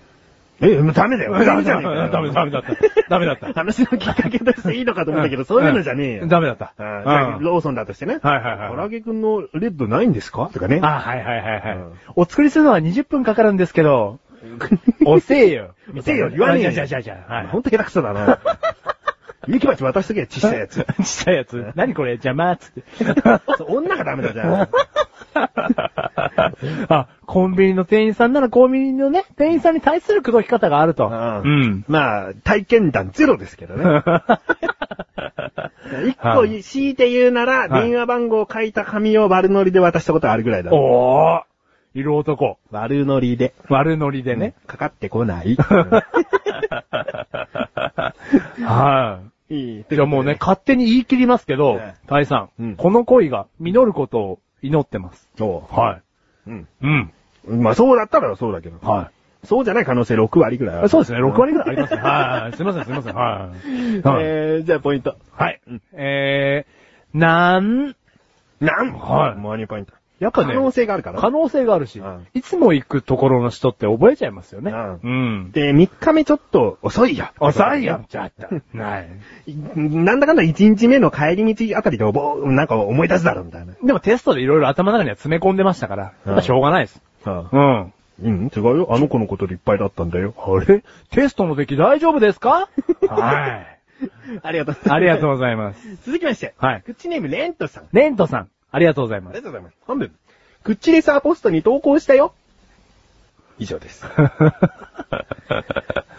Speaker 2: え、もうダメだよ。ダメじゃねえかよ。
Speaker 1: ダメ、ダメだった。ダメだった。
Speaker 2: 話のきっかけとしていいのかと思ったけど、そういうのじゃねえよ。
Speaker 1: ダメだった。
Speaker 2: あーじゃあ
Speaker 1: うん
Speaker 2: ローソンだとしてね。
Speaker 1: はいはいはい
Speaker 2: 唐揚げくんのレッドないんですかとかね。
Speaker 1: あ、はいはいはいはい、
Speaker 2: うん
Speaker 1: お作りするのは20分かかるんですけ ど、おせえよ。
Speaker 2: 見せよ、言わねえよ。
Speaker 1: じゃあじゃあじゃあ。はい
Speaker 2: ほんと下手くそ だな。ミキバチ渡しとけよ、小さいやつ。
Speaker 1: ちっちゃいやつ。何これ邪魔っつって。
Speaker 2: そう女がダメだじゃん。
Speaker 1: あ、コンビニの店員さんならコンビニのね、店員さんに対する口説き方があると。
Speaker 2: うん。まあ、体験談ゼロですけど ね。一個
Speaker 1: はい
Speaker 2: 強いて言うなら、
Speaker 1: はい
Speaker 2: 電話番号を書いた紙を悪ノリで渡したことあるぐらいだ。
Speaker 1: おーいる男。
Speaker 2: 悪ノリで。
Speaker 1: 悪ノリでね。
Speaker 2: かかって こない。
Speaker 1: はい。
Speaker 2: いい
Speaker 1: じゃあもうね、。勝手に言い切りますけど
Speaker 2: ええ、
Speaker 1: 大さ、
Speaker 2: うんん
Speaker 1: この恋が実ることを祈ってます。
Speaker 2: そう。
Speaker 1: は
Speaker 2: うん。
Speaker 1: い。うん。
Speaker 2: まあ、そうだったらそうだけど。
Speaker 1: はい。
Speaker 2: そうじゃない可能性6割ぐらいある。
Speaker 1: そうですね、6割ぐらいありますね。はい。すいません、すいません。はい。はい。
Speaker 2: えー、じゃあポイント。
Speaker 1: はい。えー、なん、
Speaker 2: なん
Speaker 1: はい
Speaker 2: マニーポイント。
Speaker 1: やっぱ
Speaker 2: 可
Speaker 1: ね、
Speaker 2: 能性があるから。
Speaker 1: 可能性があるし
Speaker 2: うん、
Speaker 1: いつも行くところの人って覚えちゃいますよね。
Speaker 2: う
Speaker 1: うん。
Speaker 2: で、3日目ちょっと遅いや。
Speaker 1: 遅いよ、ちょっ と。ない。
Speaker 2: いなんだかんだ1日目の帰り道あたりでおぼ、なんか思い出すだろ、みたいな。
Speaker 1: でもテストでいろいろ頭の中には詰め込んでましたから、やっぱしょうがないです。うん。
Speaker 2: うん、違うよ。あの子のことでいっぱいだったんだよ。
Speaker 1: あれテストの出来大丈夫ですか はい。
Speaker 2: ありがとう。
Speaker 1: ありがとうございます。
Speaker 2: 続きまして。
Speaker 1: はい
Speaker 2: クッチネーム、レントさん。あ
Speaker 1: レントさん、ありがとうございま
Speaker 2: りが
Speaker 1: す。
Speaker 2: とうございます。本文。クッチレサーポストに投稿したよ。以上です。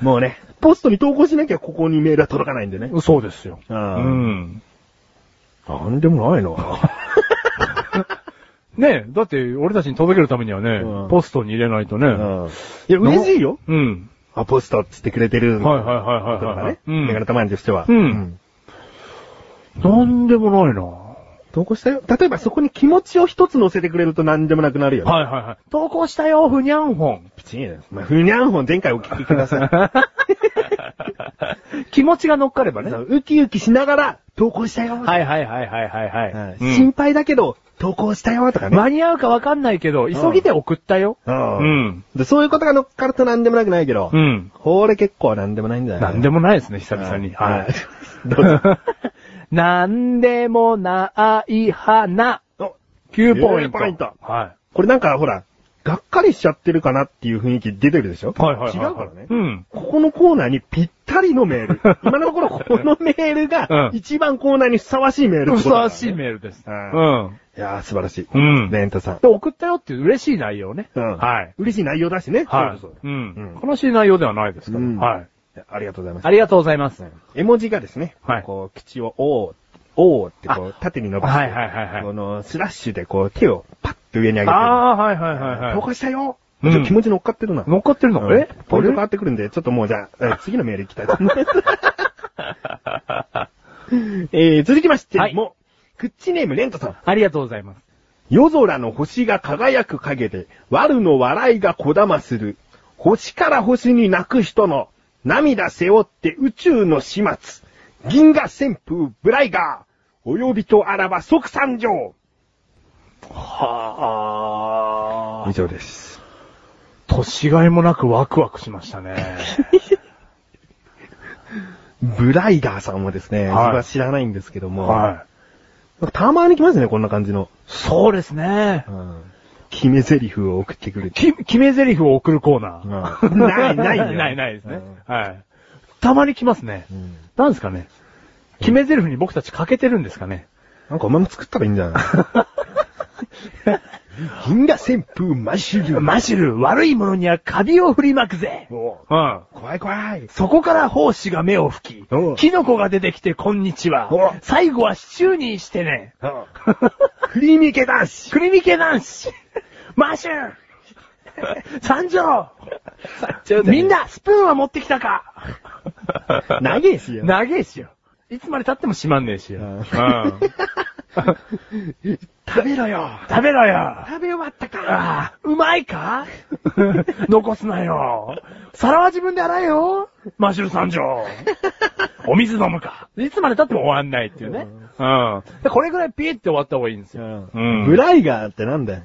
Speaker 2: もうね、ポストに投稿しなきゃここにメールは届かないんでね。
Speaker 1: そうですよ。
Speaker 2: う。
Speaker 1: うんん。
Speaker 2: なんでも ないな
Speaker 1: ねえ、だって俺たちに届けるためにはね
Speaker 2: うん、
Speaker 1: ポストに入れないとね。
Speaker 2: いや、嬉しいよ。
Speaker 1: うん。
Speaker 2: あ、ポストっつってくれてる。
Speaker 1: はいはいはい
Speaker 2: と
Speaker 1: はい
Speaker 2: か
Speaker 1: はい
Speaker 2: ね。。メガネたまにとしては。
Speaker 1: うんなんでもないな
Speaker 2: 投稿したよ。例えばそこに気持ちを一つ乗せてくれると何でもなくなるよね。
Speaker 1: はいはいはい。投稿したよ、ふにゃんほ ん。
Speaker 2: ピチンやなまあ、ふにゃんほん前回お聞きく ださい。
Speaker 1: 気持ちが乗っかればね。
Speaker 2: ウキウキしながら投稿したよ。
Speaker 1: はいはいはいはいはいは
Speaker 2: はい
Speaker 1: い。
Speaker 2: 心配だけど投稿したよとかね。
Speaker 1: 間に合うかわかんないけど、急ぎで送ったよ。
Speaker 2: う
Speaker 1: うんん。
Speaker 2: でそういうことが乗っかると何でもなくないけど。
Speaker 1: うん。
Speaker 2: これ結構何でもないんだよね。
Speaker 1: なんでもないですね、久々に。
Speaker 2: はい
Speaker 1: はい。
Speaker 2: どう ぞ。
Speaker 1: なんでもない花。
Speaker 2: お
Speaker 1: 9ポイン
Speaker 2: 9
Speaker 1: ト。
Speaker 2: ポイント
Speaker 1: は
Speaker 2: これなんかほら、がっかりしちゃってるかなっていう雰囲気出てるでしょ
Speaker 1: い。はいはいはい。
Speaker 2: 違うからね。
Speaker 1: うん。
Speaker 2: ここのコーナーにぴったりのメ ール。今のところこのメールが
Speaker 1: うん
Speaker 2: 一番コーナーにふさわしいメール
Speaker 1: ふさわしい
Speaker 2: ー
Speaker 1: メールです。
Speaker 2: う
Speaker 1: うんん。
Speaker 2: ル。いやー素晴らしい。
Speaker 1: うん
Speaker 2: レンタさん。
Speaker 1: で、送ったよっていう嬉しい内容ね。
Speaker 2: うん
Speaker 1: はい。
Speaker 2: 嬉しい内容だしね。
Speaker 1: は
Speaker 2: そうそう
Speaker 1: い。う
Speaker 2: うん
Speaker 1: ん。悲しい内容ではないですか
Speaker 2: う
Speaker 1: ら。
Speaker 2: ん
Speaker 1: はい。
Speaker 2: そうありがとうございます。
Speaker 1: ありがとうございます。
Speaker 2: 絵文字がですね、
Speaker 1: はい
Speaker 2: こう、口を、おー、おーってこう、縦に伸ばして、
Speaker 1: はいはいはいはい
Speaker 2: この、スラッシュでこう、手をパッと上に上げて、
Speaker 1: ああー、はいはいはい
Speaker 2: 投
Speaker 1: は
Speaker 2: 稿したよ、
Speaker 1: うん
Speaker 2: ちょっと気持ち乗っかってるな。
Speaker 1: い。乗っかってるの
Speaker 2: うん
Speaker 1: え
Speaker 2: ポイント
Speaker 1: 俺
Speaker 2: 変わってくるんで、ちょっともう じゃあ、え次のメール行きたいと思います。えー、続きまして、
Speaker 1: はい
Speaker 2: もう、クッチネームレントさん。
Speaker 1: ありがとうございます。
Speaker 2: 夜空の星が輝く影で、悪の笑いがこだまする。星から星に泣く人の、涙背負って宇宙の始末。銀河旋風ブライガー。お呼びとあらば即参上。
Speaker 1: は
Speaker 2: 以。上です。
Speaker 1: 年がいもなくワクワクしました ね。
Speaker 2: ブライガーさんはです
Speaker 1: は
Speaker 2: ね、
Speaker 1: い
Speaker 2: 自分は知らないんですけども、
Speaker 1: はい。
Speaker 2: たまに来ますね、こんな感じの。
Speaker 1: そうですね
Speaker 2: う。ん、決め台詞を送ってくる。
Speaker 1: き、決め台詞を送るコーナー。
Speaker 2: うんないないよ
Speaker 1: ないないですね。
Speaker 2: う
Speaker 1: はい。たまに来ますね。
Speaker 2: ん
Speaker 1: なんですかね。決め台詞に僕たち欠けてるんですかね。
Speaker 2: なんかお前も作ったらいいんじゃない銀河旋風マッシュル
Speaker 1: マシル、悪いものにはカビを振りまくぜ。
Speaker 2: もう
Speaker 1: うん。
Speaker 2: 怖い怖い。
Speaker 1: そこから胞子が目を吹き
Speaker 2: おう、
Speaker 1: キノコが出てきてこんにちは
Speaker 2: お。
Speaker 1: 最後はシチューにして ね。
Speaker 2: クリーミー系男子
Speaker 1: クリミケ男子マッシュル参上みんな、スプーンは持ってきた か
Speaker 2: 長えしよ
Speaker 1: 長えしよ。いつまで経っても閉まんねえしよ。
Speaker 2: うん
Speaker 1: うん
Speaker 2: 食べろよ
Speaker 1: 食べろよ
Speaker 2: 食べ終わったか
Speaker 1: ああ、うまいか 残すなよ。皿は自分で洗えよ。マシュル三条。お水飲むか。いつまで経っても終わんないっていうね。うん。でこれぐらいピーって終わった方がいいんですよ。うん
Speaker 2: ブライガーってなんだよ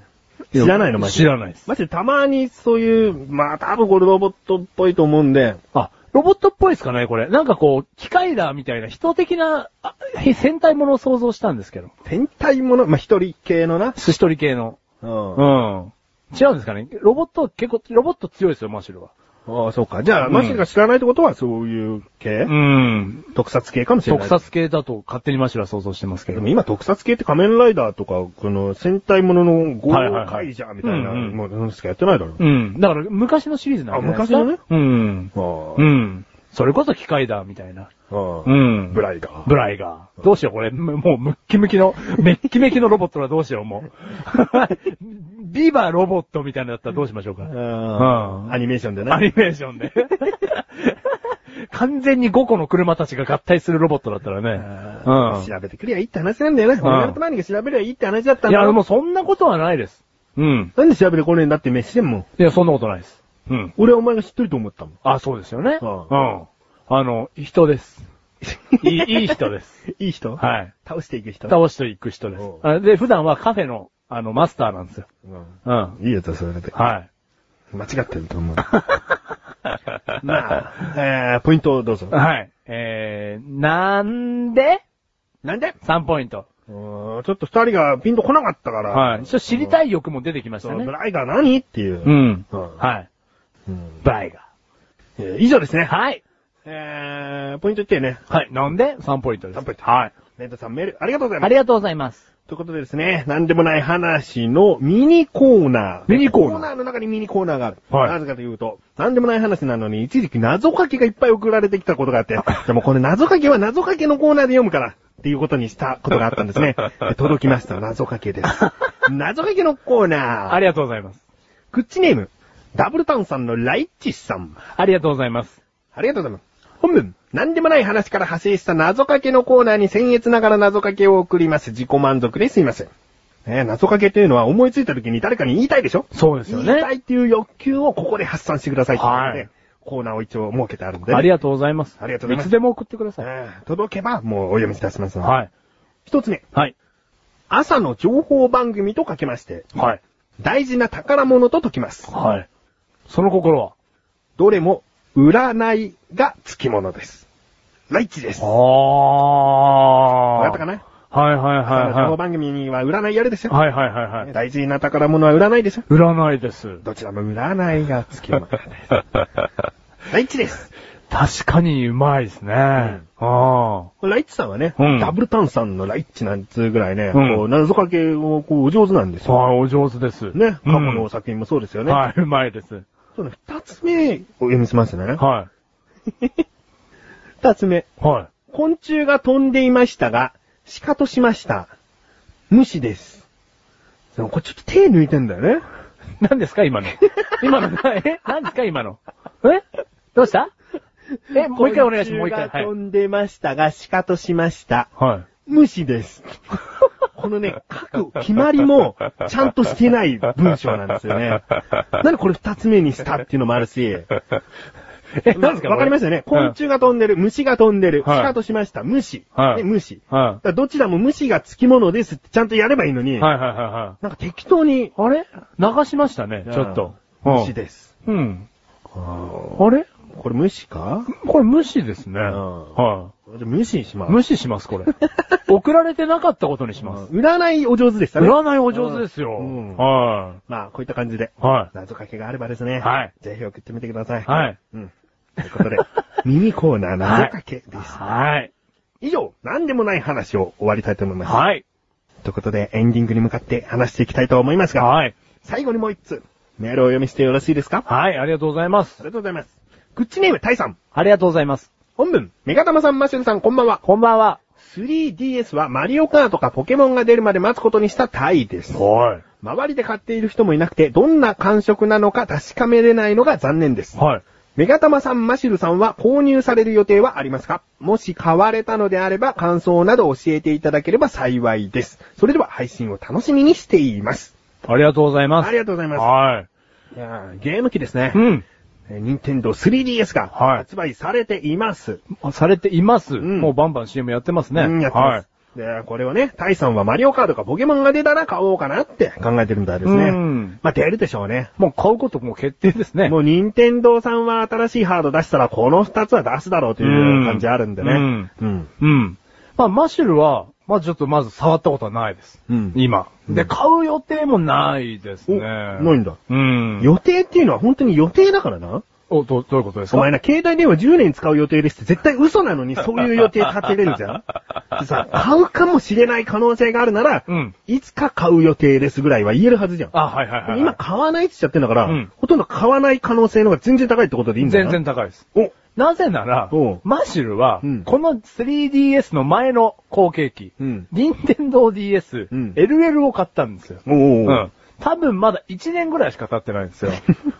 Speaker 2: 知らないのマジで。
Speaker 1: 知らないです。
Speaker 2: マジでたまにそういう、まあ多分これロボットっぽいと思うんで、
Speaker 1: あ、ロボットっぽいですかね、これ。なんかこう、機械だみたいな人的な、あ戦隊ものを想像したんですけど。
Speaker 2: 天体もの、まあ一人系のな。
Speaker 1: 寿司取り系の。
Speaker 2: うん。
Speaker 1: うん。違うんですかねロボット、結構、ロボット強いですよ、マシルは。
Speaker 2: ああ、そうか。じゃあ、
Speaker 1: うん
Speaker 2: マシルが知らないってことは、そういう系、
Speaker 1: ん。
Speaker 2: 特撮系かもしれな
Speaker 1: 特
Speaker 2: い。
Speaker 1: 撮系だと勝手にマシルは想像してますけ
Speaker 2: で
Speaker 1: ど
Speaker 2: も。今特撮系って仮面ライダーとか、この戦隊ものの豪
Speaker 1: はいはいはい
Speaker 2: 快じゃみたいな
Speaker 1: うんうん
Speaker 2: ものしかやってないだろ。
Speaker 1: うん。だから、昔のシリーズなんじゃないですか
Speaker 2: あ昔
Speaker 1: うん。
Speaker 2: ああ
Speaker 1: うん。それこそ機械だみたいな。
Speaker 2: ああ
Speaker 1: うん
Speaker 2: ブライガー。
Speaker 1: ブライガー。どうしよう、これ。むもう、ムッキムキの、メッキメキのロボットはどうしよう、もう。 ビバロボットみたいなのだったらどうしましょうか。
Speaker 2: あ
Speaker 1: う
Speaker 2: あ
Speaker 1: ん
Speaker 2: アニメーションでね。
Speaker 1: アニメーションで。 完全に5個の車たちが合体するロボットだったら
Speaker 2: ああ
Speaker 1: ね。
Speaker 2: 調べてくりゃいいって話なんだよね。
Speaker 1: ん
Speaker 2: 俺のたまにが調べりゃいいって話だった
Speaker 1: うん。
Speaker 2: ん
Speaker 1: いや、
Speaker 2: だろ
Speaker 1: でもそんなことはないです。うん。
Speaker 2: なんで調べてこねえんだって飯でもん。
Speaker 1: いや、そんなことないです。うん。
Speaker 2: 俺はお前が知ってると思ったも ん。
Speaker 1: あ、そうですよね。
Speaker 2: う
Speaker 1: うんん。あの、人です。 いい、いい人です。
Speaker 2: いい人い。
Speaker 1: はい。
Speaker 2: 倒していく人。
Speaker 1: 倒していく人です
Speaker 2: うん。
Speaker 1: あで、普段はカフェの、あの、マスターなんですよ。
Speaker 2: うん
Speaker 1: うん。
Speaker 2: いいやつだ、それで。
Speaker 1: はい。
Speaker 2: 間違ってる と思う。まあ、えー、ポイントをどうぞ。
Speaker 1: はい。えー、なんで
Speaker 2: なんで
Speaker 1: ?3 ポイント。
Speaker 2: うーんちょっと二人がピンとこなかったから。
Speaker 1: はい。ちょっと知りたい欲も出てきまし
Speaker 2: そ
Speaker 1: た
Speaker 2: の
Speaker 1: ね
Speaker 2: ブ。ライガー何っていう。
Speaker 1: うん。
Speaker 2: うん
Speaker 1: はい。
Speaker 2: うん
Speaker 1: バイが。
Speaker 2: えー以上ですね。
Speaker 1: はい。
Speaker 2: えー、ポイント言ってよね。
Speaker 1: はい。なんで ?3 ポイントです。
Speaker 2: 3ポイント
Speaker 1: はい。
Speaker 2: レントさんメール、ありがとうございま
Speaker 1: あ
Speaker 2: す。
Speaker 1: りがとうございます。
Speaker 2: ということでですね、なんでもない話のミニコーナー。
Speaker 1: ミニコーナー
Speaker 2: コーナーの中にミニコーナーがある。
Speaker 1: はい
Speaker 2: なぜかというと、なんでもない話なのに、一時期謎かけがいっぱい送られてきたことが あって、でもこの謎かけは謎かけのコーナーで読むから、っていうことにしたことがあったんです ね。で届きました、謎かけです。謎かけのコーナー。
Speaker 1: ありがとうございます。
Speaker 2: クッチネーム、ダブルタウンさんのライッチさん。
Speaker 1: ありがとうございます。
Speaker 2: ありがとうございます。本文、何でもない話から派生した謎かけのコーナーに僭越ながら謎かけを送ります。自己満足ですいません。ねえ、謎かけというのは思いついた時に誰かに言いたいでしょ
Speaker 1: そうですよね
Speaker 2: 言いたいっていう欲求をここで発散してくださいっていうので、
Speaker 1: はい
Speaker 2: コーナーを一応設けてあるんでね、
Speaker 1: ありがとうございます。
Speaker 2: ありがとうございます
Speaker 1: いつでも送ってください。
Speaker 2: ええ届けばもうお読みいたしますので。
Speaker 1: はい。
Speaker 2: 一つ目、
Speaker 1: はい。
Speaker 2: 朝の情報番組とかけまして、
Speaker 1: はい。
Speaker 2: 大事な宝物と解きます。
Speaker 1: はい。その心は
Speaker 2: どれも、占いが付き物です。ライチです。わ
Speaker 1: あ
Speaker 2: かったかな
Speaker 1: はいはい
Speaker 2: 朝の情報
Speaker 1: は
Speaker 2: 番組には占いやるでし
Speaker 1: い
Speaker 2: ょ、
Speaker 1: はい。はいはいはいはい。
Speaker 2: 大事な宝物は占いでしょ
Speaker 1: 占いです。
Speaker 2: どちらも占いが付き物です。ライチです。
Speaker 1: 確かにうまいですね。あ
Speaker 2: ライチさんはね、
Speaker 1: うん
Speaker 2: ダブルタウンさんのライチなんつうぐらいね、
Speaker 1: うん
Speaker 2: こう謎かけをこうお上手なんです
Speaker 1: あ。
Speaker 2: よ。
Speaker 1: はい、お上手です。
Speaker 2: ね、過去の
Speaker 1: う
Speaker 2: お
Speaker 1: ん
Speaker 2: 作品もそうですよね。
Speaker 1: はい、うまいです。
Speaker 2: そうね二つ目、お読みしますね。
Speaker 1: は
Speaker 2: 二つ目。
Speaker 1: い。はい。
Speaker 2: 昆虫が飛んでいましたが、鹿としました。虫です。でもこれちょっと手抜いてんだよね。
Speaker 1: 何ですか今 の。今の、え何ですか今の。えどうしたえ、もう一回お願いします。もう一回。は
Speaker 2: 昆虫が
Speaker 1: い
Speaker 2: 飛。んでましたが、鹿としました。
Speaker 1: はい。
Speaker 2: 虫です。このね、書く決まりも、ちゃんとしてない文章なんですよね。なんでこれ二つ目にしたっていうのもあるし、
Speaker 1: え、
Speaker 2: わ
Speaker 1: 何ですか
Speaker 2: かりましたよね。昆虫が飛んでる、虫が飛んでる、
Speaker 1: はい
Speaker 2: 鹿としました、虫。
Speaker 1: はい
Speaker 2: ね虫。だ
Speaker 1: は
Speaker 2: からどちらも虫が付き物ですってちゃんとやればいいのに、
Speaker 1: い。はいはいはいはい。
Speaker 2: なんか適当に、
Speaker 1: あれ流しましたね、ちょっと。うん
Speaker 2: 虫です。
Speaker 1: うん。
Speaker 2: こ
Speaker 1: あれ
Speaker 2: れ虫か
Speaker 1: これ無視ですね。
Speaker 2: ん
Speaker 1: は
Speaker 2: じゃあ無視にしま
Speaker 1: い。
Speaker 2: す。
Speaker 1: 無視します、こ れ。送られてなかったことにします。
Speaker 2: 占いお上手でしたね。
Speaker 1: 占いお上手ですよ。
Speaker 2: うん
Speaker 1: は
Speaker 2: まあ、こういった感じで、
Speaker 1: い。は
Speaker 2: 謎かけがあればですね。
Speaker 1: はい
Speaker 2: ぜひ送ってみてください。
Speaker 1: はい。
Speaker 2: うん。という ことで、ミニコーナー謎かけです。
Speaker 1: い。はい。
Speaker 2: 以上、何でもない話を終わりたいと思います。
Speaker 1: はい。
Speaker 2: ということで、エンディングに向かって話していきたいと思いますが、
Speaker 1: はい。
Speaker 2: 最後にもう一つ、メールをお読みしてよろしいですかあ
Speaker 1: はい、ありがとうございます
Speaker 2: り。がとうございます。グッチネーム、タイさん。
Speaker 1: ありがとうございます。
Speaker 2: 本文、メガタマさん、マシュルさん、こんばんは。
Speaker 1: こんばんは。
Speaker 2: 3DS はマリオカートかポケモンが出るまで待つことにしたタイです。
Speaker 1: は
Speaker 2: 周りで買っている人もいなくて、どんな感触なのか確かめれないのが残念です。
Speaker 1: はい。
Speaker 2: メガタマさん、マシルさんは購入される予定はありますかもし買われたのであれば感想など教えていただければ幸いです。それでは配信を楽しみにしています。
Speaker 1: ありがとうございます。
Speaker 2: ありがとうございま
Speaker 1: は
Speaker 2: す。いやーゲーム機ですね
Speaker 1: い。う。ん。
Speaker 2: えー任天堂 3DS が
Speaker 1: はい
Speaker 2: 発売されています。
Speaker 1: されています。
Speaker 2: ん
Speaker 1: もうバンバン CM やってますね。
Speaker 2: うん、やって
Speaker 1: は
Speaker 2: ま
Speaker 1: い
Speaker 2: す。。で、これをね、タイさんはマリオカードかポケモンが出たら買おうかなって考えてるんだですね。
Speaker 1: うん
Speaker 2: まあ、出るでしょうね。
Speaker 1: もう買うこともう決定ですね。
Speaker 2: もう任天堂さんは新しいハード出したらこの二つは出すだろうという感じあるんでね。
Speaker 1: うん
Speaker 2: うん。
Speaker 1: うん。まあ、マシュルは、まあちょっとまず触ったことはないです。
Speaker 2: うん
Speaker 1: 今。で、買う予定もないですね。
Speaker 2: おないんだ
Speaker 1: うん。
Speaker 2: 予定っていうのは本当に予定だからな。
Speaker 1: お、ど、どういうことです
Speaker 2: お
Speaker 1: か
Speaker 2: 前な、携帯電話10年使う予定ですって絶対嘘な のにそういう予定立てれるじゃん。でさ、買うかもしれない可能性があるなら、
Speaker 1: うん
Speaker 2: いつか買う予定ですぐらいは言えるはずじゃん。
Speaker 1: あ、はいはいはいはい。
Speaker 2: 今買わないって言っちゃってんだから、
Speaker 1: うん
Speaker 2: ほとんど買わない可能性の方が全然高いってことでいいんだよ
Speaker 1: 全
Speaker 2: な。
Speaker 1: 然高いです。
Speaker 2: 然。
Speaker 1: なぜなら
Speaker 2: おう、
Speaker 1: マシュルは
Speaker 2: うん、
Speaker 1: この 3DS の前の後継機、
Speaker 2: うん
Speaker 1: 任天堂 DS、
Speaker 2: うん
Speaker 1: LL を買ったんですよ。
Speaker 2: お、お
Speaker 1: う
Speaker 2: ー
Speaker 1: ん。多分まだ1年ぐらいしか経ってないんですよ。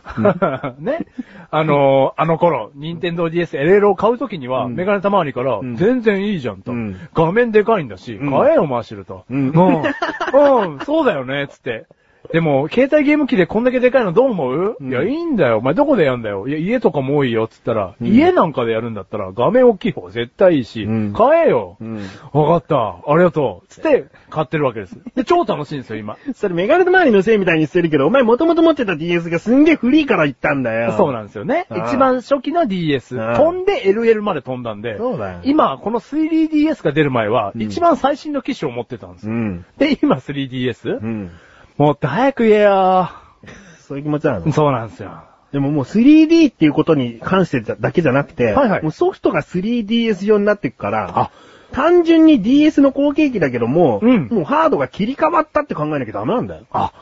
Speaker 1: ね。あのーあの頃、任天堂 DS LL を買うときには、
Speaker 2: うん
Speaker 1: メガネたまわりから、
Speaker 2: ん
Speaker 1: 全然いいじゃんと。
Speaker 2: うん
Speaker 1: 画面でかいんだし、
Speaker 2: うん
Speaker 1: 買えよ、マーシュルと。
Speaker 2: うん
Speaker 1: うん。うん、そうだよね、つって。でも、携帯ゲーム機でこんだけでかいのどう思う、
Speaker 2: うん
Speaker 1: いや、いいんだよ。お前どこでやんだよ。いや、家とかも多いよ、つったら、
Speaker 2: うん
Speaker 1: 家なんかでやるんだったら、画面大きい方が絶対いいし、
Speaker 2: うん
Speaker 1: 買えよ。
Speaker 2: うん
Speaker 1: わかった。ありがとう。つって、買ってるわけです。で、超楽しいんですよ、今。
Speaker 2: それメガネ周りのせいみたいにしてるけど、お前もともと持ってた DS がすんげえ古いから言ったんだよ。
Speaker 1: そうなんですよね。
Speaker 2: ああ
Speaker 1: 一番初期の DS。
Speaker 2: ああ
Speaker 1: 飛んで LL まで飛んだんで。
Speaker 2: そうだよ
Speaker 1: 今、この 3DS が出る前は、
Speaker 2: ん
Speaker 1: 一番最新の機種を持ってたんです。
Speaker 2: うん。
Speaker 1: で、今 3DS?、
Speaker 2: うん。
Speaker 1: もっと早く言えよ
Speaker 2: そういう気持ちなの
Speaker 1: そうなんですよ。
Speaker 2: でももう 3D っていうことに関してだけじゃなくて、
Speaker 1: はいはい
Speaker 2: もうソフトが 3DS 用になっていくから、
Speaker 1: あ
Speaker 2: 単純に DS の後継機だけども、
Speaker 1: うん
Speaker 2: もうハードが切り替わったって考えなきゃダメなんだよ。
Speaker 1: あ、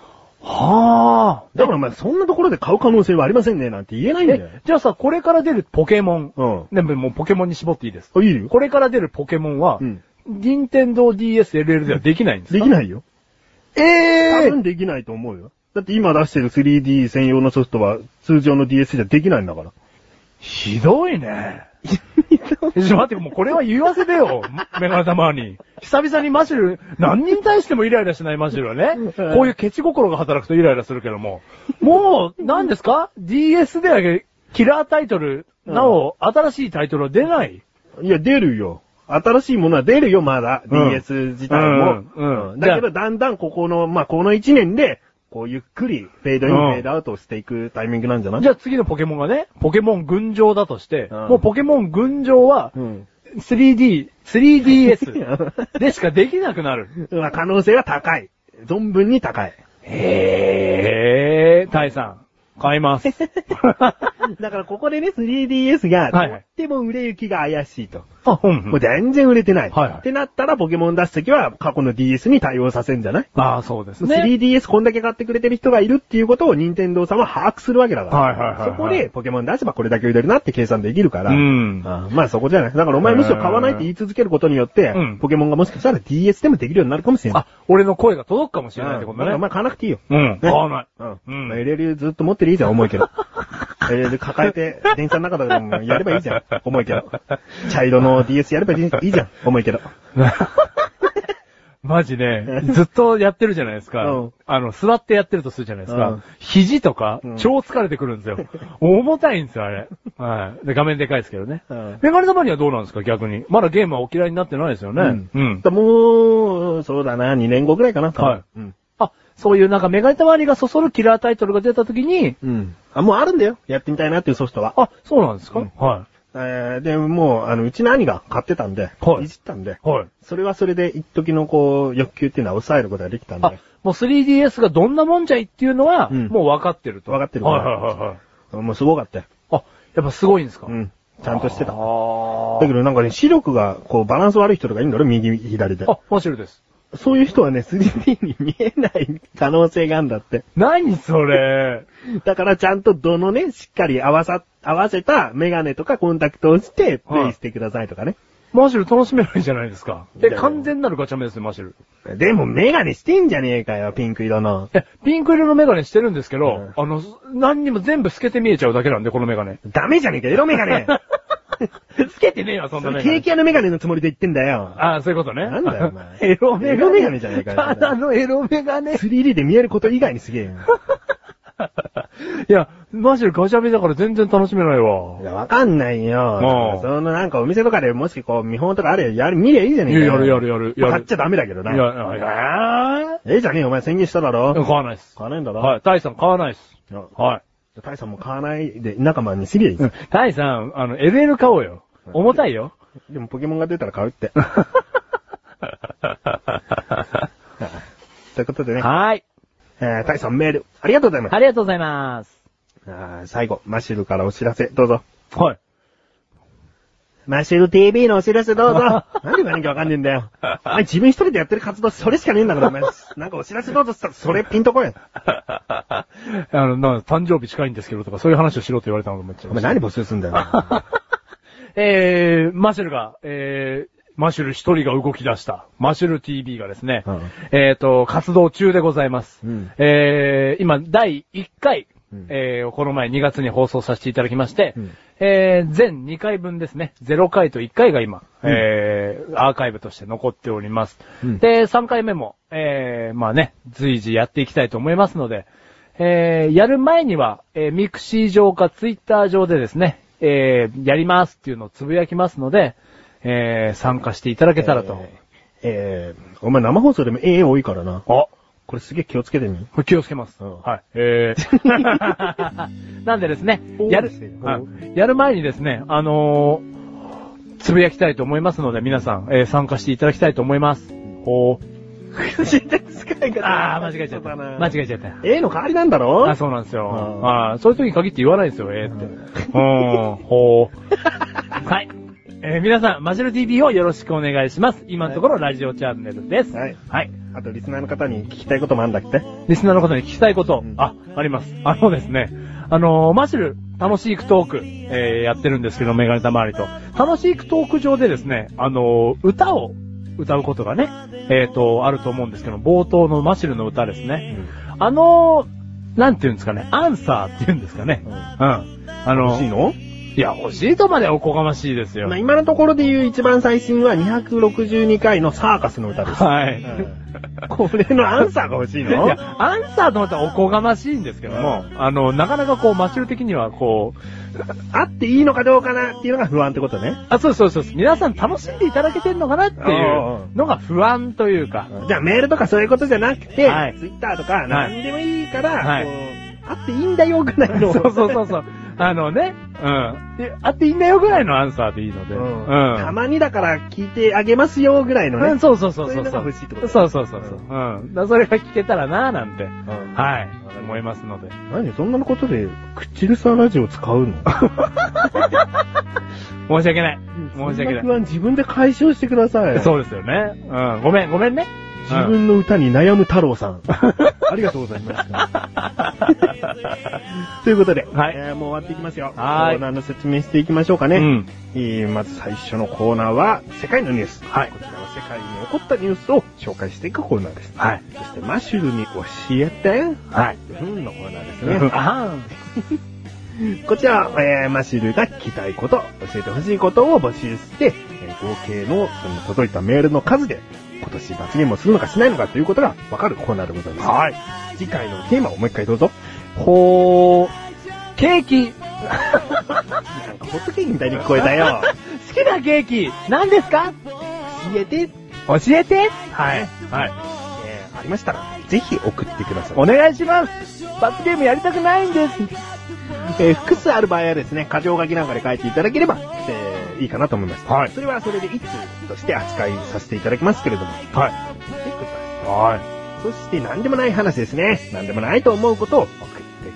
Speaker 1: はあ。
Speaker 2: だからお前そんなところで買う可能性はありませんねなんて言えないんだよ。
Speaker 1: え、じゃあさ、これから出るポケモン。
Speaker 2: うん。
Speaker 1: でももうポケモンに絞っていいです。
Speaker 2: あ、いいよ。
Speaker 1: これから出るポケモンは、
Speaker 2: うん
Speaker 1: 任天堂 DSLL ではできないんです
Speaker 2: で
Speaker 1: か
Speaker 2: きないよ。
Speaker 1: ええ
Speaker 2: 多
Speaker 1: ー
Speaker 2: 分できないと思うよ。だって今出してる 3D 専用のソフトは通常の DS じゃできないんだ から。
Speaker 1: ひどいね。 ちょっと待って、もうこれは言わせてよ。メガネたまに。久々にマシュル、何人対してもイライラしないマシュルはね。こういうケチ心が働くとイライラするけども。もう、何ですか ?DS ではキラータイトル、なお、新しいタイトルは出ない。
Speaker 2: いや、出るよ。新しいものは出るよ、まだ。
Speaker 1: うん
Speaker 2: DS 自体も。
Speaker 1: うんうんうん
Speaker 2: だけど、だんだんここの、まあ、この1年で、こう、ゆっくり、フェードイン、
Speaker 1: うん
Speaker 2: フェードアウトしていくタイミングなんじゃない
Speaker 1: じゃあ次のポケモンがね、ポケモン群青だとして、
Speaker 2: うん
Speaker 1: もうポケモン群青は
Speaker 2: う、ん。
Speaker 1: 3D、3DS でしかできなくなる。
Speaker 2: まあ、可能性は高い。存分に 高い。
Speaker 1: へえ、タイさん、買い ます。
Speaker 2: だから、ここでね、3DS が、と
Speaker 1: はいはい
Speaker 2: っても売れ行きが怪しいと。
Speaker 1: あ、うんうん
Speaker 2: もう全然売れてない。
Speaker 1: はいはい
Speaker 2: ってなったら、ポケモン出すときは、過去の DS に対応させんじゃない
Speaker 1: ああ、そうですね。
Speaker 2: 3DS こんだけ買ってくれてる人がいるっていうことを任天堂さんは把握するわけだから。
Speaker 1: はいはいはいはい
Speaker 2: そこでポケモン出せばこれだけ売れるなって計算できるから。
Speaker 1: うん
Speaker 2: あまあそこじゃない。だからお前むしろ買わないって言い続けることによって、
Speaker 1: うん
Speaker 2: ポケモンがもしかしたら DS でもできるようになるかもしれない。
Speaker 1: あ、俺の声が届くかもし
Speaker 2: うん、
Speaker 1: れないってこと
Speaker 2: だか
Speaker 1: ね
Speaker 2: らお。前買わなくていいよ。
Speaker 1: うん。買わない。
Speaker 2: うん。
Speaker 1: うん
Speaker 2: まあ LL ずっと持ってるいいじゃん、重いけど。LL 抱えて、電車の中でもやればいいじゃん、重いけど。茶色の DS やればいいいいじゃん、重いけど。
Speaker 1: マジね、ずっとやってるじゃないですか。
Speaker 2: うん
Speaker 1: あの、座ってやってるとするじゃないですか。
Speaker 2: うん
Speaker 1: 肘とか
Speaker 2: うん、
Speaker 1: 超疲れてくるん ですよ。重たいんですよ、あれ。はい。で、画面でかいですけどね。
Speaker 2: うん
Speaker 1: メガネ玉にはどうなんですか、逆に。まだゲームはお嫌いになってないですよね。
Speaker 2: うん
Speaker 1: うん
Speaker 2: だ。もう、そうだな、2年後くらいかな。
Speaker 1: はい
Speaker 2: うん。
Speaker 1: あ、そういうなんかメガネたまりがそそるキラータイトルが出た時に、
Speaker 2: うん。あ、もうあるんだよ。やってみたいなっていうソフトは。
Speaker 1: あ、そうなんですか、
Speaker 2: うん
Speaker 1: は
Speaker 2: えー、で、もう、あの、うちの兄が買ってたんで、
Speaker 1: はい
Speaker 2: じったんで、
Speaker 1: い。はい。
Speaker 2: それはそれで一時のこう、欲求っていうのは抑えることができたん
Speaker 1: あ
Speaker 2: で、、
Speaker 1: もう 3DS がどんなもんじゃいっていうのは、
Speaker 2: うん
Speaker 1: もう分かってると。
Speaker 2: 分かってる
Speaker 1: はいはいはいはい。
Speaker 2: もうすごかったよ。
Speaker 1: あ、やっぱすごいんですか
Speaker 2: うん。ちゃんとしてた。
Speaker 1: あ
Speaker 2: だ
Speaker 1: ー
Speaker 2: けどなんかね、視力が、こう、バランス悪い人とかいるんだろ右、左で。
Speaker 1: あ、マシュルです。
Speaker 2: そういう人はね、3D に見えない可能性があるんだって。
Speaker 1: 何それ。
Speaker 2: だからちゃんとどのね、しっかり合わさ、合わせたメガネとかコンタクトをして、プレイしてくださいとかね。
Speaker 1: マシュル楽しめないじゃないですか。
Speaker 2: い
Speaker 1: え、
Speaker 2: やいや
Speaker 1: 完全なるガチャメですね、マシュル。
Speaker 2: でもメガネしてんじゃねえかよ、ピンク色の。
Speaker 1: え、ピンク色のメガネしてるんですけど、
Speaker 2: うん
Speaker 1: あの、何にも全部透けて見えちゃうだけなんで、このメガ ネ。
Speaker 2: ダメじゃねえか、色メガネ
Speaker 1: 透けてねえ よ、そん
Speaker 2: そ
Speaker 1: なメガ
Speaker 2: れケー
Speaker 1: ネ。
Speaker 2: キ屋のメガネのつもりで言ってんだよ。
Speaker 1: あーそういうことね。
Speaker 2: なんだよお前
Speaker 1: エロメガネ。
Speaker 2: エロメガネじゃねえかよ
Speaker 1: ただのエロメガネ。
Speaker 2: 3D で見えること以外にすげえよ。
Speaker 1: いや、マジでガチャメだから全然楽しめないわ。
Speaker 2: いや、わかんないよ
Speaker 1: う。ん
Speaker 2: そのなんかお店とかでもしこう見本とかあれやる、見りゃいいじゃねえかよ。
Speaker 1: いややるやるやる
Speaker 2: まあ
Speaker 1: や
Speaker 2: 買
Speaker 1: る
Speaker 2: っちゃダメだけど
Speaker 1: い
Speaker 2: な。
Speaker 1: や、いや、
Speaker 2: ええじゃねえよ、お前宣言しただ
Speaker 1: えー
Speaker 2: ろ。
Speaker 1: 買わないっす。
Speaker 2: 買わないんだろ。
Speaker 1: はい、タイさん買わないっす。
Speaker 2: いや。
Speaker 1: は
Speaker 2: タイさんも買わないで、仲間にすりゃいい
Speaker 1: い。。タイさん、あの、LL 買おうよ。重たい よ。
Speaker 2: でもポケモンが出たら買うって。ということでね、
Speaker 1: はい。
Speaker 2: えータイさんメール、ありがとうございます
Speaker 1: ありがとうございます。。
Speaker 2: あー最後、マシルからお知らせ、どうぞ。
Speaker 1: はい。
Speaker 2: マシュル TV のお知らせどうぞ。なんで何かわかんねえんだよ。お前自分一人でやってる活動それしかねえんだから、お前。なんかお知らせどうぞって言ったらそれピンとこい。
Speaker 1: あの、な、誕生日近いんですけどとか、そういう話をしろって言われたのと思っちゃ
Speaker 2: お
Speaker 1: いま
Speaker 2: 前
Speaker 1: した。
Speaker 2: 何募集すんだよ。
Speaker 1: えー、マシュルが、えー、マシュル一人が動き出した、マシュル TV がですね、
Speaker 2: うん
Speaker 1: えっ、と、活動中でございます。
Speaker 2: うん
Speaker 1: えー、今、第1回、
Speaker 2: うん
Speaker 1: えー、この前2月に放送させていただきまして、
Speaker 2: うん
Speaker 1: えー、全2回分ですね、0回と1回が今、えー、アーカイブとして残っております。
Speaker 2: うん
Speaker 1: で、3回目も、えー、まあね、随時やっていきたいと思いますので、えー、やる前には、えー、ミクシー上かツイッター上でですね、えー、やりますっていうのをつぶやきますので、えー、参加していただけたらと。
Speaker 2: えーえーお前生放送でもええ多いからな。
Speaker 1: あ、
Speaker 2: これすげえ気をつけてみ。
Speaker 1: これ気をつけます。
Speaker 2: うん
Speaker 1: はい。えー、 なんでですね
Speaker 2: お、ー
Speaker 1: やる
Speaker 2: ですね、
Speaker 1: はいやる前にですね、あのー、つぶやきたいと思いますので、皆さん、えー参加していただきたいと思います。ほー。
Speaker 2: 使い
Speaker 1: あー、間違えちゃった。間違えちゃった。
Speaker 2: ええの代わりなんだろ
Speaker 1: あ、そうなんですよ。
Speaker 2: うん
Speaker 1: あーそういう時に限って言わないですよ、えーって。うん、ほー。 はい。えー皆さん、マジル TV をよろしくお願いします。今のところ、ラジオチャンネルです。
Speaker 2: はい
Speaker 1: はい。
Speaker 2: あとリスナーの方に聞きたいこともあんだって。
Speaker 1: リスナーの方に聞きたいこと、
Speaker 2: うん
Speaker 1: あ、あります。あのですね、あのーマシュル、楽しいクトーク、えーやってるんですけど、メガネたまわりと。楽しいクトーク上でですね、あのー歌を歌うことがね、えっ、と、あると思うんですけど、冒頭のマシュルの歌ですね。あのーなんて言うんですかね、アンサーって言うんですかね。うん。あの、
Speaker 2: 欲しいの
Speaker 1: いや、欲しいとまではおこがましいですよ。
Speaker 2: まあ、
Speaker 1: はい。
Speaker 2: 今のところで言う一番最新は262回のサーカスの歌です。これのアンサーが欲しい
Speaker 1: い
Speaker 2: の
Speaker 1: や、アンサーとまたおこがましいんですけども、あの、なかなかこう、マシュル的にはこう、
Speaker 2: あっていいのかどうかなっていうのが不安ってことね。
Speaker 1: あ、そうそうそうそう、皆さん楽しんでいただけてんのかなっていうのが不安というか、
Speaker 2: じゃあメールとかそういうことじゃなくて、
Speaker 1: はい
Speaker 2: ツイッターとか
Speaker 1: はい
Speaker 2: 何でもいいから、
Speaker 1: はい
Speaker 2: こうあっていいんだよぐらい の。
Speaker 1: そうそうそうそう。あのね、うん。であっていいんだよぐらいのアンサーでいいので。
Speaker 2: うん
Speaker 1: うん。
Speaker 2: たまにだから聞いてあげますよぐらいのね。
Speaker 1: うんそうそうそうそう。
Speaker 2: そういうのが欲しいってこと
Speaker 1: そうそうそうそう。うん。だからそれが聞けたらなぁなんて、
Speaker 2: ん
Speaker 1: はい、思いますので。
Speaker 2: 何そんなことで、クチルサラジオ使うの
Speaker 1: 申し訳ない。申し訳ない。
Speaker 2: 不安自分で解消してください。
Speaker 1: そうですよね。うん。ごめん、ごめんね。
Speaker 2: 自分の歌に悩む太 郎さん。ありがとうござい ます。ということで、
Speaker 1: はい
Speaker 2: えーもう終わっていきますよ。
Speaker 1: はーい
Speaker 2: コーナーの説明していきましょうか
Speaker 1: う
Speaker 2: ね。
Speaker 1: ん。
Speaker 2: えーまず最初のコーナーは、世界のニュース。
Speaker 1: はい
Speaker 2: こちらは世界に起こったニュースを紹介していくコーナーです。
Speaker 1: はい。
Speaker 2: そして、マッシュルに教えて、
Speaker 1: はい。
Speaker 2: うんのコーナーです
Speaker 1: うん
Speaker 2: ね。
Speaker 1: あ
Speaker 2: こちら、えーマシルが聞きたいこと、教えてほしいことを募集して、えー合計のその届いたメールの数で、今年罰ゲームをするのかしないのかということがわかるコーナーでございます。はい。次回のテーマをもう一回どうぞ。
Speaker 1: ーほー、ケーキ、
Speaker 2: なんかホットケーキみたいに聞こえた よ。
Speaker 1: 好きなケーキ、何ですか
Speaker 2: 教えて、
Speaker 1: 教えてはい。はい。
Speaker 2: えーありましたら、ぜひ送ってください。
Speaker 1: お願いします罰ゲームやりたくないんです
Speaker 2: えー複数ある場合はですね、過剰書きなんかで書いていただければ、えーいいかなと思います。はい。それはそれで一通として扱いさせていただきますけれども。はい。てください。
Speaker 1: は
Speaker 2: そして何でもない話ですね。何でもないと思うことを送って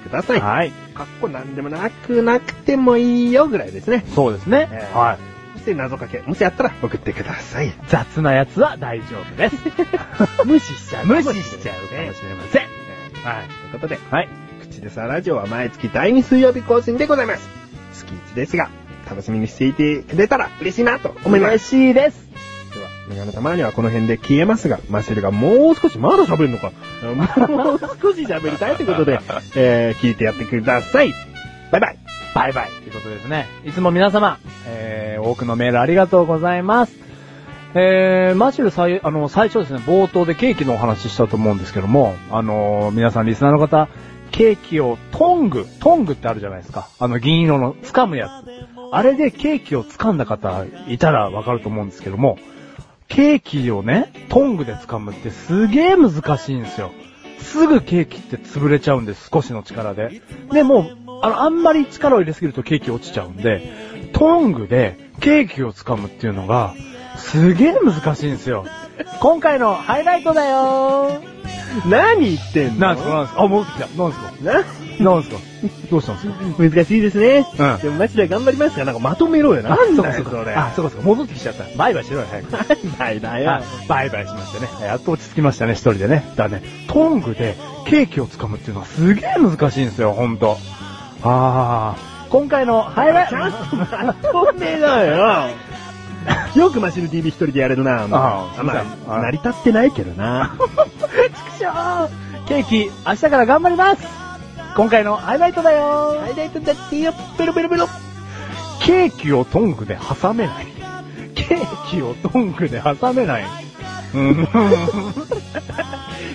Speaker 2: ください。
Speaker 1: はい。
Speaker 2: かっこ何でもなくなくてもいいよぐらいですね。
Speaker 1: そうですね
Speaker 2: えー
Speaker 1: はい。
Speaker 2: そして謎かけ、もしあったら送ってください。
Speaker 1: 雑なやつは大丈夫 です。
Speaker 2: 無視しちゃ
Speaker 1: 無視しちゃうかも
Speaker 2: ね
Speaker 1: しれません。はい。
Speaker 2: ということで、
Speaker 1: はい。
Speaker 2: 口でさラジオは毎月第2水曜日更新でございます。月1ですが、楽しみにしていてくれたら嬉しいなと思います。
Speaker 1: 嬉しいです。
Speaker 2: では、メガネたまにはこの辺で消えますが、マシルがもう少し、まだ喋るのか。もう少し喋りたいというこ とで、えー、聞いてやってください。バイバイ。
Speaker 1: バイバイ。ということですね。いつも皆様、えー、多くのメールありがとうございます。えー、マシュル最、あの、最初ですね、冒頭でケーキのお話ししたと思うんですけども、あのー皆さんリスナーの方、ケーキをトング、トングってあるじゃないですか。あの、銀色の掴むやつ。あれでケーキを掴んだ方いたらわかると思うんですけども、ケーキをね、トングで掴むってすげえ難しいんですよ。すぐケーキって潰れちゃうんです、少しの力で。で、もう、あの、あんまり力を入れすぎるとケーキ落ちちゃうんで、トングでケーキを掴むっていうのが、すげえ難しいんですよ。今回のハイライトだよー
Speaker 2: 何言ってんの
Speaker 1: なんすかなんすかあ、戻ってきた。なんすか
Speaker 2: な
Speaker 1: なんすかどうしたんですか
Speaker 2: 難しいですね。
Speaker 1: うん
Speaker 2: でもマシルは頑張りますが、なんかまとめろよ。な
Speaker 1: あ
Speaker 2: ん
Speaker 1: そ
Speaker 2: だ
Speaker 1: か
Speaker 2: よ、
Speaker 1: か
Speaker 2: それ。
Speaker 1: あ、そうかそうか。戻ってきちゃった。バイバイしろよ、早く。
Speaker 2: バイだよ
Speaker 1: あ。バイバイしましたね。やっと落ち着きましたね、一人でね。だね、トングでケーキを掴むっていうのはすげえ難しいんですよ、ほんと。あー。今回のハイライ
Speaker 2: ち
Speaker 1: ト
Speaker 2: ゃんとまとめろよ。よくマシル TV 一人でやれるな。ま
Speaker 1: あ
Speaker 2: あ、ま
Speaker 1: あ
Speaker 2: あ、成り立ってないけど な。
Speaker 1: くしょーケーキ、明日から頑張ります今回のハイライトだよー
Speaker 2: ハイライトだってよ、ペロペロペロ。
Speaker 1: ケーキをトングで挟めない。ケーキをトングで挟めない。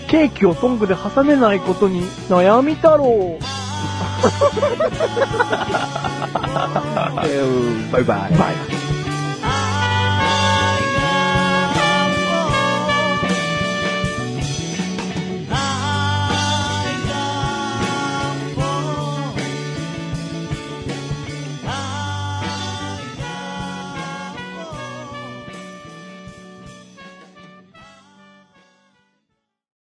Speaker 1: ケーキをトングで挟めないことに悩み太郎。
Speaker 2: えーバイバイ。バイバイ。